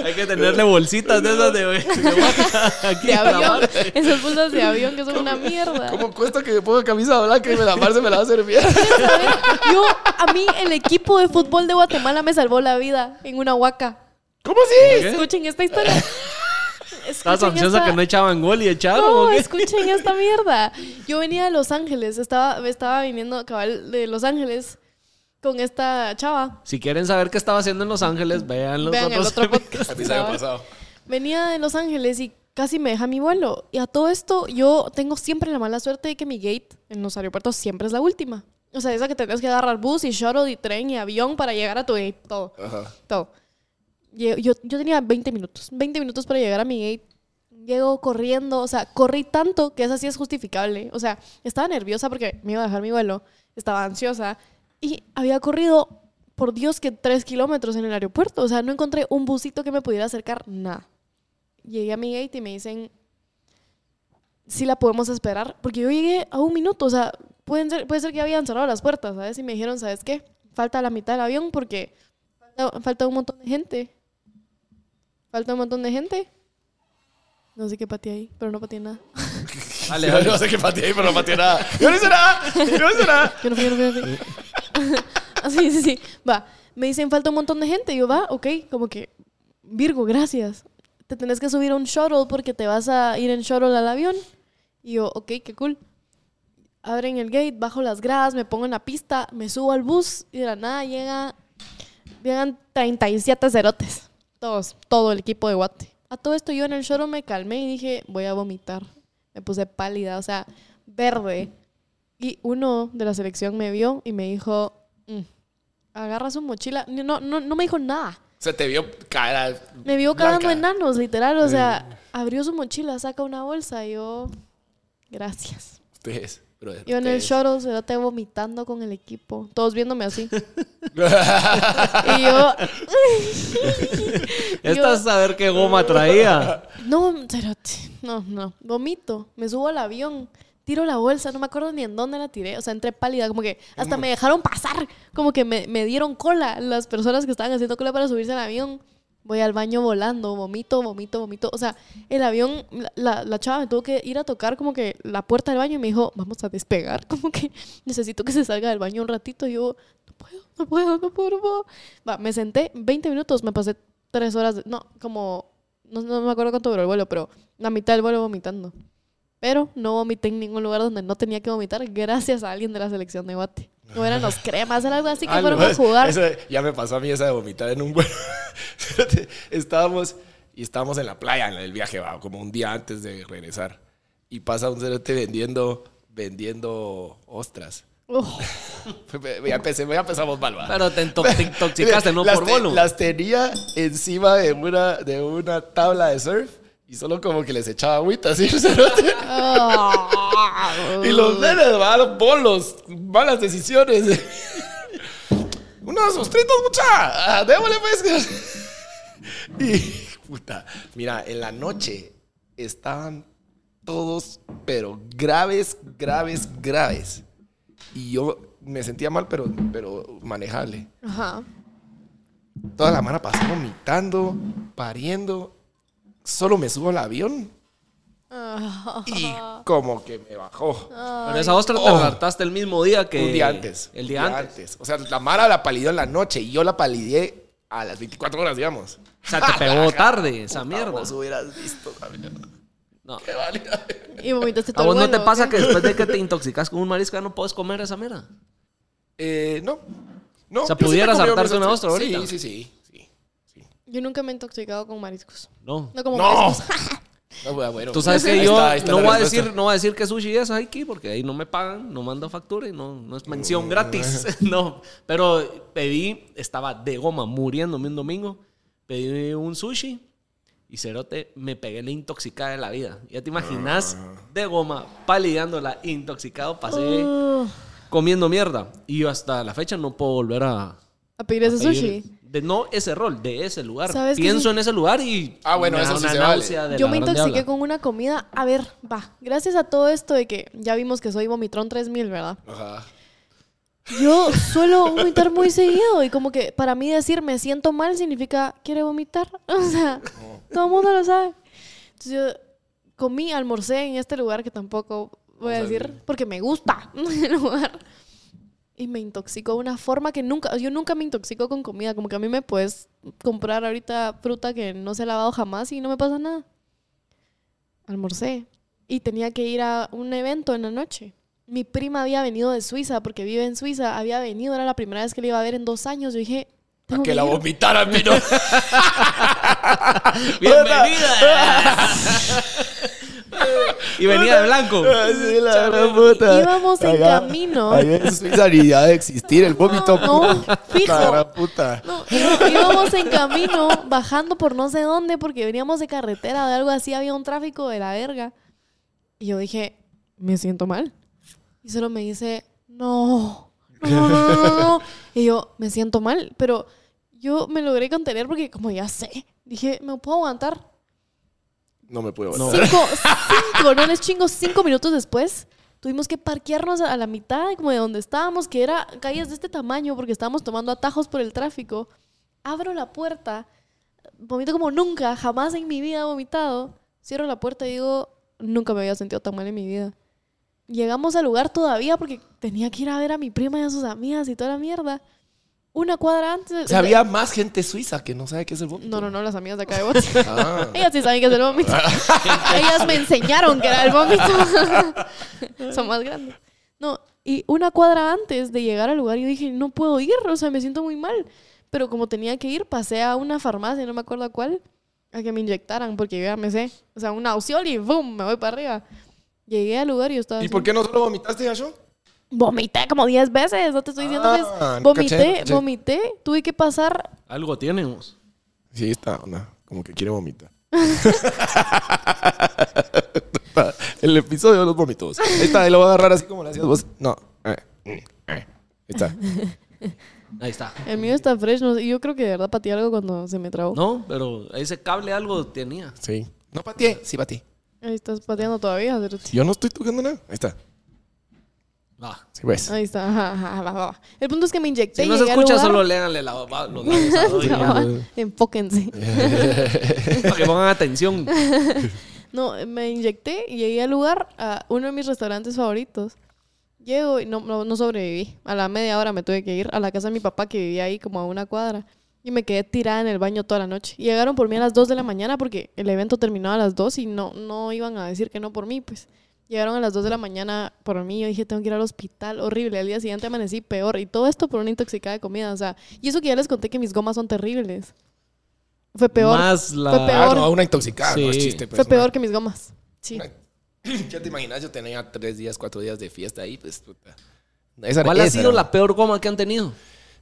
Speaker 1: Hay que tenerle bolsitas de esas de, de guaca. Aquí,
Speaker 3: De
Speaker 1: a la
Speaker 3: avión.
Speaker 1: Mar.
Speaker 3: Esas bolsas de avión que son una mierda.
Speaker 2: ¿Cómo cuesta que me ponga camisa blanca y me la marce me la va a servir?
Speaker 3: Yo, a mí, el equipo de fútbol de Guatemala me salvó la vida en una huaca.
Speaker 2: ¿Cómo así?
Speaker 1: ¿Qué?
Speaker 3: Escuchen esta historia.
Speaker 1: Estabas
Speaker 3: Escuchen
Speaker 1: ansiosa
Speaker 3: esta-
Speaker 1: que no echaban gol y echaron.
Speaker 3: No,
Speaker 1: ¿o qué?
Speaker 3: escuchen esta mierda. Yo venía de Los Ángeles, estaba, estaba viniendo cabal de Los Ángeles con esta chava.
Speaker 1: Si quieren saber qué estaba haciendo en Los Ángeles, vean los
Speaker 3: Vean el
Speaker 1: otros.
Speaker 3: otro podcast.
Speaker 2: A mí se me ha
Speaker 3: cabal.
Speaker 2: pasado.
Speaker 3: Venía de Los Ángeles y casi me deja mi vuelo. Y a todo esto, yo tengo siempre la mala suerte de que mi gate en los aeropuertos siempre es la última. O sea, esa que tenías que agarrar bus y shuttle y tren y avión para llegar a tu gate, todo.
Speaker 2: Ajá.
Speaker 3: todo. Lle- Yo, yo tenía 20 minutos, 20 minutos para llegar a mi gate. Llego corriendo, o sea, corrí tanto que esa sí es justificable. O sea, estaba nerviosa porque me iba a dejar mi vuelo, estaba ansiosa y había corrido, por Dios, que 3 kilómetros en el aeropuerto. O sea, no encontré un busito que me pudiera acercar, nada. Llegué a mi gate y me dicen, si la podemos esperar, porque yo llegué a un minuto, o sea, pueden ser, puede ser que habían cerrado las puertas, ¿sabes? Y me dijeron, ¿sabes qué? Falta la mitad del avión porque falta, falta un montón de gente. Falta un montón de gente. No sé qué pateé ahí, pero no pateé nada.
Speaker 1: Dale,
Speaker 2: Yo
Speaker 1: dale.
Speaker 2: no sé qué pateé, pero no pateé nada. Yo no hice nada. Yo no hice nada.
Speaker 3: Yo no fui, yo no fui, yo no fui. Ah, sí, sí, sí. Va. Me dicen, falta un montón de gente. Yo, va, ok, como que, Virgo, gracias. Te tenés que subir a un shuttle porque te vas a ir en shuttle al avión. Y yo, ok, qué cool. Abren el gate, bajo las gradas, me pongo en la pista, me subo al bus y de la nada llega, llegan 37 cerotes. Todos, todo el equipo de Guate. A todo esto yo en el shuttle me calmé y dije, voy a vomitar. Me puse pálida, o sea, verde. Y uno de la selección me vio y me dijo, "Mm, agarra su mochila. No, no, no me dijo nada.
Speaker 2: Se te vio cara.
Speaker 3: Me vio cagando
Speaker 2: blanca.
Speaker 3: enanos, literal. O sea, abrió su mochila, saca una bolsa y yo, gracias.
Speaker 2: Ustedes, brother.
Speaker 3: Yo en el
Speaker 2: ustedes.
Speaker 3: shuttle, cerote, vomitando con el equipo. Todos viéndome así. y yo,
Speaker 1: Esta es saber qué goma traía.
Speaker 3: No, cerote. No, no. Vomito. Me subo al avión. Tiro la bolsa. No me acuerdo ni en dónde la tiré. O sea, entré pálida. Como que hasta me dejaron pasar. Como que me, me dieron cola las personas que estaban haciendo cola para subirse al avión. Voy al baño volando. Vomito, vomito, vomito. O sea, el avión, la, la, la chava me tuvo que ir a tocar como que la puerta del baño y me dijo, vamos a despegar. Como que necesito que se salga del baño un ratito. Y yo, no puedo, no puedo, no puedo, no puedo. Va, me senté 20 minutos. Me pasé tres horas. de- no, como no, no me acuerdo cuánto duró el vuelo, pero la mitad del vuelo vomitando. Pero no vomité en ningún lugar donde no tenía que vomitar gracias a alguien de la selección de Guate. No eran los cremas, era algo así que
Speaker 1: Algo
Speaker 3: fueron a jugar.
Speaker 2: Eso ya me pasó a mí Ah, esa de vomitar en un vuelo. estábamos y estábamos en la playa en el viaje, va, como un día antes de regresar. Y pasa un cerote vendiendo, vendiendo ostras.
Speaker 3: Uf,
Speaker 2: Ya, empecé, ya empezamos mal, va.
Speaker 1: Pero te intox- te intoxicaste, no
Speaker 2: Las
Speaker 1: por
Speaker 2: te-
Speaker 1: bolo.
Speaker 2: Las tenía encima de una, de una tabla de surf Y solo como que les echaba agüita así. el cerote. Y los nenes, va, bolos, malas decisiones. Unos sustritos, mucha. Ah, Démosle, pues. Y, puta, mira, en la noche estaban todos, pero graves, graves, graves. Y yo me sentía mal, pero, pero manejable.
Speaker 3: Ajá.
Speaker 2: Toda la mano pasó vomitando, pariendo. Solo me subo al avión y como que me bajó.
Speaker 1: Pero esa ostra te
Speaker 2: Oh.
Speaker 1: la hartaste el mismo día que.
Speaker 2: Un día antes.
Speaker 1: El
Speaker 2: un
Speaker 1: día antes.
Speaker 2: O sea, la Mara la palidió en la noche y yo la palidé a las 24 horas, digamos.
Speaker 1: O sea, te pegó tarde esa mierda.
Speaker 2: Vos hubieras visto la mierda.
Speaker 1: No.
Speaker 2: Qué válida.
Speaker 3: Y vomitaste
Speaker 1: ¿A
Speaker 3: todo
Speaker 1: vos
Speaker 3: el
Speaker 1: no te
Speaker 3: vuelo,
Speaker 1: pasa
Speaker 3: ¿ok?
Speaker 1: que después de que te intoxicas con un marisco ya no puedes comer esa mierda?
Speaker 2: Eh, no. No.
Speaker 1: O sea,
Speaker 2: yo sí me
Speaker 1: ¿pudieras
Speaker 2: comí
Speaker 1: hartarte una ostra
Speaker 2: Sí,
Speaker 1: ahorita?
Speaker 2: Sí, sí, sí.
Speaker 3: Yo nunca me he intoxicado con mariscos.
Speaker 1: No.
Speaker 3: No como
Speaker 2: ¡No!
Speaker 3: mariscos.
Speaker 2: No, bueno, bueno.
Speaker 1: Tú sabes que
Speaker 2: Ahí
Speaker 1: yo
Speaker 2: está, ahí está
Speaker 1: no,
Speaker 2: la
Speaker 1: voy a
Speaker 2: respuesta.
Speaker 1: decir, no voy a decir que sushi es aquí porque ahí no me pagan, no mando factura y no, no es
Speaker 2: Uh.
Speaker 1: mención gratis. No, pero pedí, estaba de goma muriéndome un domingo, pedí un sushi y cerote, me pegué la intoxicada de la vida. Ya te imaginas,
Speaker 2: Ah.
Speaker 1: de goma, palidándola, intoxicado, pasé
Speaker 3: Uh,
Speaker 1: comiendo mierda. Y yo hasta la fecha no puedo volver a...
Speaker 3: a pedir ese
Speaker 1: pedir
Speaker 3: sushi.
Speaker 1: De, no ese rol, de ese lugar.
Speaker 3: ¿Sabes qué
Speaker 1: Pienso
Speaker 3: sí?
Speaker 1: en ese lugar y...
Speaker 2: Ah, bueno,
Speaker 1: me da
Speaker 2: eso sí
Speaker 1: una
Speaker 2: se vale.
Speaker 1: náusea de
Speaker 3: Yo me
Speaker 1: ladrón de
Speaker 3: intoxiqué
Speaker 1: habla.
Speaker 3: con una comida. A ver, va. Gracias a todo esto de que ya vimos que soy Vomitron 3000, ¿verdad?
Speaker 2: Ajá.
Speaker 3: Yo suelo vomitar muy seguido y como que para mí decir me siento mal significa quiere vomitar. O sea, todo el mundo lo sabe. Entonces yo comí, almorcé en este lugar que tampoco voy
Speaker 2: Vamos
Speaker 3: a
Speaker 2: a
Speaker 3: decir
Speaker 2: ver.
Speaker 3: porque me gusta el lugar. Y me intoxicó de una forma que nunca, yo nunca me intoxico con comida. Como que a mí me puedes comprar ahorita fruta que no se ha lavado jamás y no me pasa nada. Almorcé y tenía que ir a un evento en la noche. Mi prima había venido de Suiza porque vive en Suiza, había venido, era la primera vez que le iba a ver en dos años. Yo dije,
Speaker 2: A
Speaker 3: tengo
Speaker 2: que la
Speaker 3: ir.
Speaker 2: vomitaran, vino.
Speaker 1: ¡Bienvenida! y venía de blanco.
Speaker 2: Ah, sí, la gran
Speaker 3: Íbamos en
Speaker 2: Allá-
Speaker 3: camino.
Speaker 2: allá en Suiza ni ha de existir el vómito.
Speaker 3: No, fijo.
Speaker 2: La gran puta.
Speaker 3: No, íb- íbamos en camino, bajando por no sé dónde, porque veníamos de carretera o de algo así, había un tráfico de la verga. Y yo dije, me siento mal. Y solo me dice, no, no, no, no, no, no". Y yo, me siento mal, pero yo me logré contener porque como ya sé, dije, me puedo aguantar.
Speaker 2: No me puedo
Speaker 1: No.
Speaker 2: aguantar.
Speaker 3: Pues Cinco, cinco, no les chingo, cinco minutos después. Tuvimos que parquearnos a la mitad como de donde estábamos, que era calles de este tamaño porque estábamos tomando atajos por el tráfico. Abro la puerta, vomito como nunca, jamás en mi vida he vomitado. Cierro la puerta y digo, nunca me había sentido tan mal en mi vida. Llegamos al lugar todavía porque tenía que ir a ver a mi prima y a sus amigas y toda la mierda. Una cuadra antes...
Speaker 2: O sea, había más gente suiza que no sabe qué es el vómito.
Speaker 3: No, no, no, las amigas de acá de Guate.
Speaker 2: Ah.
Speaker 3: Ellas sí saben que es el vómito. Ellas me enseñaron que era el vómito. Son más grandes. No, y una cuadra antes de llegar al lugar yo dije, no puedo ir, o sea, me siento muy mal. Pero como tenía que ir, pasé a una farmacia, no me acuerdo a cuál, a que me inyectaran, porque yo ya me sé. O sea, una auxiol y ¡boom! Me voy para arriba. Llegué al lugar y yo estaba
Speaker 2: ¿Y
Speaker 3: así,
Speaker 2: por qué no solo vomitaste, Gasho?
Speaker 3: Vomité como 10 veces, no te estoy diciendo
Speaker 2: Ah,
Speaker 3: que es-
Speaker 2: no
Speaker 3: Vomité,
Speaker 2: caché, no caché.
Speaker 3: vomité, tuve que pasar
Speaker 1: Algo tenemos.
Speaker 2: Sí, está onda. Como que quiere vomitar. el episodio de los vómitos. Ahí está, ahí lo voy a agarrar así como lo hacías vos. No. Eh, eh, eh. Ahí está.
Speaker 1: Ahí está.
Speaker 3: El mío está fresh, no sé, y yo creo que de verdad pateé algo cuando se me trabó.
Speaker 1: No, pero ese cable algo tenía.
Speaker 2: Sí. No pateé. Sí, pateé.
Speaker 3: Ahí estás pateando todavía, Cerote.
Speaker 2: Yo no estoy tocando nada. Ahí está.
Speaker 1: Va.
Speaker 2: Sí, pues.
Speaker 3: Ahí está, ajá, ajá, va, va, va. El punto es que me inyecté.
Speaker 1: Si no se
Speaker 3: llegué al
Speaker 1: escucha,
Speaker 3: lugar.
Speaker 1: solo léanle la, va- los labios a Dodi,
Speaker 3: No,
Speaker 1: ya,
Speaker 3: Enfóquense.
Speaker 1: para que pongan atención.
Speaker 3: No, me inyecté y llegué al lugar, a uno de mis restaurantes favoritos. Llego y no, no, no sobreviví. A la media hora me tuve que ir a la casa de mi papá que vivía ahí como a una cuadra. Y me quedé tirada en el baño toda la noche. Y Llegaron por mí a las 2 de la mañana porque el evento terminaba a las 2 y no, no iban a decir que no por mí, pues. Llegaron a las 2 de la mañana por mí. Yo dije, tengo que ir al hospital. Horrible. Al día siguiente amanecí peor. Y todo esto por una intoxicada de comida. O sea, y eso que ya les conté que mis gomas son terribles. Fue peor.
Speaker 1: Más la...
Speaker 3: Fue peor.
Speaker 2: Ah, no, una intoxicada.
Speaker 1: Sí.
Speaker 2: No es chiste. Pues,
Speaker 3: Fue peor que mis gomas. Sí.
Speaker 2: una- Ya te imaginas, yo tenía tres días, cuatro días de fiesta ahí, pues puta. Esa,
Speaker 1: ¿Cuál ha
Speaker 2: esa
Speaker 1: sido
Speaker 2: era-
Speaker 1: la peor goma que han tenido?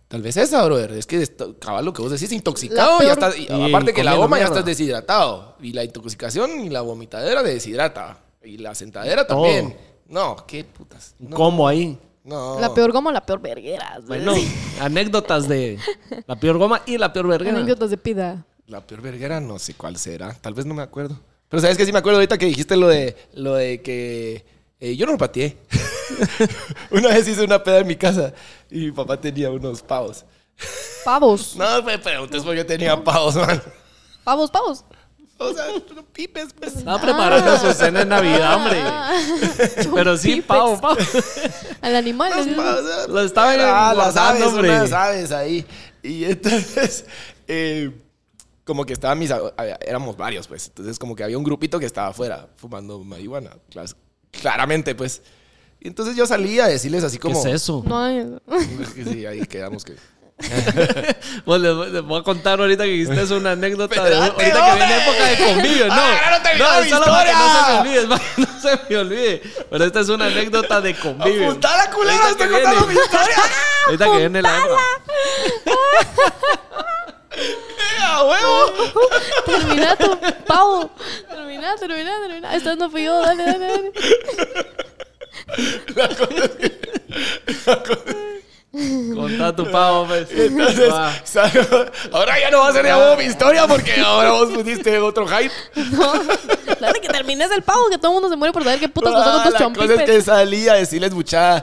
Speaker 2: Tal vez esa, brother. Es que esta- cabal lo que vos decís,
Speaker 3: La
Speaker 2: intoxicado.
Speaker 3: peor-
Speaker 2: Ya estás, y
Speaker 1: Y
Speaker 2: aparte que la
Speaker 1: comiendo
Speaker 2: goma ya
Speaker 1: mierda.
Speaker 2: estás deshidratado. Y la intoxicación y la vomitadera deshidrata. Y la sentadera también. No, qué putas.
Speaker 1: Un
Speaker 2: No,
Speaker 1: combo ahí.
Speaker 2: no.
Speaker 3: La peor goma, la peor verguera.
Speaker 1: Bueno, anécdotas de la peor goma y la peor vergüenza.
Speaker 3: Anécdotas de pida.
Speaker 2: La peor verguera, no sé cuál será. Tal vez no me acuerdo. Pero sabes que sí me acuerdo ahorita que dijiste lo de, lo de que eh, yo no lo pateé. una vez hice una peda en mi casa y mi papá tenía unos pavos.
Speaker 3: Pavos.
Speaker 2: No pues, me preguntes por qué tenía pavos, man.
Speaker 3: Pavos, pavos.
Speaker 2: O sea, no pipes, pues.
Speaker 1: Estaba
Speaker 3: Ah.
Speaker 1: preparando su cena de Navidad, hombre. Pero sí,
Speaker 3: Chupipex.
Speaker 1: pavo, pavo.
Speaker 3: Ah. Al animal.
Speaker 2: Los
Speaker 3: así,
Speaker 2: pavos,
Speaker 1: Lo estaban
Speaker 2: ah, las
Speaker 1: engordando,
Speaker 2: aves,
Speaker 1: hombre.
Speaker 2: unas aves ahí. Y entonces, eh, como que estaban mis... ab- había- Éramos varios, pues. Entonces, como que había un grupito que estaba afuera fumando marihuana. clas- Claramente, pues. Y entonces yo salí a decirles así
Speaker 1: ¿Qué
Speaker 2: como...
Speaker 1: es eso?
Speaker 3: No, es-
Speaker 2: que sí, ahí quedamos que...
Speaker 1: Pues les, voy- les voy a contar ahorita que hiciste eso, una anécdota de ahorita
Speaker 2: Espérate,
Speaker 1: que viene
Speaker 2: hombre.
Speaker 1: época de convivio, no.
Speaker 2: Ah, no terminó
Speaker 1: no,
Speaker 2: mi
Speaker 1: solo para que no se me
Speaker 2: historia.
Speaker 1: olvide, para que no se me olvide. Pero esta es una anécdota de convivio.
Speaker 2: ¡Apuntá la culera!
Speaker 1: Ahorita
Speaker 2: ¡Estoy
Speaker 1: que
Speaker 2: contando mi
Speaker 1: viene.
Speaker 2: historia!
Speaker 1: Ahorita que viene la época.
Speaker 2: ¡A huevo!
Speaker 3: Termina tu pavo. Termina, termina, termina. Esta no fui yo. Dale, dale, dale.
Speaker 1: Contá tu pavo, pues.
Speaker 2: Entonces,
Speaker 1: Va.
Speaker 2: salgo- ahora ya no va a ser de a huevo mi historia porque ahora vos pusiste otro hype.
Speaker 3: No. Dale que termines el pavo, que todo el mundo se muere por saber qué putas pasó
Speaker 2: Ah,
Speaker 3: con tus pues.
Speaker 2: la cosa es
Speaker 3: chompipes.
Speaker 2: que salí a decirles, mucha,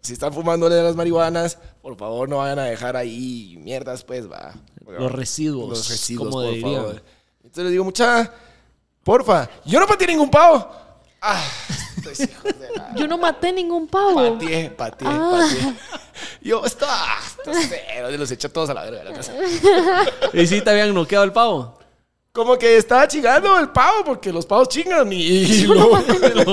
Speaker 2: si están fumando de las marihuanas, por favor no vayan a dejar ahí mierdas, pues va.
Speaker 1: Los residuos,
Speaker 2: Los residuos,
Speaker 1: como
Speaker 2: por
Speaker 1: dirían.
Speaker 2: favor. Entonces les digo, mucha, porfa, yo no pateé ningún pavo. Ah, estos hijos de la-
Speaker 3: Yo no maté ningún pavo.
Speaker 2: Pateé, pateé,
Speaker 3: Ah.
Speaker 2: pateé. Yo, esto, ah, estos ceros, los echó todos a la verga de la casa.
Speaker 1: ¿Y si te habían noqueado el pavo?
Speaker 2: Como que estaba chingando el pavo, porque los pavos chingan y, y lo,
Speaker 1: Lo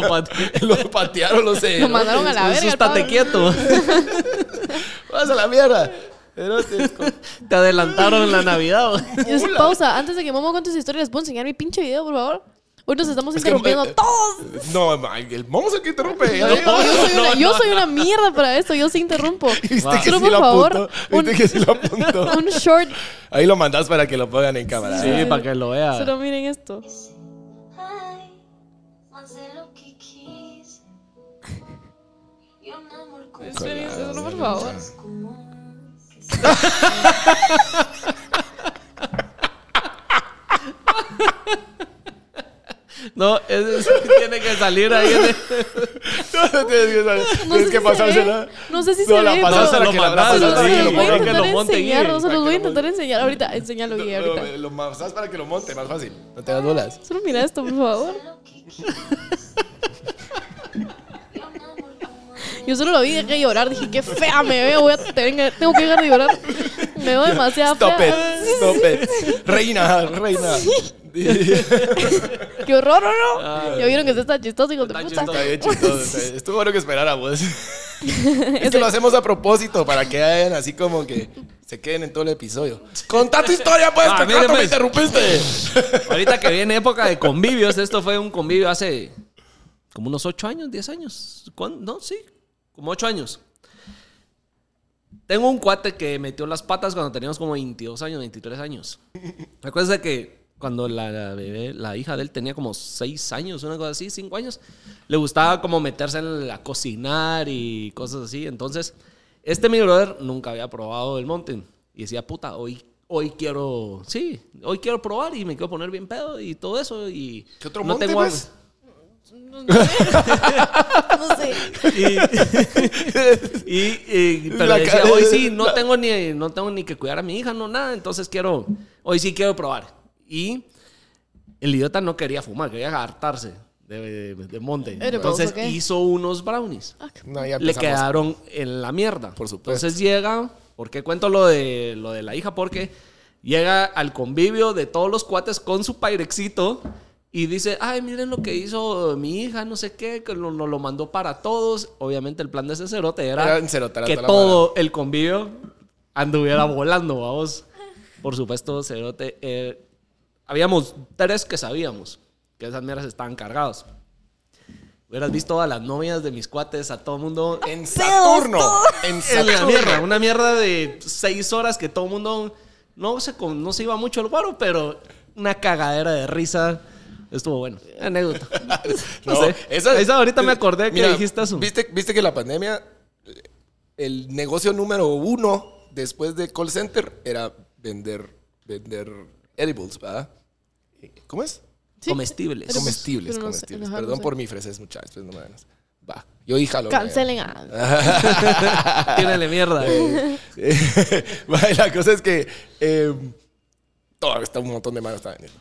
Speaker 1: pateé.
Speaker 2: lo patearon los
Speaker 3: Lo
Speaker 2: cerotes.
Speaker 3: mandaron a la verga.
Speaker 1: Eso
Speaker 3: el
Speaker 1: estate
Speaker 3: pavo.
Speaker 1: quieto.
Speaker 2: Vas a la mierda. Cerotes, con-
Speaker 1: Te adelantaron la Navidad. güey.
Speaker 3: Dios, pausa. Antes de que Momo cuente su historia, ¿les puedo enseñar mi pinche video, por favor? Hoy nos estamos
Speaker 2: Es que-
Speaker 3: interrumpiendo
Speaker 2: eh,
Speaker 3: todos.
Speaker 2: No, ma, el vamos a que interrumpe. ya
Speaker 1: No,
Speaker 2: digo.
Speaker 3: Yo soy, una,
Speaker 1: no,
Speaker 3: yo
Speaker 1: no,
Speaker 3: soy una mierda para esto. Yo sí interrumpo.
Speaker 2: Viste
Speaker 1: Va.
Speaker 2: que
Speaker 3: Pero,
Speaker 2: sí
Speaker 3: por
Speaker 2: lo
Speaker 3: favor,
Speaker 2: apuntó. Viste
Speaker 3: un-
Speaker 2: que sí lo apuntó.
Speaker 3: Un short.
Speaker 2: Ahí lo mandas para que lo pongan en cámara.
Speaker 1: Sí, para que lo
Speaker 2: Ah.
Speaker 1: vea.
Speaker 3: Solo miren esto.
Speaker 4: Ay, hace lo que quise. Yo me amor con
Speaker 3: Esperen, Solo por favor.
Speaker 4: como
Speaker 1: No, ese sí tiene que salir ahí. en el-
Speaker 2: No, no tienes que,
Speaker 3: No
Speaker 2: tienes
Speaker 3: sé
Speaker 2: que
Speaker 3: si se
Speaker 2: pasársela.
Speaker 3: ve. No sé si
Speaker 2: No,
Speaker 3: se
Speaker 2: la
Speaker 3: ve,
Speaker 1: No, se
Speaker 2: pasásela
Speaker 1: lo
Speaker 2: que la
Speaker 1: mandas,
Speaker 2: pasas,
Speaker 1: sí,
Speaker 2: que
Speaker 3: se
Speaker 2: lo
Speaker 3: los voy
Speaker 1: para
Speaker 3: a
Speaker 2: pongan.
Speaker 1: que
Speaker 3: intentar
Speaker 1: lo monten ahí,
Speaker 3: enseñar. No se
Speaker 2: para
Speaker 3: los
Speaker 2: que
Speaker 3: voy
Speaker 2: lo
Speaker 3: a intentar enseñar. Ahorita, enséñalo, Guille,
Speaker 2: Lo,
Speaker 3: ahorita.
Speaker 2: lo pasas para que lo monte, más fácil. No te das bolas.
Speaker 3: Solo mira esto, por favor.
Speaker 4: lo que quise. Yo me amor como
Speaker 3: Yo solo lo vi, dejé de llorar. Dije, qué fea me veo. Voy a tener, tengo que dejar de llorar. Me veo demasiado
Speaker 2: Stop it,
Speaker 3: fea.
Speaker 2: stop it. Reina, reina.
Speaker 3: Qué horror, ¿o ¿no? Ya vieron que se está chistoso, hijo de
Speaker 1: Está
Speaker 3: puta.
Speaker 1: chistoso.
Speaker 2: Ah. Está bien chistoso, está bien. Estuvo bueno que esperáramos. Es que lo hacemos a propósito para que hagan así como que se queden en todo el episodio. Contá tu historia, pues,
Speaker 1: Ah,
Speaker 2: ¿por
Speaker 1: miren,
Speaker 2: cuánto me
Speaker 1: pues.
Speaker 2: interrumpiste?
Speaker 1: Ahorita que viene época de convivios, esto fue un convivio hace como unos 8 años, 10 años. ¿Cuán- No, sí, como 8 años. Tengo un cuate que metió las patas cuando teníamos como 22 años, 23 años. Recuerda que cuando la, la bebé, la hija de él tenía como 6 años, una cosa así, 5 años, le gustaba como meterse en la cocinar y cosas así. Entonces, este mi brother nunca había probado el mountain y decía, puta, hoy, hoy quiero, sí, hoy quiero probar y me quiero poner bien pedo y todo eso. Y
Speaker 2: ¿Qué otro monte,
Speaker 1: hambre".
Speaker 2: pues?
Speaker 3: No sé.
Speaker 1: y, y- y- pero
Speaker 2: La
Speaker 1: decía,
Speaker 2: cara-
Speaker 1: hoy sí, no tengo, ni, no tengo ni que cuidar a mi hija, no nada, entonces quiero, hoy sí quiero probar. Y el idiota no quería fumar, quería hartarse de, de- de monte.
Speaker 3: Pero,
Speaker 1: Entonces
Speaker 3: ¿por qué?
Speaker 1: hizo unos brownies.
Speaker 2: No, ya
Speaker 1: Le
Speaker 2: empezamos.
Speaker 1: quedaron en la mierda.
Speaker 2: Por supuesto.
Speaker 1: Entonces llega, ¿por qué cuento lo de, lo de la hija? Porque llega al convivio de todos los cuates con su pairexito y dice, ay, miren lo que hizo mi hija, no sé qué, que nos lo, lo mandó para todos. Obviamente el plan de ese cerote era
Speaker 2: Era encerotar a
Speaker 1: que
Speaker 2: toda la
Speaker 1: todo el convivio anduviera volando, vamos. Por supuesto, cerote, eh, habíamos tres que sabíamos que esas mierdas estaban cargadas. Hubieras visto a las novias de mis cuates, a todo mundo
Speaker 2: En Saturno. En
Speaker 1: en la
Speaker 2: Saturno.
Speaker 1: mierda, una mierda de seis horas que todo el mundo no se, con- no se iba mucho el guaro, pero una cagadera de risa. Estuvo bueno. Anécdota. No, sé. Esa, ahorita me acordé que
Speaker 2: Mira,
Speaker 1: dijiste eso.
Speaker 2: ¿viste, viste que la pandemia, el negocio número uno después de call center era vender, vender edibles, ¿verdad? ¿Cómo es?
Speaker 3: Sí.
Speaker 1: Comestibles.
Speaker 3: Pero- pues,
Speaker 2: Comestibles,
Speaker 3: pero no sé,
Speaker 2: comestibles.
Speaker 3: ajá, no
Speaker 2: Perdón
Speaker 3: sé.
Speaker 2: por mi francés, muchachos, pues no me ganas. Va, yo dije lo
Speaker 3: Cancelen a...
Speaker 1: Tírale Ah, mierda.
Speaker 2: Bueno, la cosa es que eh, todavía está un montón de manos está vendiendo.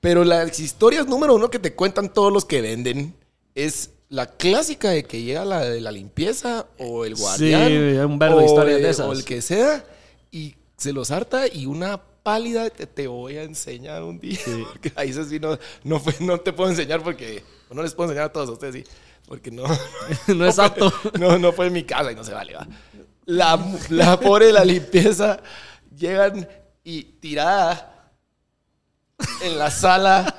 Speaker 2: Pero las historias número uno que te cuentan todos los que venden es la clásica de que llega la de la limpieza o el guardián.
Speaker 1: Sí, hay un verbo de
Speaker 2: o
Speaker 1: historias
Speaker 2: el-
Speaker 1: de esas.
Speaker 2: O el que sea y se los harta y una pálida te, te voy a enseñar un día. Porque ahí eso sí no, no, fue- no te puedo enseñar porque no les puedo enseñar a todos a ustedes, sí. Porque no,
Speaker 1: no es apto.
Speaker 2: no, no fue en mi casa y no se vale, va. La, la pobre la limpieza llegan y tirada en la sala,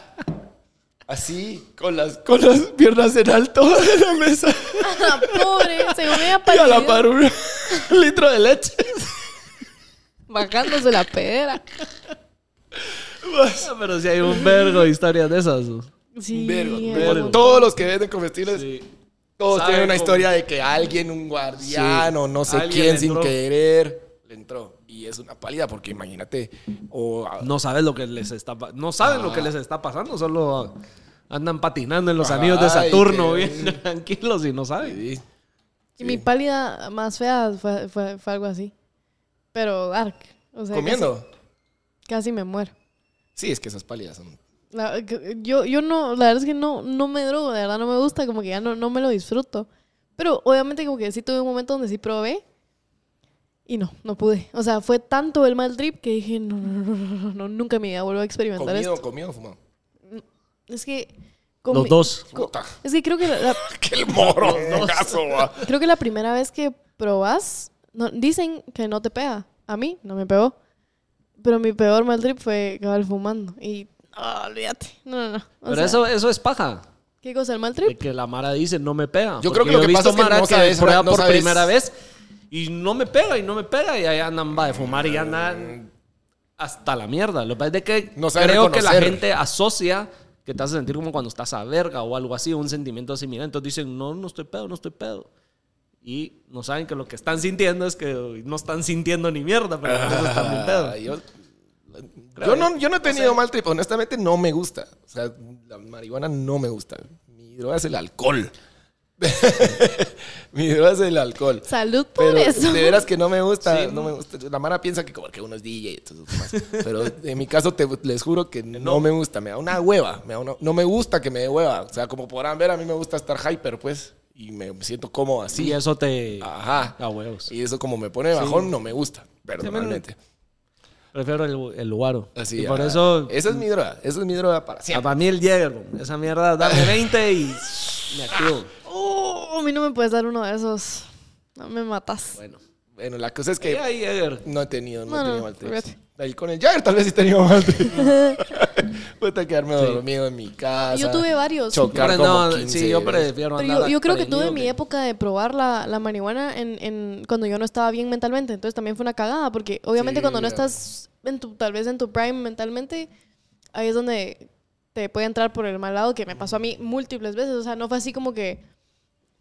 Speaker 2: así, con las, con las piernas en alto de la mesa.
Speaker 3: Ah, Pobre, según ella
Speaker 2: Y a la
Speaker 3: parecía-
Speaker 2: par un litro de leche.
Speaker 3: bajándose la pedera.
Speaker 1: Ah, Pero sí hay un vergo de historias de esas.
Speaker 3: Sí,
Speaker 2: Vergo,
Speaker 3: hay un
Speaker 2: vergo.
Speaker 3: montón.
Speaker 2: Todos los que venden comestibles, todos
Speaker 1: Saben
Speaker 2: tienen una
Speaker 1: cómo-
Speaker 2: historia de que alguien, un guardián
Speaker 1: Sí.
Speaker 2: o no sé
Speaker 1: Alguien
Speaker 2: quién,
Speaker 1: le
Speaker 2: sin
Speaker 1: entró.
Speaker 2: querer, le entró. Y es una pálida porque imagínate, o a-
Speaker 1: No sabes lo que les está pa- No saben
Speaker 2: Ah.
Speaker 1: lo que les está pasando, solo andan patinando en los anillos de
Speaker 2: Ay,
Speaker 1: Saturno,
Speaker 2: qué-
Speaker 1: bien tranquilos y no saben.
Speaker 2: Sí.
Speaker 3: Y mi pálida más fea fue, fue- fue algo así. Pero dark. O sea,
Speaker 2: comiendo.
Speaker 3: Casi, casi me muero.
Speaker 2: Sí, es que esas pálidas son.
Speaker 3: La- que- yo, yo no, la verdad es que no, no me drogo, de verdad no me gusta, como que ya no, no me lo disfruto. Pero obviamente como que sí tuve un momento donde sí probé y no, no pude. O sea, fue tanto el mal trip que dije, no, no, no, no, no, no, nunca me voy a volver a experimentar
Speaker 2: Comido,
Speaker 3: esto.
Speaker 2: comido, fumado.
Speaker 3: Es que...
Speaker 1: Los
Speaker 3: comi-
Speaker 1: dos.
Speaker 2: Puta,
Speaker 3: Es que creo que la- la,
Speaker 2: ¡Qué el moro! ¡No caso! ah. va.
Speaker 3: Creo que la primera vez que probas, no, dicen que no te pega. A mí no me pegó. Pero mi peor mal trip fue acabar fumando. Y ah, olvídate. No, no, no. O
Speaker 1: Pero
Speaker 3: sea,
Speaker 1: eso, eso es paja.
Speaker 3: ¿Qué cosa el mal
Speaker 1: de
Speaker 3: trip?
Speaker 1: que la Mara dice no me pega.
Speaker 2: Yo
Speaker 1: Porque
Speaker 2: creo que lo
Speaker 1: he
Speaker 2: que pasa
Speaker 1: visto
Speaker 2: es que
Speaker 1: Mara
Speaker 2: no sabes,
Speaker 1: prueba
Speaker 2: no
Speaker 1: por
Speaker 2: sabes.
Speaker 1: primera vez y no me pega y no me pega y ahí andan va de fumar y andan hasta la mierda. Lo que pasa es de que
Speaker 2: No sabe
Speaker 1: creo que la
Speaker 2: reconocer.
Speaker 1: gente asocia que te hace sentir como cuando estás a verga o algo así, un sentimiento similar. Entonces dicen, no, no estoy pedo, no estoy pedo. Y no saben que lo que están sintiendo es que no están sintiendo ni mierda, pero no están bien
Speaker 2: Ah,
Speaker 1: pedo.
Speaker 2: yo, yo no, yo no he tenido mal trip. Honestamente, no me gusta. O sea, la marihuana no me gusta. Mi droga es el alcohol. Mi droga es el alcohol.
Speaker 3: Salud por
Speaker 2: Pero
Speaker 3: eso.
Speaker 2: de veras que no me gusta,
Speaker 1: Sí,
Speaker 2: no me gusta. La Mara piensa que como que uno es DJ, entonces más. Pero en mi caso te, les juro que no, me gusta, me da una hueva, me da una- no me gusta que me dé hueva. O sea, como podrán ver, a mí me gusta estar hyper, pues, y me siento cómodo así.
Speaker 1: Sí, eso te...
Speaker 2: Ajá.
Speaker 1: A huevos.
Speaker 2: Y eso como me pone bajón, no me gusta,
Speaker 1: pero-
Speaker 2: personalmente.
Speaker 1: Prefiero el, el guaro.
Speaker 2: Así.
Speaker 1: y por
Speaker 2: ajá.
Speaker 1: eso
Speaker 2: Esa es mi droga, esa es mi droga para
Speaker 1: Ah,
Speaker 2: siempre.
Speaker 1: Para mí el Jäger, bro. esa mierda, dame 20 y me activo.
Speaker 3: Oh, a mí no me puedes dar uno de esos. No me matas.
Speaker 1: Bueno,
Speaker 2: Bueno, la cosa es
Speaker 1: ¿qué
Speaker 2: que
Speaker 1: hay Jäger?
Speaker 2: no he tenido, no,
Speaker 3: No,
Speaker 2: he
Speaker 3: no,
Speaker 2: tenido mal trip.
Speaker 3: fíjate.
Speaker 2: Ahí Con el Jagger tal vez sí he tenido mal trip. Voy a quedarme dormido en mi casa.
Speaker 3: Yo tuve varios.
Speaker 2: Chocar
Speaker 1: Pero
Speaker 2: como
Speaker 1: no,
Speaker 2: 15
Speaker 1: sí, yo
Speaker 2: veces.
Speaker 1: prefiero
Speaker 3: Pero
Speaker 1: andar
Speaker 3: yo, yo creo que tuve
Speaker 1: prevenido
Speaker 3: mi época de probar la, la marihuana en, en- cuando yo no estaba bien mentalmente. Entonces también fue una cagada, porque obviamente
Speaker 2: Sí,
Speaker 3: cuando no
Speaker 2: ya.
Speaker 3: estás en tu, tal vez en tu prime mentalmente, ahí es donde te puede entrar por el mal lado, que me pasó a mí múltiples veces. O sea, no fue así como que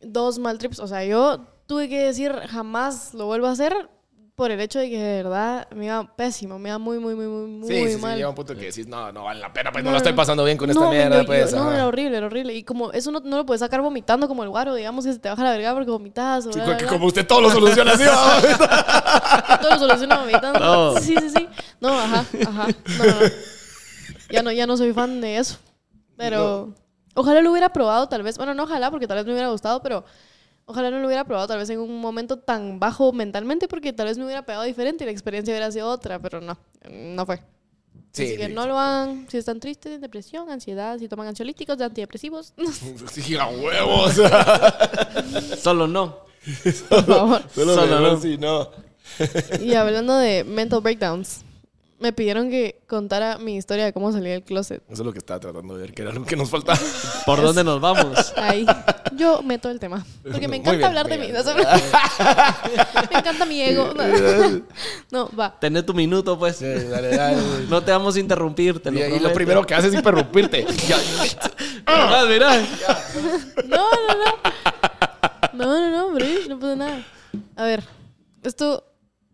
Speaker 3: dos mal trips. O sea, yo tuve que decir jamás lo vuelvo a hacer por el hecho de que de verdad me iba pésimo, me iba muy, muy, muy, muy, muy
Speaker 2: Sí, sí, sí,
Speaker 3: mal.
Speaker 2: llega un punto que decís, no, no vale la pena, pues no,
Speaker 3: No,
Speaker 2: la estoy
Speaker 3: no.
Speaker 2: pasando bien con esta
Speaker 3: No,
Speaker 2: mierda,
Speaker 3: no, yo-
Speaker 2: pues.
Speaker 3: no,
Speaker 2: ajá.
Speaker 3: era horrible, era horrible. Y como eso no, no lo puedes sacar vomitando como el guaro, digamos que se te baja la verga porque vomitas. O
Speaker 2: Sí,
Speaker 3: bla,
Speaker 2: como
Speaker 3: bla,
Speaker 2: que
Speaker 3: bla.
Speaker 2: como usted todo lo soluciona Ah, así, va.
Speaker 3: Todo lo soluciona vomitando.
Speaker 1: No.
Speaker 3: Sí, sí, sí. No, ajá, ajá. No, no, no. Ya no, ya no soy fan de eso. Pero ojalá lo hubiera probado tal vez. Bueno, no ojalá porque tal vez me hubiera gustado, pero ojalá no lo hubiera probado tal vez en un momento tan bajo mentalmente porque tal vez me hubiera pegado diferente y la experiencia hubiera sido otra, pero no, no fue.
Speaker 2: Sí,
Speaker 3: Así que
Speaker 2: sí,
Speaker 3: no lo hagan si están tristes, depresión, ansiedad, si toman ansiolíticos, antidepresivos.
Speaker 2: Sí, a huevos.
Speaker 1: Solo no.
Speaker 3: Por favor.
Speaker 2: Solo
Speaker 1: Solo
Speaker 2: no,
Speaker 1: no.
Speaker 2: sí, no.
Speaker 3: Y hablando de mental breakdowns, me pidieron que contara mi historia de cómo salí del closet.
Speaker 2: Eso es lo que estaba tratando de ver, que era lo que nos faltaba.
Speaker 1: ¿Por dónde nos vamos?
Speaker 3: Ahí. Yo meto el tema. Porque me
Speaker 2: Muy
Speaker 3: encanta
Speaker 2: bien,
Speaker 3: hablar de
Speaker 2: muy
Speaker 3: mí.
Speaker 2: bien.
Speaker 3: no sé por qué. me encanta mi ego. No, No, va.
Speaker 1: Tené tu minuto, pues.
Speaker 2: Dale, dale, dale.
Speaker 1: No te vamos a interrumpir, te lo
Speaker 2: y, y lo
Speaker 1: prometo.
Speaker 2: primero que hace es interrumpirte. Ya.
Speaker 1: Ah, mira.
Speaker 3: No, no, no. No, no, no, Brish, no pasa nada. A ver, esto.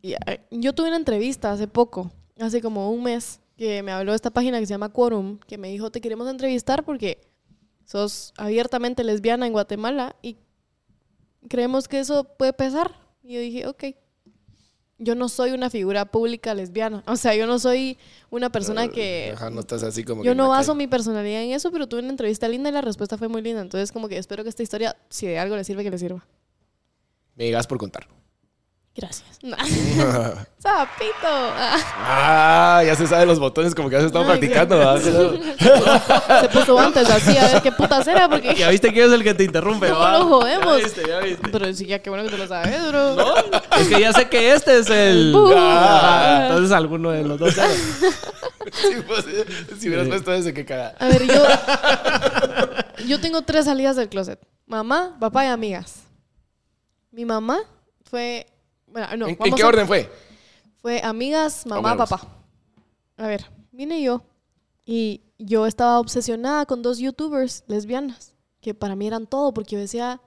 Speaker 3: ya, Yo tuve una entrevista hace poco, hace como un mes, que me habló esta página que se llama Quorum, que me dijo: Te queremos entrevistar porque sos abiertamente lesbiana en Guatemala y creemos que eso puede pesar. Y yo dije: Ok. Yo no soy una figura pública lesbiana. O sea, yo no soy una persona que
Speaker 2: Ajá, no estás así como. que
Speaker 3: yo
Speaker 2: en
Speaker 3: no
Speaker 2: la
Speaker 3: baso
Speaker 2: calle.
Speaker 3: mi personalidad en eso, pero tuve una entrevista linda y la respuesta fue muy linda. Entonces, como que espero que esta historia, si de algo le sirve, que le sirva.
Speaker 2: Me llegas por contar.
Speaker 3: Gracias. ¡Sapito! Ah,
Speaker 2: ah, ya se sabe los botones como que has estado
Speaker 3: Ay,
Speaker 2: practicando. ¿verdad?
Speaker 3: Se puso antes así, a ver qué puta era, porque
Speaker 1: Ya viste que es el que te interrumpe,
Speaker 3: ¿Cómo
Speaker 1: va.
Speaker 3: lo jodemos?
Speaker 1: Ya viste, ya viste.
Speaker 3: Pero sí, ya qué bueno que tú lo sabes, bro.
Speaker 1: Es que ya sé que este es el.
Speaker 3: Bu.
Speaker 1: Ah, entonces alguno de los dos. sabe.
Speaker 2: Sí, pues, si hubieras puesto ese, qué cagada.
Speaker 3: A ver, yo. Yo tengo tres salidas del closet: mamá, papá y amigas. Mi mamá fue. Bueno, no.
Speaker 2: ¿En, en
Speaker 3: vamos
Speaker 2: qué
Speaker 3: a-
Speaker 2: orden fue?
Speaker 3: Fue amigas, mamá,
Speaker 2: bueno,
Speaker 3: papá. A ver, vine yo y yo estaba obsesionada con dos youtubers lesbianas que para mí eran todo porque yo decía,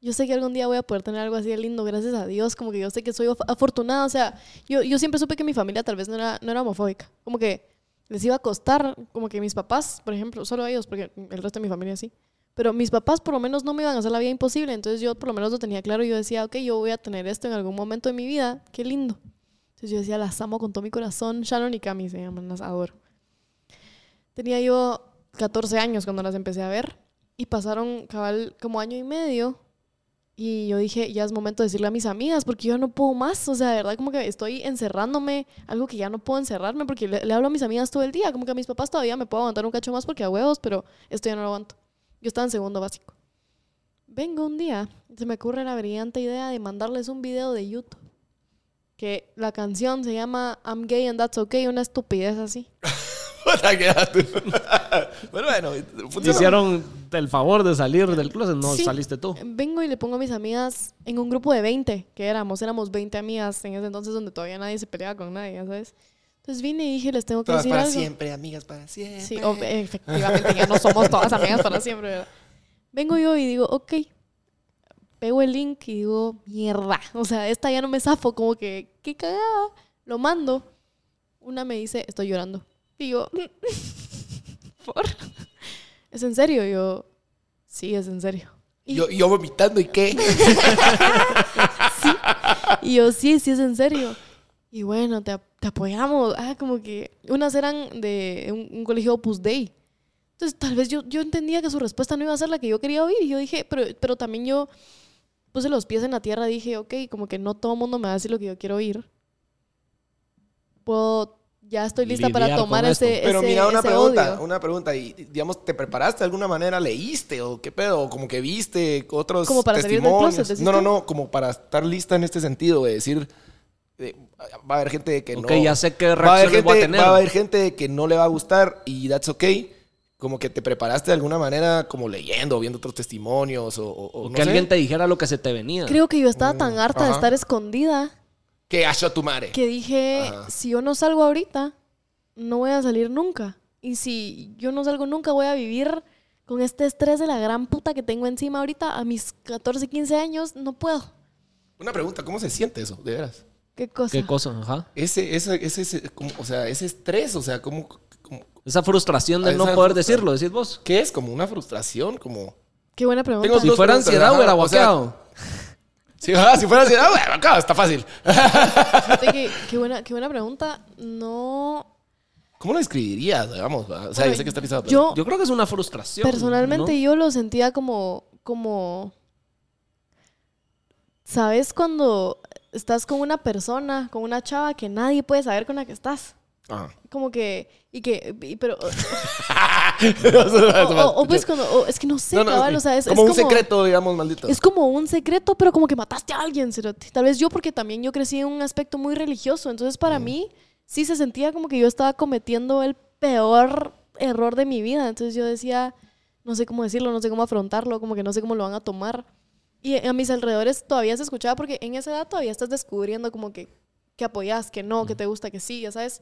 Speaker 3: yo sé que algún día voy a poder tener algo así de lindo, gracias a Dios, como que yo sé que soy af- afortunada, o sea, yo, yo siempre supe que mi familia tal vez no era, no era homofóbica, como que les iba a costar, como que mis papás, por ejemplo, solo ellos, porque el resto de mi familia sí, pero mis papás por lo menos no me iban a hacer la vida imposible, entonces yo por lo menos lo tenía claro, yo decía, ok, yo voy a tener esto en algún momento de mi vida, qué lindo. Entonces yo decía, las amo con todo mi corazón. Shannon y Cami se llaman, las adoro. Tenía yo 14 años cuando las empecé a ver y pasaron cabal como año y medio y yo dije, ya es momento de decirle a mis amigas porque yo no puedo más, o sea, de verdad como que estoy encerrándome, algo que ya no puedo encerrarme porque le, le hablo a mis amigas todo el día, como que a mis papás todavía me puedo aguantar un cacho más porque a huevos, pero esto ya no lo aguanto. Yo estaba en segundo básico. Vengo un día, se me ocurre la brillante idea de mandarles un video de YouTube que la canción se llama I'm gay and that's okay, una estupidez así.
Speaker 2: Puta, qué asco. bueno, bueno,
Speaker 1: Te
Speaker 2: funcionó.
Speaker 1: hicieron el favor de salir del closet, no
Speaker 3: Sí.
Speaker 1: saliste tú.
Speaker 3: Vengo y le pongo a mis amigas en un grupo de 20, que éramos, éramos 20 amigas en ese entonces donde todavía nadie se peleaba con nadie, ya sabes. Entonces vine y dije, les tengo que
Speaker 2: Todas
Speaker 3: decir
Speaker 2: para
Speaker 3: algo.
Speaker 2: siempre, amigas para siempre.
Speaker 3: Sí, ob- efectivamente, ya no somos todas amigas para siempre, ¿verdad? Vengo yo y digo, ok, pego el link y digo, mierda, o sea, esta ya no me zafo, como que, qué cagada, lo mando. Una me dice, estoy llorando. Y yo, ¿por? ¿Es en serio? Y Yo, sí, es en serio.
Speaker 2: Y yo, y yo vomitando, ¿y qué?
Speaker 3: Y yo, sí, sí, es en serio. Y bueno, te, ap- te apoyamos. Ah, como que unas eran de un, un colegio Opus Dei. Entonces, tal vez yo, yo entendía que su respuesta no iba a ser la que yo quería oír. Y yo dije, pero, pero también yo puse los pies en la tierra. Dije, ok, como que no todo el mundo me va a decir lo que yo quiero oír. Puedo, ya estoy lista para
Speaker 1: Lidiar con
Speaker 3: tomar
Speaker 1: esto.
Speaker 3: ese,
Speaker 2: Pero
Speaker 3: ese-
Speaker 2: mira, una
Speaker 3: ese
Speaker 2: pregunta,
Speaker 3: odio.
Speaker 2: una pregunta. Y, digamos, ¿te preparaste de alguna manera? ¿Leíste o qué pedo? ¿O como que viste otros
Speaker 3: Como para salir del
Speaker 2: testimonios?
Speaker 3: closet, decís
Speaker 2: no, no,
Speaker 3: tú.
Speaker 2: no. Como para estar lista en este sentido de decir... eh, va a haber gente que
Speaker 1: Ok,
Speaker 2: no...
Speaker 1: ya sé qué
Speaker 2: va a,
Speaker 1: reacciones
Speaker 2: haber gente,
Speaker 1: voy a tener.
Speaker 2: va a haber gente que no le va a gustar y that's okay. Como que te preparaste de alguna manera como leyendo, viendo otros testimonios o... o- o
Speaker 1: O
Speaker 2: no
Speaker 1: que alguien
Speaker 2: sé.
Speaker 1: te dijera lo que se te venía.
Speaker 3: Creo que yo estaba tan harta de
Speaker 2: Mm, ajá.
Speaker 3: estar escondida
Speaker 2: Que asha tu madre.
Speaker 3: que dije,
Speaker 2: Ajá.
Speaker 3: si yo no salgo ahorita, no voy a salir nunca. Y si yo no salgo nunca, voy a vivir con este estrés de la gran puta que tengo encima ahorita a mis 14, 15 años, no puedo.
Speaker 2: Una pregunta, ¿cómo se siente eso? De veras.
Speaker 3: ¿Qué cosa?
Speaker 1: ¿Qué cosa? Ajá.
Speaker 2: Ese, ese, ese, ese- como- o sea, ese estrés, o sea, como, como-
Speaker 1: Esa frustración de
Speaker 2: Ah,
Speaker 1: no
Speaker 2: esa
Speaker 1: poder
Speaker 2: frustra-
Speaker 1: decirlo, decís vos.
Speaker 2: ¿qué es? Como una frustración, como...
Speaker 3: Qué buena pregunta.
Speaker 2: Tengo
Speaker 1: Si
Speaker 2: dos
Speaker 1: fuera
Speaker 2: preguntas,
Speaker 1: ansiedad,
Speaker 2: ajá,
Speaker 1: hubiera
Speaker 2: o sea-
Speaker 1: guaqueado.
Speaker 2: Sí, ah, si fuera así, ah, bueno, acá está fácil.
Speaker 3: Fíjate que- qué, buena, qué buena pregunta. No.
Speaker 2: ¿Cómo lo describirías, digamos? va? O sea, yo sé que está rizado, pero-
Speaker 3: Yo,
Speaker 1: Yo creo que es una frustración.
Speaker 3: personalmente,
Speaker 1: ¿no?
Speaker 3: yo lo sentía como, como. ¿Sabes cuando estás con una persona, con una chava que nadie puede saber con la que estás?
Speaker 2: Ajá.
Speaker 3: Como que. Y que. y- pero.
Speaker 2: Eso
Speaker 3: O,
Speaker 2: va-
Speaker 3: o- o pues cuando. o- es que no sé,
Speaker 2: No, no,
Speaker 3: cabal, o sea, es
Speaker 2: como
Speaker 3: es
Speaker 2: un secreto, digamos, maldito.
Speaker 3: Es como un secreto, pero
Speaker 2: Mm.
Speaker 3: como que mataste a alguien, cerote. Tal vez yo, porque también yo crecí en un aspecto muy religioso. Entonces, para mí, sí se sentía como que yo estaba cometiendo el peor error de mi vida. Entonces yo decía, no sé cómo decirlo, no sé cómo afrontarlo, como que no sé cómo lo van a tomar. Y a mis alrededores todavía se escuchaba porque en esa edad todavía estás descubriendo como que, que apoyas, que no, que te gusta, que sí, ya sabes.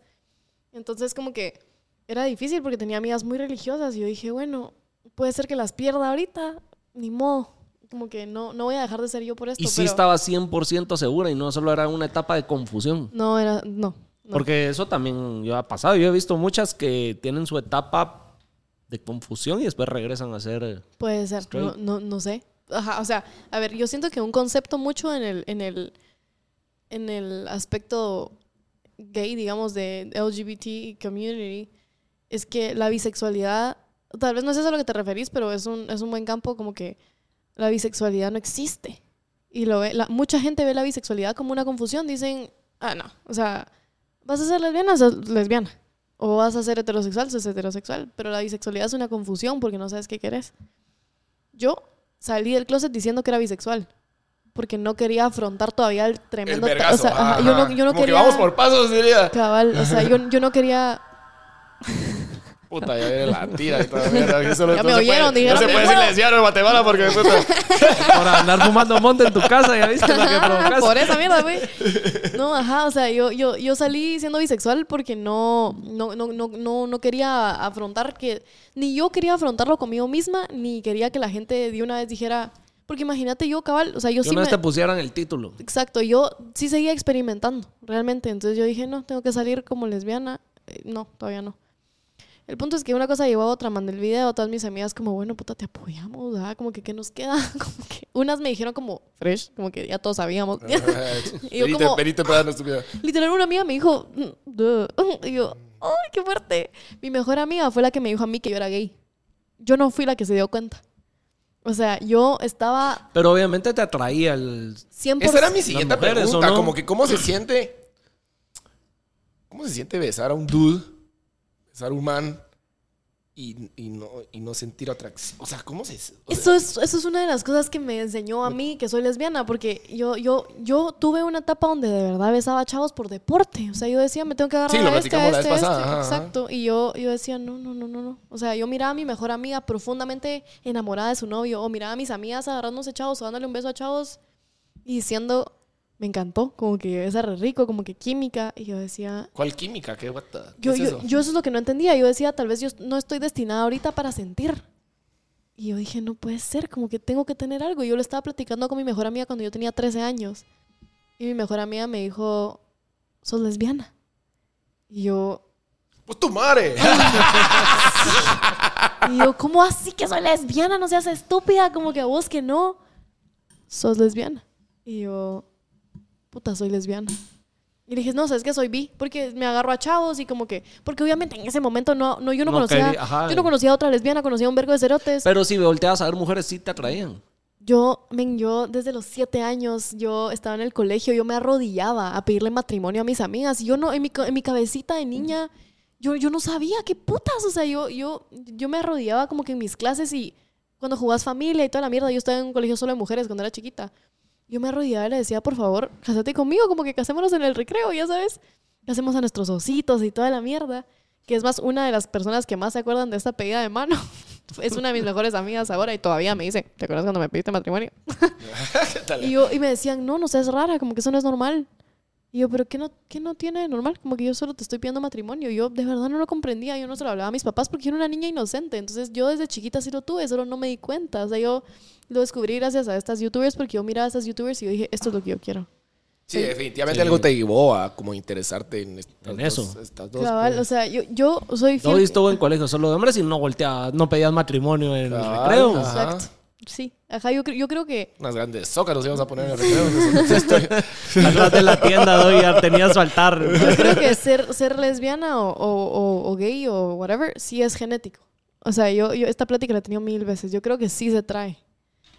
Speaker 3: Entonces como que era difícil porque tenía amigas muy religiosas y yo dije, bueno, puede ser que las pierda ahorita, ni modo. Como que no, no voy a dejar de ser yo por esto.
Speaker 1: Y sí
Speaker 3: pero-
Speaker 1: estaba 100% segura y no solo era una etapa de confusión.
Speaker 3: No, era, no. no.
Speaker 1: Porque eso también yo ha pasado. Yo he visto muchas que tienen su etapa de confusión y después regresan a eh, ser...
Speaker 3: Puede ser, no,
Speaker 1: Straight.
Speaker 3: no, no sé. Ajá, o sea, a ver, yo siento que un concepto mucho en el, en el, en el aspecto gay, digamos, de LGBT community, es que la bisexualidad, tal vez no es eso a lo que te referís, pero es un, es un buen campo como que la bisexualidad no existe. Y lo ve, la- mucha gente ve la bisexualidad como una confusión, dicen, ah, no, o sea, vas a ser lesbiana, sos lesbiana. O vas a ser heterosexual, sos heterosexual. Pero la bisexualidad es una confusión porque no sabes qué querés. Yo salí del closet diciendo que era bisexual. Porque no quería afrontar todavía el
Speaker 2: El
Speaker 3: tremendo... ta-
Speaker 2: vergazo.
Speaker 3: o sea, ajá,
Speaker 2: ajá.
Speaker 3: yo no, yo no
Speaker 2: Como que
Speaker 3: quería...
Speaker 2: vamos por pasos, diría.
Speaker 3: Cabal, o sea, yo, yo no quería...
Speaker 2: Puta, ya viene la tira. y toda la mierda, que solo-
Speaker 3: Ya
Speaker 2: no
Speaker 3: me
Speaker 2: se
Speaker 3: oyeron,
Speaker 2: puede-
Speaker 3: dijeron,
Speaker 2: No se
Speaker 3: "Me
Speaker 2: puede
Speaker 3: muero".
Speaker 2: silenciar en Guatemala porque... puta,
Speaker 1: Por andar fumando monte en tu casa, ya viste lo que provocaste.
Speaker 3: Por esa mierda, güey. No, ajá, o sea, yo, yo, yo salí siendo bisexual porque no, no, no, no, no, no quería afrontar que... Ni yo quería afrontarlo conmigo misma, ni quería que la gente de una vez dijera... Porque imagínate yo, cabal, o sea, yo
Speaker 1: Que
Speaker 3: sí
Speaker 1: una
Speaker 3: me...
Speaker 1: vez te pusieran el título.
Speaker 3: Exacto, yo sí seguía experimentando, realmente. Entonces yo dije, no, tengo que salir como lesbiana. Eh, no, todavía no. El punto es que una cosa llevó a otra, mandé el video, todas mis amigas como, bueno, puta, te apoyamos, ah, como que qué nos queda, como que unas me dijeron como fresh, como que ya todos sabíamos. Y yo
Speaker 2: Venite,
Speaker 3: como-
Speaker 2: venite para darnos tu vida.
Speaker 3: Literal, una amiga me dijo, "Mm, duh", y yo, ¡ay, qué fuerte! Mi mejor amiga fue la que me dijo a mí que yo era gay. Yo no fui la que se dio cuenta. O sea, yo estaba
Speaker 1: Pero obviamente te atraía el...
Speaker 3: 100%...
Speaker 2: Esa era mi siguiente
Speaker 1: mujeres, ¿o
Speaker 2: pregunta.
Speaker 1: no?
Speaker 2: Como que, ¿cómo se siente? ¿Cómo se siente besar a un dude? Besar a un man y, y no, y no sentir atracción. O sea, ¿cómo se.? o sea,
Speaker 3: Eso es, eso es una de las cosas que me enseñó a mí que soy lesbiana, porque yo, yo, yo tuve una etapa donde de verdad besaba chavos por deporte. O sea, yo decía, me tengo que agarrar
Speaker 2: Sí, lo
Speaker 3: a este, a
Speaker 2: platicamos la
Speaker 3: este,
Speaker 2: vez
Speaker 3: a
Speaker 2: pasada,
Speaker 3: este.
Speaker 2: ajá, ajá.
Speaker 3: Exacto. Y yo, yo decía, no, no, no, no, no. O sea, yo miraba a mi mejor amiga profundamente enamorada de su novio, o miraba a mis amigas agarrándose chavos o dándole un beso a chavos y diciendo, me encantó, como que es re rico, como que química. Y yo decía,
Speaker 2: ¿Cuál química? ¿Qué, what the- qué
Speaker 3: yo,
Speaker 2: es
Speaker 3: yo,
Speaker 2: eso?
Speaker 3: yo eso es lo que no entendía. Yo decía, tal vez yo no estoy destinada ahorita para sentir. Y yo dije, no puede ser, como que tengo que tener algo. Y yo lo estaba platicando con mi mejor amiga cuando yo tenía 13 años. Y mi mejor amiga me dijo, sos lesbiana. Y yo,
Speaker 2: Pues tu madre.
Speaker 3: Ah, y yo, ¿cómo así que soy lesbiana? No seas estúpida, como que a vos que no. Sos lesbiana. Y yo, puta, soy lesbiana. Y le dije, no, sabes que soy bi, porque me agarro a chavos y como que, porque obviamente en ese momento no, no yo no,
Speaker 1: No
Speaker 3: conocía,
Speaker 1: quería- ajá.
Speaker 3: yo no conocía a otra lesbiana, conocía a un vergo de cerotes.
Speaker 1: Pero si volteabas a ver mujeres, sí te atraían.
Speaker 3: Yo, men, yo desde los siete años, yo estaba en el colegio, yo me arrodillaba a pedirle matrimonio a mis amigas. Y yo no, en mi, ca- en mi cabecita de niña, yo, yo no sabía qué putas. O sea, yo, yo, yo me arrodillaba como que en mis clases y cuando jugás familia y toda la mierda, yo estaba en un colegio solo de mujeres cuando era chiquita. Yo me arrodillaba y le decía, por favor, casate conmigo, como que casémonos en el recreo, ya sabes. Casemos a nuestros ositos y toda la mierda. Que es más, una de las personas que más se acuerdan de esta pedida de mano. Es una de mis mejores amigas ahora y todavía me dice, ¿te acuerdas cuando me pediste matrimonio?
Speaker 2: Dale.
Speaker 3: Y, yo, y me decían, no, no seas rara, como que eso no es normal. Y yo, ¿pero qué no, qué no tiene de normal? Como que yo solo te estoy pidiendo matrimonio. Yo de verdad no lo comprendía, yo no se lo hablaba a mis papás porque yo era una niña inocente. Entonces yo desde chiquita sí lo tuve, solo no me di cuenta. O sea, yo lo descubrí gracias a estas youtubers porque yo miraba a estas youtubers y yo dije, esto es lo que yo quiero.
Speaker 2: Sí, definitivamente
Speaker 1: Sí.
Speaker 2: algo te llevó a como interesarte en, estas
Speaker 1: En
Speaker 2: dos-
Speaker 1: eso.
Speaker 2: estas dos,
Speaker 3: Cabal,
Speaker 2: pues.
Speaker 3: o sea, yo, yo soy
Speaker 1: Yo
Speaker 3: fiel.
Speaker 1: he visto en colegio solo de hombres y no volteabas, no pedías matrimonio en el
Speaker 2: Cabal,
Speaker 1: recreo.
Speaker 2: ajá.
Speaker 3: Exacto. Sí, ajá, yo, cre- yo creo que...
Speaker 2: Unas grandes zócalos íbamos a poner en el recreo.
Speaker 1: Atrás de la tienda, doy, ya tenía su altar.
Speaker 3: Yo creo que ser, ser lesbiana o, o- o- o gay o whatever sí es genético. O sea, yo, yo esta plática la he tenido mil veces. Yo creo que sí se trae.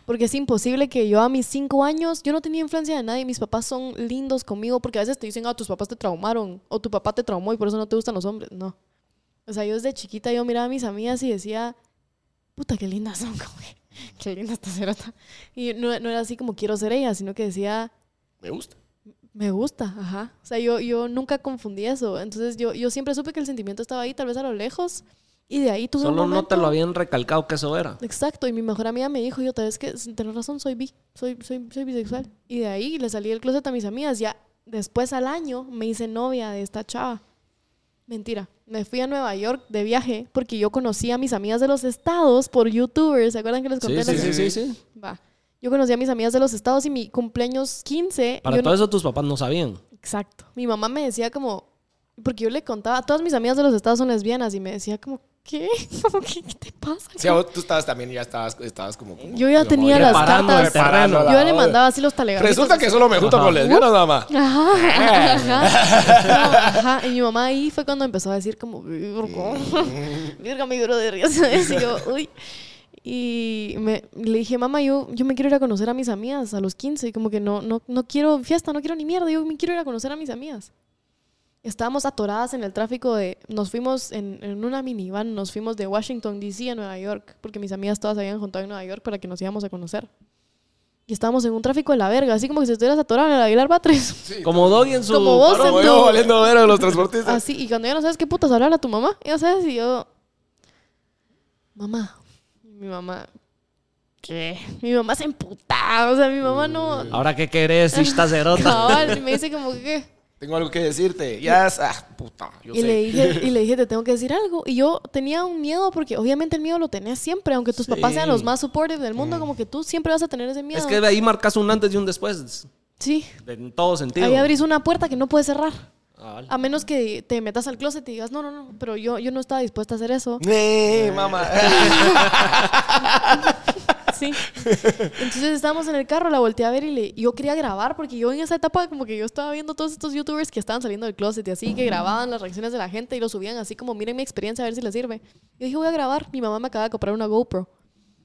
Speaker 3: Porque es imposible que yo a mis cinco años, yo no tenía influencia de nadie. Mis papás son lindos conmigo porque a veces te dicen, ah, tus papás te traumaron o tu papá te traumó y por eso no te gustan los hombres. No. O sea, yo desde chiquita yo miraba a mis amigas y decía, puta, qué lindas son, como que, qué linda esta cerota. Y no, no era así como quiero ser ella, sino que decía,
Speaker 2: Me gusta.
Speaker 3: Me gusta, ajá. O sea, yo, yo nunca confundí eso. Entonces, yo, yo siempre supe que el sentimiento estaba ahí, tal vez a lo lejos. Y de ahí tuve un
Speaker 1: Solo no te
Speaker 3: momento-
Speaker 1: lo habían recalcado que eso era.
Speaker 3: Exacto, y mi mejor amiga me dijo, yo tal vez que, tenés razón, soy bi, soy, soy, soy bisexual. Y de ahí le salí del closet a mis amigas. Ya después al año me hice novia de esta chava. Mentira, me fui a Nueva York de viaje porque yo conocí a mis amigas de los estados por youtubers, ¿se acuerdan que les conté?
Speaker 1: Sí, sí,
Speaker 3: las-
Speaker 1: sí, sí, sí.
Speaker 3: Va. Yo conocí a mis amigas de los estados y mi cumpleaños 15...
Speaker 1: Para
Speaker 3: yo no-
Speaker 1: todo eso tus papás no sabían.
Speaker 3: Exacto. Mi mamá me decía como, porque yo le contaba, todas mis amigas de los estados son lesbianas y me decía como, ¿qué? Como, ¿Qué, qué te pasa?
Speaker 2: Sí, a vos tú estabas también, ya estabas, estabas como, como-
Speaker 3: Yo ya
Speaker 2: como
Speaker 3: tenía las
Speaker 1: Preparando el
Speaker 3: cartas.
Speaker 1: terreno.
Speaker 3: Yo ya le mandaba así los talegados.
Speaker 2: Resulta que solo me junto con lesbianas, mamá.
Speaker 3: Ajá, ajá, ajá. Y mi mamá ahí fue cuando empezó a decir como, virgo, virgo mi duro de río, ¿sabes? Y yo, uy. Y me, le dije, mamá, yo, yo me quiero ir a conocer a mis amigas a los 15. Como que no, no, no quiero fiesta, no quiero ni mierda. Yo me quiero ir a conocer a mis amigas. Estábamos atoradas en el tráfico de... Nos fuimos en, en una minivan, nos fuimos de Washington, D.C. a Nueva York. Porque mis amigas todas se habían juntado en Nueva York para que nos íbamos a conocer. Y estábamos en un tráfico de la verga, así como que si estuvieras atorado en el Aguilar Batres.
Speaker 1: Como Doggy en su...
Speaker 3: Como vos
Speaker 1: paro-
Speaker 2: Como
Speaker 3: en
Speaker 2: yo
Speaker 3: tu-
Speaker 2: valiendo ver a los transportistas.
Speaker 3: Así, Ah, y cuando ya no sabes qué putas hablar a tu mamá, ya sabes, y yo, mamá, Y mi mamá, ¿qué? Mi mamá se emputaba, o sea, mi mamá no,
Speaker 1: Ahora qué querés, esta cerota.
Speaker 3: cabal, y me dice como que, ¿qué?
Speaker 2: Tengo algo que decirte. Ya, es- ah, puta, yo
Speaker 3: Y
Speaker 2: sé.
Speaker 3: le, dije, y le dije, te tengo que decir algo. Y yo tenía un miedo, porque obviamente el miedo lo tenés siempre, aunque tus papás sean los más supportive del mundo, como que tú siempre vas a tener ese miedo.
Speaker 1: Mm. Es que de ahí marcas un antes y un después.
Speaker 3: sí,
Speaker 1: En todo sentido.
Speaker 3: ahí abrís una puerta que no puedes cerrar.
Speaker 1: Ah, vale.
Speaker 3: A menos que te metas al closet y digas, no, no, no, pero yo, yo no estaba dispuesta a hacer eso.
Speaker 1: Eh,
Speaker 2: Nee, ¡Eh, mamá.
Speaker 3: Sí. Entonces estábamos en el carro, la volteé a ver y le, yo quería grabar porque yo en esa etapa como que yo estaba viendo todos estos youtubers que estaban saliendo del closet y así, que grababan las reacciones de la gente y lo subían así como, miren mi experiencia, a ver si les sirve. Yo dije, voy a grabar. Mi mamá me acaba de comprar una GoPro.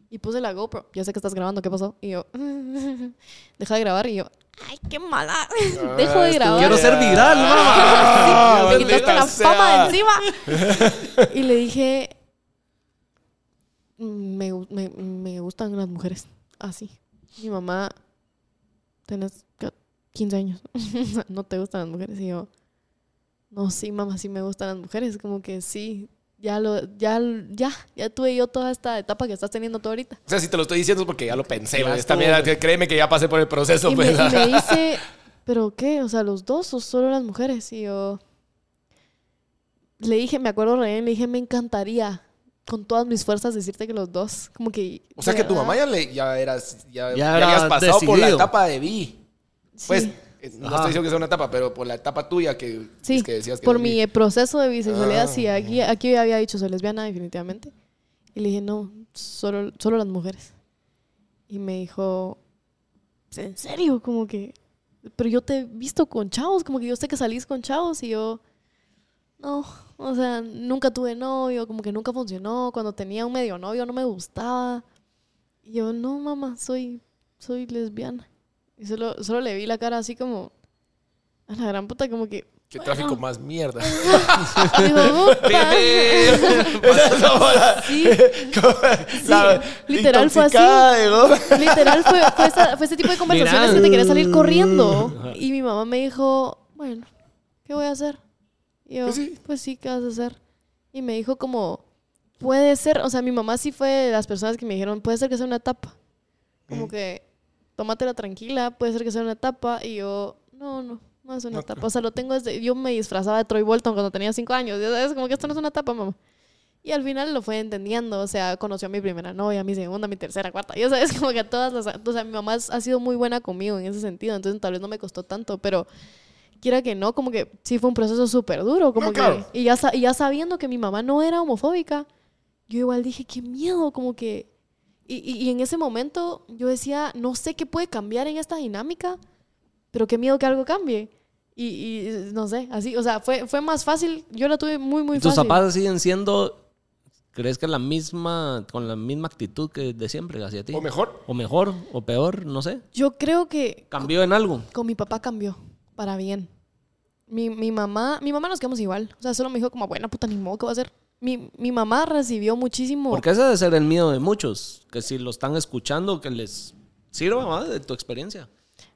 Speaker 3: Y puse la GoPro. Ya sé que estás grabando, ¿qué pasó? Y yo, deja de grabar. Y yo, ay, qué mala. Dejo de grabar.
Speaker 1: Quiero ser viral, mamá.
Speaker 2: Ah,
Speaker 3: Me quitaste
Speaker 2: maldita
Speaker 3: la
Speaker 2: sea.
Speaker 3: fama de encima. y le dije, me, gu- me- me gustan las mujeres. Así. Mi mamá, tenés ca- 15 años. no te gustan las mujeres. Y yo, no, sí, mamá, sí me gustan las mujeres. Como que sí. Ya lo, ya, ya, ya tuve yo toda esta etapa que estás teniendo tú ahorita.
Speaker 2: O sea, si te lo estoy diciendo es porque ya lo pensé.
Speaker 1: Ya
Speaker 2: güey. Esta
Speaker 1: estuvo,
Speaker 2: mierda,
Speaker 1: güey.
Speaker 2: créeme que ya pasé por el proceso.
Speaker 3: y, me,
Speaker 2: pues.
Speaker 3: y me dice, ¿pero qué? O sea, ¿los dos o solo las mujeres? Y yo le dije, me acuerdo re bien, le dije, me encantaría con todas mis fuerzas decirte que los dos. Como que.
Speaker 2: O sea,
Speaker 3: de
Speaker 2: que tu
Speaker 3: verdad,
Speaker 2: mamá ya, le, ya eras. Ya,
Speaker 1: Ya
Speaker 2: ya
Speaker 1: era
Speaker 2: habías pasado por la
Speaker 1: decidido.
Speaker 2: etapa de vi.
Speaker 3: sí,
Speaker 2: Pues, eh, no
Speaker 1: Ajá.
Speaker 2: estoy diciendo que sea una etapa, pero por la etapa tuya que,
Speaker 3: sí,
Speaker 2: que decías que
Speaker 3: por
Speaker 2: eras
Speaker 3: mi
Speaker 2: bi.
Speaker 3: eh, proceso de
Speaker 2: Ah.
Speaker 3: bisexualidad, sí, aquí, aquí yo había dicho soy lesbiana, definitivamente. Y le dije, no, solo, solo las mujeres. Y me dijo, ¿en serio? Como que, pero yo te he visto con chavos, como que yo sé que salís con chavos y yo, no, o sea, nunca tuve novio, como que nunca funcionó. Cuando tenía un medio novio no me gustaba. Y yo, no, mamá, soy, soy lesbiana. Y solo, solo le vi la cara así como, a la gran puta, como que,
Speaker 2: Qué tráfico más mierda.
Speaker 3: digo, "Upa". Sí,
Speaker 2: La
Speaker 3: literal fue así.
Speaker 2: intoxicada de dos.
Speaker 3: Literal fue, fue, esa- fue ese tipo de conversaciones
Speaker 1: Mirá.
Speaker 3: que te querías salir corriendo. Y mi mamá me dijo, bueno, ¿qué voy a hacer? Y yo,
Speaker 2: Pues sí.
Speaker 3: pues sí, ¿qué vas a hacer? Y me dijo como, puede ser, o sea, mi mamá sí fue de las personas que me dijeron, puede ser que sea una etapa. Como que, tómatela tranquila, puede ser que sea una etapa. Y yo, no, no, no es una etapa. O sea, lo tengo desde, yo me disfrazaba de Troy Bolton cuando tenía cinco años. Ya sabes, como que esto no es una etapa, mamá. Y al final lo fue entendiendo, o sea, conoció a mi primera novia, mi segunda, mi tercera, cuarta. Ya sabes, como que a todas las... O sea, mi mamá ha sido muy buena conmigo en ese sentido, entonces tal vez no me costó tanto, pero quiera que no, como que sí fue un proceso súper duro. Como
Speaker 2: No,
Speaker 3: que,
Speaker 2: claro.
Speaker 3: y, ya, sa- y ya sabiendo que mi mamá no era homofóbica, yo igual dije, qué miedo, como que... Y, y- y en ese momento yo decía, no sé qué puede cambiar en esta dinámica, pero qué miedo que algo cambie. Y, y, no sé, así, o sea, fue, fue más fácil, yo la tuve muy, muy
Speaker 1: ¿Y Pues, tus
Speaker 3: fácil.
Speaker 1: papás siguen siendo, crees que la misma, con la misma actitud que de siempre hacia ti?
Speaker 2: O mejor.
Speaker 1: O mejor, o peor, no sé.
Speaker 3: Yo creo que
Speaker 1: ¿Cambió en algo?
Speaker 3: con mi papá cambió para bien. Mi, mi mamá, mi mamá nos quedamos igual. O sea, solo me dijo como, bueno, puta, ni modo, ¿qué va a hacer? Mi, mi mamá recibió muchísimo.
Speaker 1: Porque ese debe ser el miedo de muchos, que si lo están escuchando, que les sirva más de tu experiencia.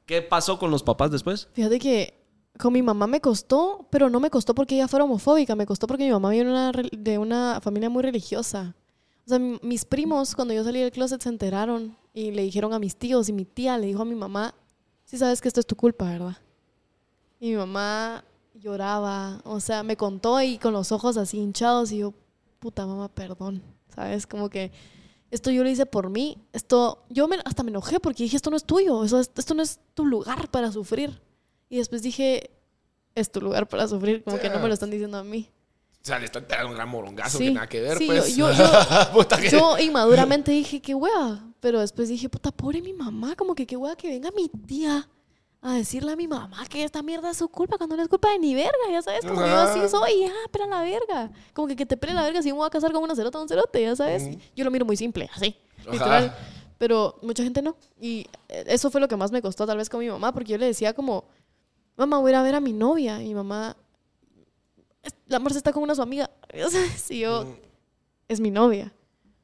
Speaker 1: ¿Qué pasó con los papás después?
Speaker 3: Fíjate que Con mi mamá me costó, pero no me costó porque ella fuera homofóbica, me costó porque mi mamá viene de una re- de una familia muy religiosa. O sea, mi- mis primos, cuando yo salí del closet, se enteraron y le dijeron a mis tíos y mi tía le dijo a mi mamá, sí sabes que esto es tu culpa, ¿verdad? Y mi mamá lloraba, o sea, me contó y con los ojos así hinchados y yo, puta mamá, perdón, ¿sabes? Como que esto yo lo hice por mí, esto, yo me- hasta me enojé porque dije, esto no es tuyo, eso es- esto no es tu lugar para sufrir. Y después dije, es tu lugar para sufrir, como que no me lo están diciendo a mí.
Speaker 2: O sea, le están dando un gran morongazo
Speaker 3: Sí,
Speaker 2: que nada que ver,
Speaker 3: sí,
Speaker 2: pues.
Speaker 3: yo- yo- yo-
Speaker 2: Puta que-
Speaker 3: Yo inmaduramente dije, qué hueva. Pero después dije, puta, pobre mi mamá, como que qué hueva que venga mi tía a decirle a mi mamá que esta mierda es su culpa cuando no es culpa de ni verga, ya sabes, como que yo así
Speaker 2: Ajá.
Speaker 3: soy, ya, pela la verga. Como que que te pele la verga si yo me voy a casar con una cerota, un cerote, ya sabes. Yo lo miro muy simple, así,
Speaker 2: Ajá.
Speaker 3: literal. Pero mucha gente no. Y eh, eso fue lo que más me costó tal vez con mi mamá, porque yo le decía como, mamá, voy a ir a ver a mi novia. Y mi mamá, "Es- la Marce está con una su amiga. Ya sabes, Y
Speaker 1: Mm.
Speaker 3: yo, es mi novia.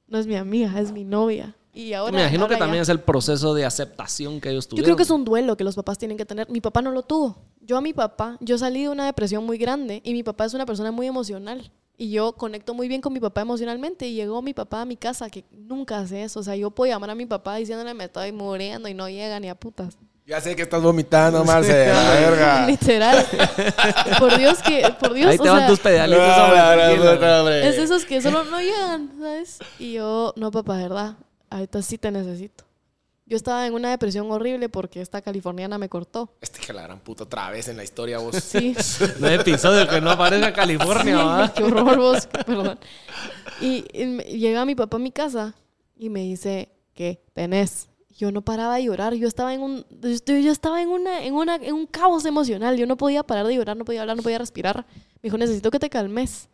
Speaker 3: No es mi amiga, es mi novia. Y ahora.
Speaker 1: Me imagino
Speaker 3: ahora
Speaker 1: que también
Speaker 3: ya.
Speaker 1: es el proceso de aceptación que ellos
Speaker 3: Yo
Speaker 1: tuvieron.
Speaker 3: creo que es un duelo que los papás tienen que tener. Mi papá no lo tuvo. Yo a mi papá, yo salí de una depresión muy grande y mi papá es una persona muy emocional. Y yo conecto muy bien con mi papá emocionalmente y llegó mi papá a mi casa, que nunca hace eso. O sea, yo puedo llamar a mi papá diciéndole me estoy muriendo y no llega ni a putas.
Speaker 2: Ya sé que estás vomitando, Marce. a la verga.
Speaker 3: Literal. por Dios que, por Dios,
Speaker 1: Ahí
Speaker 3: o
Speaker 1: te van
Speaker 3: sea,
Speaker 1: tus pedalitos.
Speaker 2: Ah,
Speaker 1: hombre,
Speaker 2: la gran
Speaker 1: tranquila.
Speaker 2: puta, hombre.
Speaker 3: Es de esos que solo no llegan, ¿sabes? Y yo, no, papá, ¿verdad? Ahorita sí te necesito. Yo estaba en una depresión horrible porque esta californiana me cortó.
Speaker 2: Este que la gran puta otra vez en la historia, vos.
Speaker 3: Sí.
Speaker 1: No hay episodio que no aparezca California, ¿va?
Speaker 3: Qué horror vos, perdón. Y, y me- llega mi papá a mi casa y me dice, ¿qué tenés? Yo no paraba de llorar, yo estaba en un yo estoy- yo estaba en una en una en un caos emocional, yo no podía parar de llorar, no podía hablar, no podía respirar. Me dijo, "Necesito que te calmes."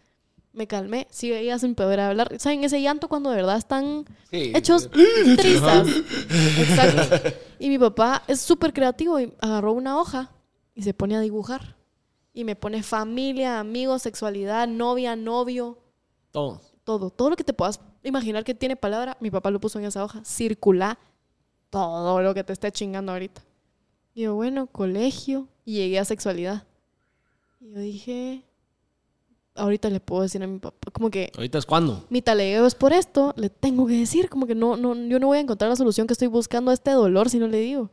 Speaker 3: Me calmé, sí veía sin poder hablar. ¿Saben ese llanto cuando de verdad están
Speaker 2: Sí.
Speaker 3: hechos trizas? Exacto. Y mi papá es súper creativo y agarró una hoja y se pone a dibujar. Y me pone familia, amigos, sexualidad, novia, novio,
Speaker 1: Todo.
Speaker 3: todo. Todo lo que te puedas imaginar que tiene palabra, mi papá lo puso en esa hoja. Circula todo lo que te esté chingando ahorita. Y yo, bueno, colegio. Y llegué a sexualidad. Y yo dije, ahorita le puedo decir a mi papá. Como que
Speaker 1: Ahorita es cuando.
Speaker 3: mi talegueo es por esto, le tengo que decir, como que no, no, yo no voy a encontrar la solución que estoy buscando a este dolor si no le digo.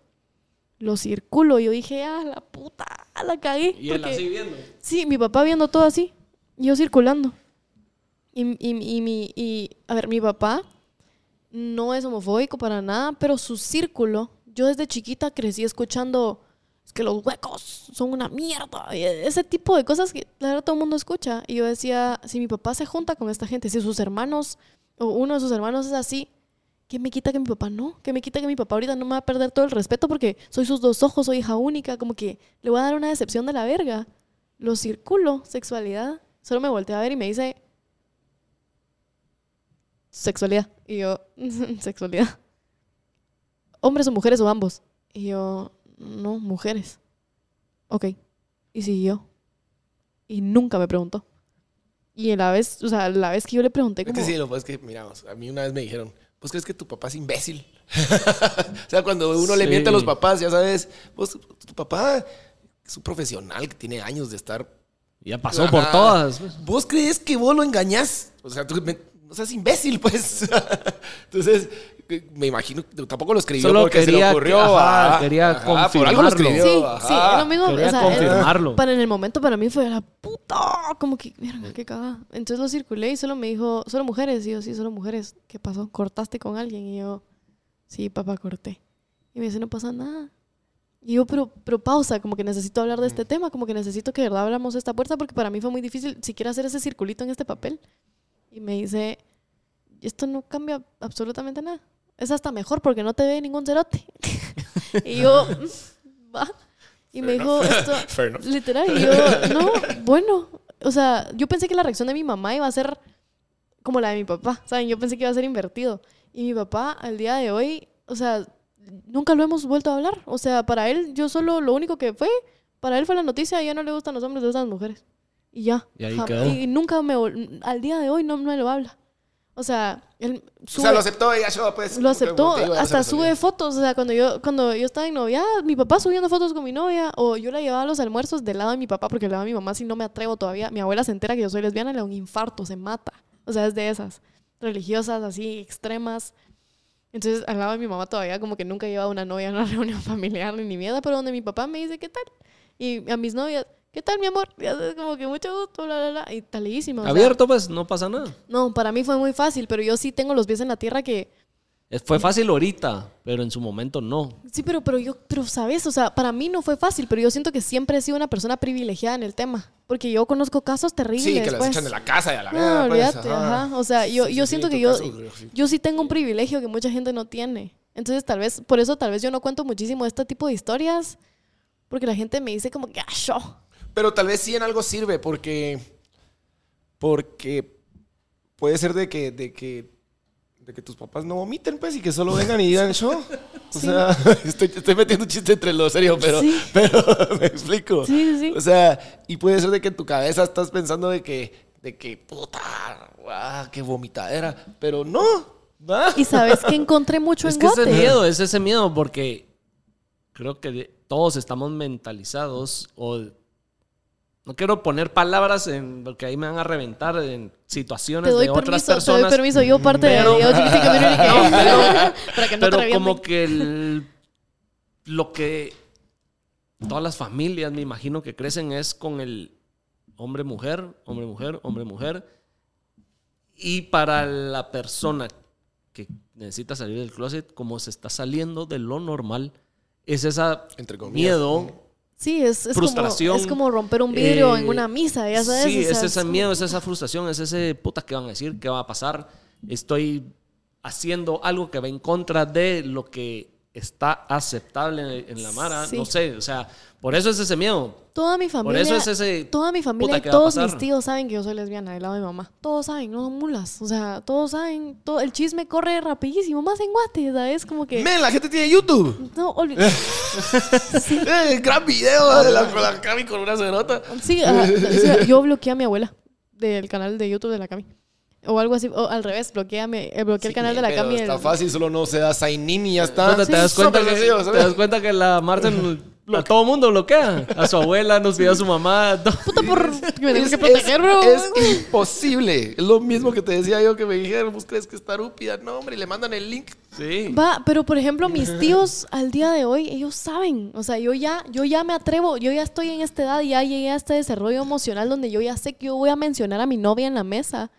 Speaker 3: Lo circulo, yo dije, ah, la puta, la cagué.
Speaker 1: Y él
Speaker 3: porque-
Speaker 1: así viendo.
Speaker 3: Sí, mi papá viendo todo así, y yo circulando. Y, y, y, mi- y, a ver, mi papá no es homofóbico para nada, pero su círculo, yo desde chiquita crecí escuchando, es que los huecos son una mierda, y ese tipo de cosas que la verdad todo el mundo escucha. Y yo decía, si mi papá se junta con esta gente, si sus hermanos o uno de sus hermanos es así, ¿qué me quita que mi papá no? ¿Qué me quita que mi papá ahorita no me va a perder todo el respeto porque soy sus dos ojos, soy hija única, como que le voy a dar una decepción de la verga? Lo circulo, sexualidad. Solo me voltea a ver y me dice, sexualidad. Y yo, sexualidad. Hombres o mujeres o ambos. Y yo, no, mujeres. Ok. Y siguió. Y nunca me preguntó. Y a la vez, o sea, la vez que yo le pregunté
Speaker 2: Es
Speaker 3: como...
Speaker 2: que Este sí, lo que pasa es que, miramos, a mí una vez me dijeron, pues crees que tu papá es imbécil. o sea, cuando uno le
Speaker 1: Sí.
Speaker 2: miente a los papás, ya sabes, pues tu, tu papá es un profesional que tiene años de estar.
Speaker 1: Ya pasó
Speaker 2: Ajá.
Speaker 1: por todas. pues.
Speaker 2: ¿Vos crees que vos lo engañás? O sea, tú me- no seas imbécil, pues. Entonces, que- me imagino, que tampoco lo escribió
Speaker 1: Solo
Speaker 2: porque se
Speaker 1: quería
Speaker 2: le
Speaker 1: que-
Speaker 2: ocurrió.
Speaker 1: ajá,
Speaker 2: ajá,
Speaker 1: quería
Speaker 2: Por algo lo
Speaker 1: confirmarlo.
Speaker 2: escribió.
Speaker 3: Sí,
Speaker 2: ajá.
Speaker 3: sí, es lo mismo.
Speaker 1: Quería
Speaker 3: o sea,
Speaker 1: confirmarlo.
Speaker 3: era- para en el momento para mí fue la puta, como que, mierda, qué cagada. Entonces lo circulé y solo me dijo, solo mujeres. Y yo, sí, solo mujeres. ¿Qué pasó? ¿Cortaste con alguien? Y yo, sí, papá, corté. Y me dice, no pasa nada. Y yo, pero, pero pausa, como que necesito hablar de este tema, como que necesito que de verdad hablamos de esta puerta, porque para mí fue muy difícil siquiera hacer ese circulito en este papel. Y me dice, esto no cambia absolutamente nada. Es hasta mejor porque no te ve ningún cerote. y yo, mm, va. Y me dijo, esto,
Speaker 2: Fair enough.
Speaker 3: literal, y yo, no, bueno. O sea, yo pensé que la reacción de mi mamá iba a ser como la de mi papá, ¿saben? Yo pensé que iba a ser invertido. Y mi papá, al día de hoy, o sea, nunca lo hemos vuelto a hablar. O sea, para él, yo solo, lo único que fue, para él fue la noticia, ya no le gustan los hombres, le gustan las mujeres. Y ya.
Speaker 1: Y ahí
Speaker 3: Jam-
Speaker 1: quedó.
Speaker 3: y nunca me, vol- al día de hoy no me lo habla. O sea, él
Speaker 2: O
Speaker 3: sube,
Speaker 2: sea, lo aceptó ella, yo pues.
Speaker 3: lo aceptó,
Speaker 2: Como te digo, ya no se
Speaker 3: hasta
Speaker 2: resolvió.
Speaker 3: sube fotos. O sea, cuando yo, cuando yo estaba en novia, mi papá subiendo fotos con mi novia, o yo la llevaba a los almuerzos del lado de mi papá, porque al lado de mi mamá, si no me atrevo todavía, mi abuela se entera que yo soy lesbiana y le da un infarto, se mata. O sea, es de esas religiosas así extremas. Entonces, al lado de mi mamá todavía, como que nunca llevaba una novia a una reunión familiar ni ni mierda, pero donde mi papá me dice, ¿qué tal? Y a mis novias, ¿qué tal, mi amor? Y hace como que mucho gusto, bla, bla, bla. Y talísima. o sea,
Speaker 1: Abierto, pues, no pasa nada.
Speaker 3: no, para mí fue muy fácil, pero yo sí tengo los pies en la tierra que.
Speaker 1: Es- Eh, Fue fácil ahorita, pero en su momento no.
Speaker 3: Sí, pero, pero yo, pero sabes, o sea, para mí no fue fácil, pero yo siento que siempre he sido una persona privilegiada en el tema, porque yo conozco casos terribles.
Speaker 2: Sí, que las
Speaker 3: pues.
Speaker 2: echan de la casa y a la
Speaker 3: No,
Speaker 2: mierda. pues,
Speaker 3: olvídate, ajá. O sea, yo,
Speaker 2: Sí,
Speaker 3: yo
Speaker 2: sí,
Speaker 3: siento
Speaker 2: sí,
Speaker 3: que
Speaker 2: tu
Speaker 3: yo,
Speaker 2: caso, creo que sí.
Speaker 3: yo sí tengo un privilegio que mucha gente no tiene. Entonces, tal vez, por eso tal vez yo no cuento muchísimo este tipo de historias, porque la gente me dice como que, ah, yo.
Speaker 2: Pero tal vez sí en algo sirve, porque. Porque puede ser de que. De que, de que tus papás no vomiten, pues, y que solo vengan y digan yo. O
Speaker 3: Sí.
Speaker 2: sea, estoy, estoy metiendo un chiste entre los serios, pero,
Speaker 3: Sí.
Speaker 2: pero me explico.
Speaker 3: Sí, sí, sí.
Speaker 2: O sea, y puede ser de que en tu cabeza estás pensando de que, de que puta, ah, qué vomitadera, pero no. ¿va?
Speaker 3: Y sabes que encontré mucho
Speaker 1: Es
Speaker 3: en
Speaker 1: que ese
Speaker 3: Guate.
Speaker 1: miedo, es ese miedo, porque creo que de- todos estamos mentalizados o... No quiero poner palabras en, porque ahí me van a reventar en
Speaker 3: Te
Speaker 1: situaciones
Speaker 3: doy
Speaker 1: de otras
Speaker 3: permiso, te doy
Speaker 1: personas.
Speaker 3: permiso, yo parte
Speaker 1: pero-
Speaker 3: de LGBT community que- para que no te
Speaker 1: pero
Speaker 3: revienten.
Speaker 1: como que el- lo que todas las familias me imagino que crecen es con el hombre mujer hombre mujer hombre mujer y para la persona que necesita salir del closet como se está saliendo de lo normal es esa
Speaker 2: Entre comillas.
Speaker 1: miedo
Speaker 3: Sí, es, es
Speaker 1: frustración,
Speaker 3: Como, es como romper un vidrio
Speaker 1: eh,
Speaker 3: en una misa, ya sabes.
Speaker 1: Sí,
Speaker 3: o sea,
Speaker 1: es ese
Speaker 3: como-
Speaker 1: miedo, es esa frustración, es ese puta que van a decir, qué va a pasar. Estoy haciendo algo que va en contra de lo que está aceptable en- en la mara.
Speaker 3: Sí.
Speaker 1: No sé, o sea, por eso es ese miedo.
Speaker 3: Toda mi familia.
Speaker 1: eso es ese,
Speaker 3: Toda mi familia
Speaker 1: puta,
Speaker 3: y
Speaker 1: ¿qué va a
Speaker 3: todos
Speaker 1: pasar?
Speaker 3: mis tíos saben que yo soy lesbiana del lado de mi mamá. Todos saben, no son mulas. O sea, todos saben. todo- el chisme corre rapidísimo, más en Guate, ¿sabes? Como que.
Speaker 2: Men, la gente tiene YouTube.
Speaker 3: No, olvi-
Speaker 2: Eh, El gran video de
Speaker 3: Ah.
Speaker 2: la, con la Cami con una cerota.
Speaker 3: Sí, ajá, sí, yo bloqueé a mi abuela del canal de YouTube de la Cami. O algo así, o al revés, bloqueé, a mi- eh, bloqueé el canal de la
Speaker 2: Pero
Speaker 3: Cami.
Speaker 2: Está
Speaker 3: del-
Speaker 2: fácil, solo no se da sign in y ya está.
Speaker 1: Puta, ¿te, das cuenta
Speaker 2: Súper
Speaker 1: que,
Speaker 2: sencillo,
Speaker 1: te
Speaker 2: ¿sabes?
Speaker 1: das cuenta que la Marten a todo mundo bloquea. A su abuela, nos vio a su mamá. a todo-
Speaker 3: Puta por. que me tengo
Speaker 2: Es-
Speaker 3: que proteger,
Speaker 2: es-
Speaker 3: bro.
Speaker 2: Es imposible. Es lo mismo que te decía yo que me dijeron, ¿vos crees que está rúpida? No, hombre, y le mandan el link.
Speaker 1: Sí.
Speaker 3: Va, pero por ejemplo, mis tíos al día de hoy, ellos saben. O sea, yo ya, yo ya me atrevo, yo ya estoy en esta edad, ya llegué a este desarrollo emocional donde yo ya sé que yo voy a mencionar a mi novia en la mesa.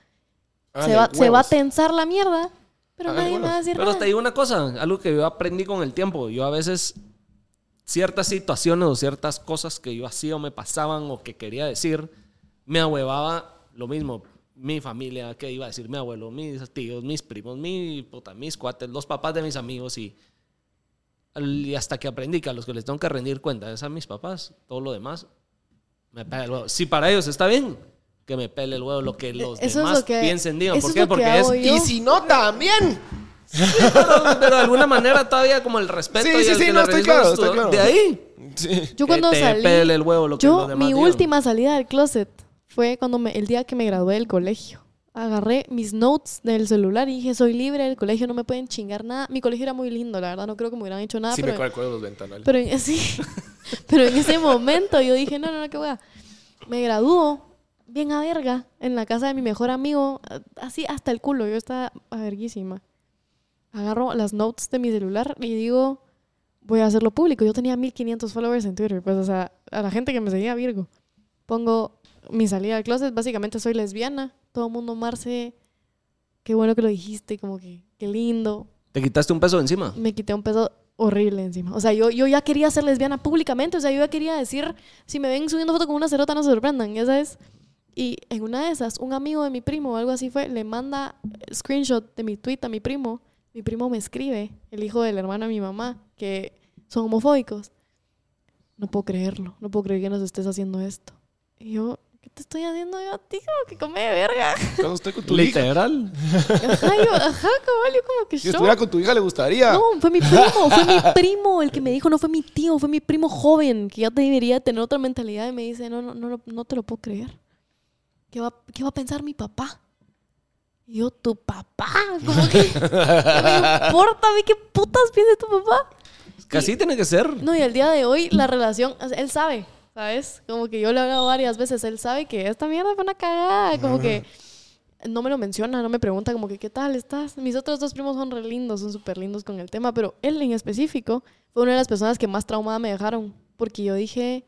Speaker 3: Se
Speaker 2: Háganle
Speaker 3: va, se va a
Speaker 2: huevos.
Speaker 3: tensar la mierda, pero
Speaker 2: Háganle
Speaker 3: nadie me va a
Speaker 2: huevos.
Speaker 3: decir
Speaker 1: Pero
Speaker 3: nada.
Speaker 1: te digo una cosa, algo que yo aprendí con el tiempo. Yo a veces ciertas situaciones o ciertas cosas que yo hacía o me pasaban o que quería decir, me ahuevaba lo mismo. Mi familia, que iba a decir mi abuelo, mis tíos, mis primos, mi puta, mis cuates, los papás de mis amigos y, y hasta que aprendí que a los que les tengo que rendir cuenta es a mis papás, todo lo demás, me pela el huevo. Si para ellos está bien, que me pele el huevo lo que los
Speaker 3: E, Eso es
Speaker 1: demás
Speaker 3: lo que-
Speaker 1: piensen, digan.
Speaker 3: eso
Speaker 1: ¿Por
Speaker 3: es
Speaker 1: qué?
Speaker 3: lo que
Speaker 1: Porque es
Speaker 3: hago yo.
Speaker 2: Y si no, también.
Speaker 1: pero, pero de alguna manera todavía como el respeto.
Speaker 2: Sí,
Speaker 1: y
Speaker 2: sí,
Speaker 1: el
Speaker 2: sí,
Speaker 1: que
Speaker 2: no,
Speaker 1: le
Speaker 2: estoy
Speaker 1: rendimos
Speaker 2: claro,
Speaker 1: tu-
Speaker 2: estoy claro.
Speaker 1: De ahí.
Speaker 2: Sí.
Speaker 3: Yo cuando
Speaker 1: que te
Speaker 3: salí,
Speaker 1: pele el huevo lo que los
Speaker 3: yo
Speaker 1: demás
Speaker 3: mi
Speaker 1: digan.
Speaker 3: última salida del closet fue cuando me- el día que me gradué del colegio. Agarré mis notes del celular y dije, soy libre del colegio, no me pueden chingar nada. Mi colegio era muy lindo, la verdad, no creo que me hubieran hecho nada.
Speaker 2: sí, me
Speaker 3: Ah, pero
Speaker 2: acuerdo de los ventanales.
Speaker 3: Pero en, sí, pero en ese momento yo dije, no, no, no, qué hueá. Me graduó bien a verga en la casa de mi mejor amigo, así hasta el culo, yo estaba a verguísima. Agarro las notes de mi celular y digo, voy a hacerlo público. Yo tenía 1500 followers en Twitter, pues, o sea, a la gente que me seguía Virgo. Pongo mi salida al closet, básicamente soy lesbiana, todo el mundo marce, qué bueno que lo dijiste, como que, qué lindo,
Speaker 1: Te quitaste un peso de encima.
Speaker 3: me quité un peso horrible encima. O sea, yo, yo ya quería ser lesbiana públicamente. O sea, yo ya quería decir, si me ven subiendo foto con una cerota, no se sorprendan, ya sabes. Y en una de esas, un amigo de mi primo o algo así fue, le manda screenshot de mi tweet a mi primo. Mi primo me escribe, el hijo del hermano de mi mamá, que son homofóbicos. No puedo creerlo, no puedo creer que nos estés haciendo esto. Y yo, ¿qué te estoy haciendo yo a ti? Como que come de verga.
Speaker 2: Cuando estoy con tu hija.
Speaker 1: Literal.
Speaker 3: Ajá, yo, ajá, cabal, yo como que
Speaker 2: Si
Speaker 3: shock.
Speaker 2: estuviera con tu hija, le gustaría.
Speaker 3: No, fue mi primo, fue mi primo el que me dijo, no fue mi tío, fue mi primo joven, que ya debería tener otra mentalidad y me dice, no, no, no, lo- no te lo puedo creer. ¿Qué va, qué va a pensar mi papá? Y yo, tu papá, como que, ¿qué me importa a mí qué putas piensa tu papá?
Speaker 1: Que así tiene que ser.
Speaker 3: No, y al día de hoy la relación, o sea, él sabe, ¿sabes? Como que yo le he hablado varias veces, él sabe que esta mierda fue una cagada, como que no me lo menciona, no me pregunta como que qué tal estás. Mis otros dos primos son re lindos, son súper lindos con el tema, pero él en específico fue una de las personas que más traumada me dejaron, porque yo dije,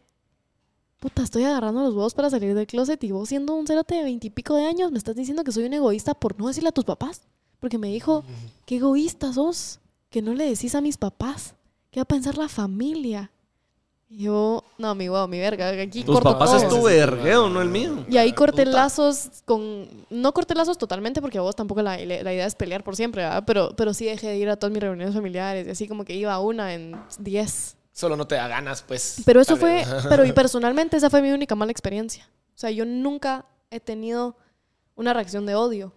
Speaker 3: puta, estoy agarrando los huevos para salir del closet y vos siendo un cerote de veintipico de años me estás diciendo que soy un egoísta por no decirle a tus papás, porque me dijo, qué egoísta sos, que no le decís a mis papás. ¿Qué va a pensar la familia? Y yo, no, mi guau, mi verga, aquí
Speaker 1: Tus
Speaker 3: corto
Speaker 1: papás
Speaker 3: todo.
Speaker 1: es tu vergueo, no el mío.
Speaker 3: Y ahí corté lazos con... No corté lazos totalmente porque a vos tampoco la, la- la idea es pelear por siempre, ¿verdad? Pero, pero sí dejé de ir a todas mis reuniones familiares y así como que iba a una en diez.
Speaker 2: Solo no te da ganas, pues.
Speaker 3: Pero eso
Speaker 2: tal
Speaker 3: fue...
Speaker 2: vez.
Speaker 3: Pero y personalmente esa fue mi única mala experiencia. O sea, yo nunca he tenido una reacción de odio.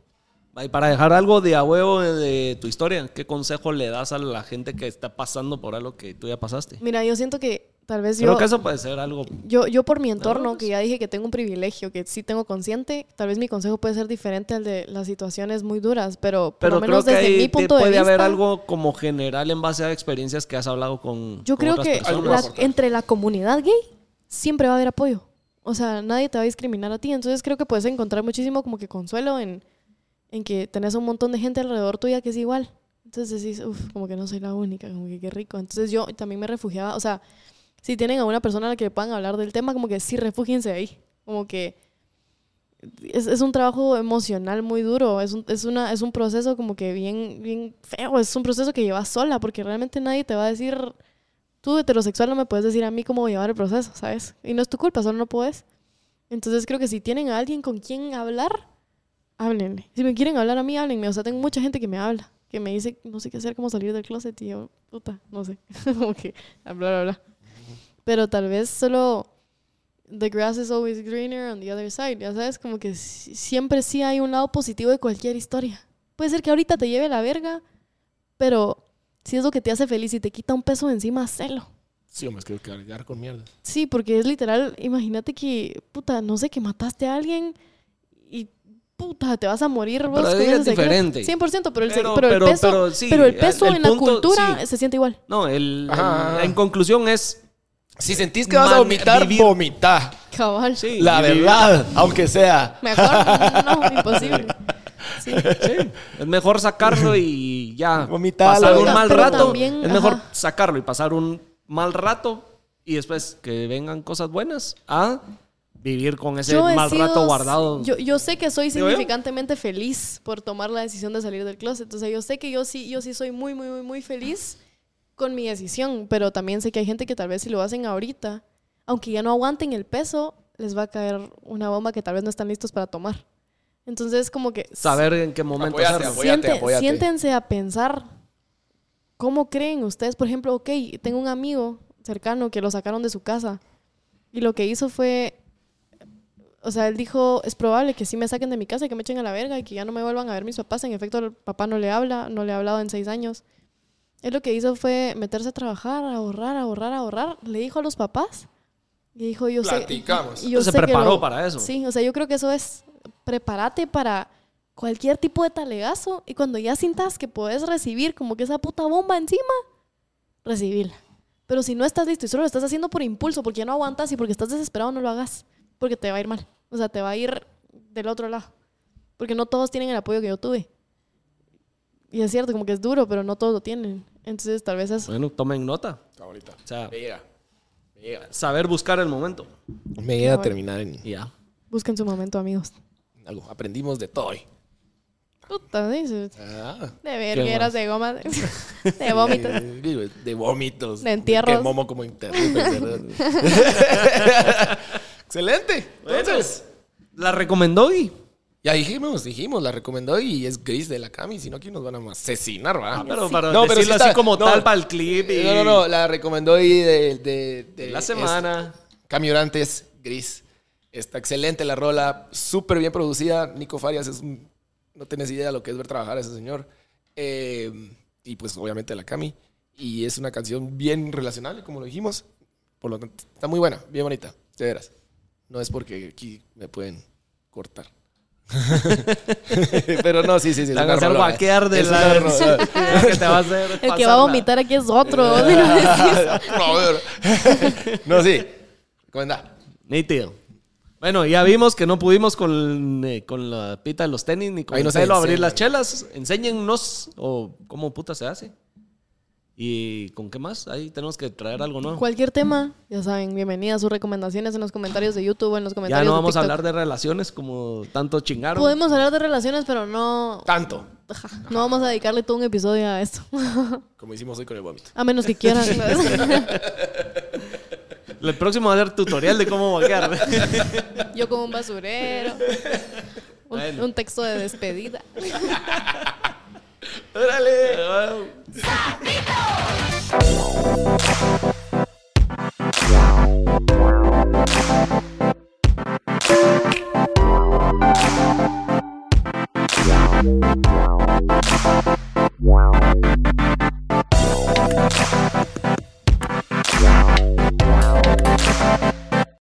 Speaker 1: Y para dejar algo de a huevo de, de tu historia, ¿qué consejo le das a la gente que está pasando por algo que tú ya pasaste?
Speaker 3: Mira, yo siento que tal vez yo...
Speaker 1: Creo que eso puede ser algo.
Speaker 3: Yo, yo por mi entorno,
Speaker 1: pues.
Speaker 3: que ya dije que tengo un privilegio, que sí tengo consciente, tal vez mi consejo puede ser diferente al de las situaciones muy duras, pero por
Speaker 1: Pero
Speaker 3: lo
Speaker 1: creo
Speaker 3: menos
Speaker 1: que
Speaker 3: desde
Speaker 1: ahí
Speaker 3: mi
Speaker 1: te
Speaker 3: punto de
Speaker 1: puede
Speaker 3: vista...
Speaker 1: haber algo como general en base a experiencias que has hablado con,
Speaker 3: Yo
Speaker 1: con
Speaker 3: creo
Speaker 1: otras
Speaker 3: que
Speaker 1: personas.
Speaker 2: Algo
Speaker 3: la-
Speaker 2: aportar.
Speaker 3: entre la comunidad gay siempre va a haber apoyo. O sea, nadie te va a discriminar a ti. Entonces creo que puedes encontrar muchísimo como que consuelo en, en que tenés un montón de gente alrededor tuya que es igual. Entonces decís, uff, como que no soy la única, como que qué rico. Entonces yo también me refugiaba, o sea, si tienen a una persona a la que le puedan hablar del tema, como que sí, refúgiense ahí. Como que es, es un trabajo emocional muy duro, es un, es una, es un proceso como que bien, bien feo, es un proceso que llevas sola, porque realmente nadie te va a decir, tú heterosexual no me puedes decir a mí cómo llevar el proceso, ¿sabes? Y no es tu culpa, solo no puedes. Entonces creo que si tienen a alguien con quien hablar, háblenle. Si me quieren hablar a mí, háblenme. O sea, tengo mucha gente que me habla, que me dice, no sé qué hacer, cómo salir del closet, y yo, puta, no sé. como que, bla, bla, bla. Pero tal vez solo the grass is always greener on the other side, ya sabes, como que si- siempre sí hay un lado positivo de cualquier historia. Puede ser que ahorita te lleve la verga, pero si es lo que te hace feliz y te quita un peso de encima, hacelo.
Speaker 2: Sí, yo me quiero cargar con mierda.
Speaker 3: Sí, porque es literal, imagínate que, puta, no sé, que mataste a alguien y, puta, te vas a morir vos
Speaker 1: Pero ahí es
Speaker 3: secreto.
Speaker 1: diferente.
Speaker 3: 100%, pero el, se-
Speaker 1: Pero-
Speaker 3: pero el
Speaker 1: pero-
Speaker 3: peso,
Speaker 1: pero sí,
Speaker 3: pero el
Speaker 1: el-
Speaker 3: peso
Speaker 1: el
Speaker 3: en la
Speaker 1: punto,
Speaker 3: cultura
Speaker 1: sí.
Speaker 3: se siente igual.
Speaker 1: No, el,
Speaker 2: Ajá.
Speaker 1: el- en conclusión es.
Speaker 2: Si sentís que vas a
Speaker 1: Man-
Speaker 2: vomitar,
Speaker 1: vivir-
Speaker 2: vomita.
Speaker 3: Cabal.
Speaker 1: Sí,
Speaker 2: La
Speaker 1: y vivir-
Speaker 2: verdad, aunque sea.
Speaker 3: Mejor, no, imposible. Sí.
Speaker 1: Es mejor sacarlo y ya.
Speaker 2: Vomitarlo.
Speaker 1: Pasar un
Speaker 2: Pero-
Speaker 1: mal
Speaker 3: pero
Speaker 1: rato.
Speaker 3: también,
Speaker 1: es mejor
Speaker 3: ajá.
Speaker 1: sacarlo y pasar un mal rato y después que vengan cosas buenas a vivir con ese
Speaker 3: Yo he
Speaker 1: mal
Speaker 3: sido-
Speaker 1: rato guardado.
Speaker 3: Yo, yo sé que soy
Speaker 1: Digo yo.
Speaker 3: significantemente feliz por tomar la decisión de salir del closet. O sea, yo sé que yo sí, yo sí soy muy, muy, muy, muy feliz con mi decisión, pero también sé que hay gente que tal vez si lo hacen ahorita, aunque ya no aguanten el peso, les va a caer una bomba que tal vez no están listos para tomar. Entonces, como que
Speaker 1: saber en qué momento
Speaker 2: Apóyate,
Speaker 1: hacerlo.
Speaker 2: apóyate.
Speaker 3: Siente-
Speaker 2: apóyate.
Speaker 3: Siéntense a pensar cómo creen ustedes. Por ejemplo, ok, tengo un amigo cercano que lo sacaron de su casa y lo que hizo fue, o sea, él dijo, es probable que sí me saquen de mi casa y que me echen a la verga y que ya no me vuelvan a ver mis papás. En efecto, el papá no le habla, no le ha hablado en seis años. Él lo que hizo fue meterse a trabajar, a ahorrar, a ahorrar, a ahorrar. Le dijo a los papás y dijo, yo
Speaker 2: Platicamos.
Speaker 3: sé... y yo
Speaker 1: Se
Speaker 3: sé que
Speaker 1: preparó
Speaker 3: lo-
Speaker 1: para eso.
Speaker 3: Sí, o sea, yo creo que eso es, prepárate para cualquier tipo de talegazo y cuando ya sientas que puedes recibir como que esa puta bomba encima, recibirla. Pero si no estás listo y solo lo estás haciendo por impulso, porque ya no aguantas y porque estás desesperado, no lo hagas, porque te va a ir mal. O sea, te va a ir del otro lado. Porque no todos tienen el apoyo que yo tuve. Y es cierto, como que es duro, pero no todos lo tienen. Entonces, tal vez eso.
Speaker 1: Bueno, tomen nota.
Speaker 2: Está bonita.
Speaker 1: O sea,
Speaker 2: Me llega. Me llega.
Speaker 1: saber buscar el momento.
Speaker 2: Me llega a
Speaker 3: bueno.
Speaker 2: terminar en
Speaker 1: Y ya.
Speaker 3: Busquen su momento, amigos.
Speaker 2: algo. Aprendimos de todo hoy.
Speaker 3: Puta, dices.
Speaker 2: Ah.
Speaker 3: De vergueras,
Speaker 1: más?
Speaker 3: de goma, de- de vómitos.
Speaker 2: Eh, digo, de vómitos.
Speaker 3: De entierros.
Speaker 2: Que momo como interrumpe. ¿verdad? Excelente. Entonces,
Speaker 1: La recomendó y.
Speaker 2: ya dijimos, dijimos, la recomendó y es gris de la cami, si no aquí nos van a asesinar, ¿verdad?
Speaker 1: Ah, Pero para
Speaker 2: No, pero
Speaker 1: decirlo
Speaker 2: sí
Speaker 1: así
Speaker 2: está-
Speaker 1: como
Speaker 2: no.
Speaker 1: tal para el clip. Y
Speaker 2: No, no, no, la recomendó y de, de- de-
Speaker 1: La
Speaker 2: es-
Speaker 1: semana.
Speaker 2: Cami Orantes, gris. Está excelente la rola, súper bien producida. Nico Farias es un- No tienes idea de lo que es ver trabajar a ese señor. Eh, y pues obviamente la Cami. Y es una canción bien relacionable, como lo dijimos. Por lo tanto, está muy buena, bien bonita, de veras. No es porque aquí me pueden cortar. Pero no, sí, sí, sí.
Speaker 1: Te van a
Speaker 2: es una
Speaker 1: hacer
Speaker 2: rola,
Speaker 1: vaquear de
Speaker 2: es
Speaker 1: la
Speaker 2: una rola.
Speaker 1: que te va a hacer
Speaker 3: El que va a vomitar aquí es otro.
Speaker 1: Eh.
Speaker 3: ¿no?
Speaker 2: No, pero- no, sí. Comenta.
Speaker 1: Nítido. Bueno, ya vimos que no pudimos con, eh, con la pita de los tenis ni con
Speaker 2: Ahí
Speaker 1: el
Speaker 2: no se
Speaker 1: pelo abrir
Speaker 2: enseña.
Speaker 1: las chelas. Enséñennos o cómo puta se hace. ¿Y con qué más? Ahí tenemos que traer algo nuevo.
Speaker 3: Cualquier tema, ya saben, bienvenidas sus recomendaciones en los comentarios de YouTube, en los comentarios
Speaker 1: Ya no
Speaker 3: de
Speaker 1: vamos a
Speaker 3: TikTok.
Speaker 1: hablar de relaciones como tanto chingaron.
Speaker 3: Podemos hablar de relaciones, pero no,
Speaker 2: Tanto.
Speaker 3: ajá,
Speaker 1: Ah.
Speaker 3: no vamos a dedicarle todo un episodio a esto.
Speaker 2: Como hicimos hoy con el vómito.
Speaker 3: a menos que quieran.
Speaker 1: El próximo va a ser tutorial de cómo vaquear.
Speaker 3: Yo como un basurero. Un,
Speaker 1: Bueno.
Speaker 3: un texto de despedida.
Speaker 1: ¡Órale!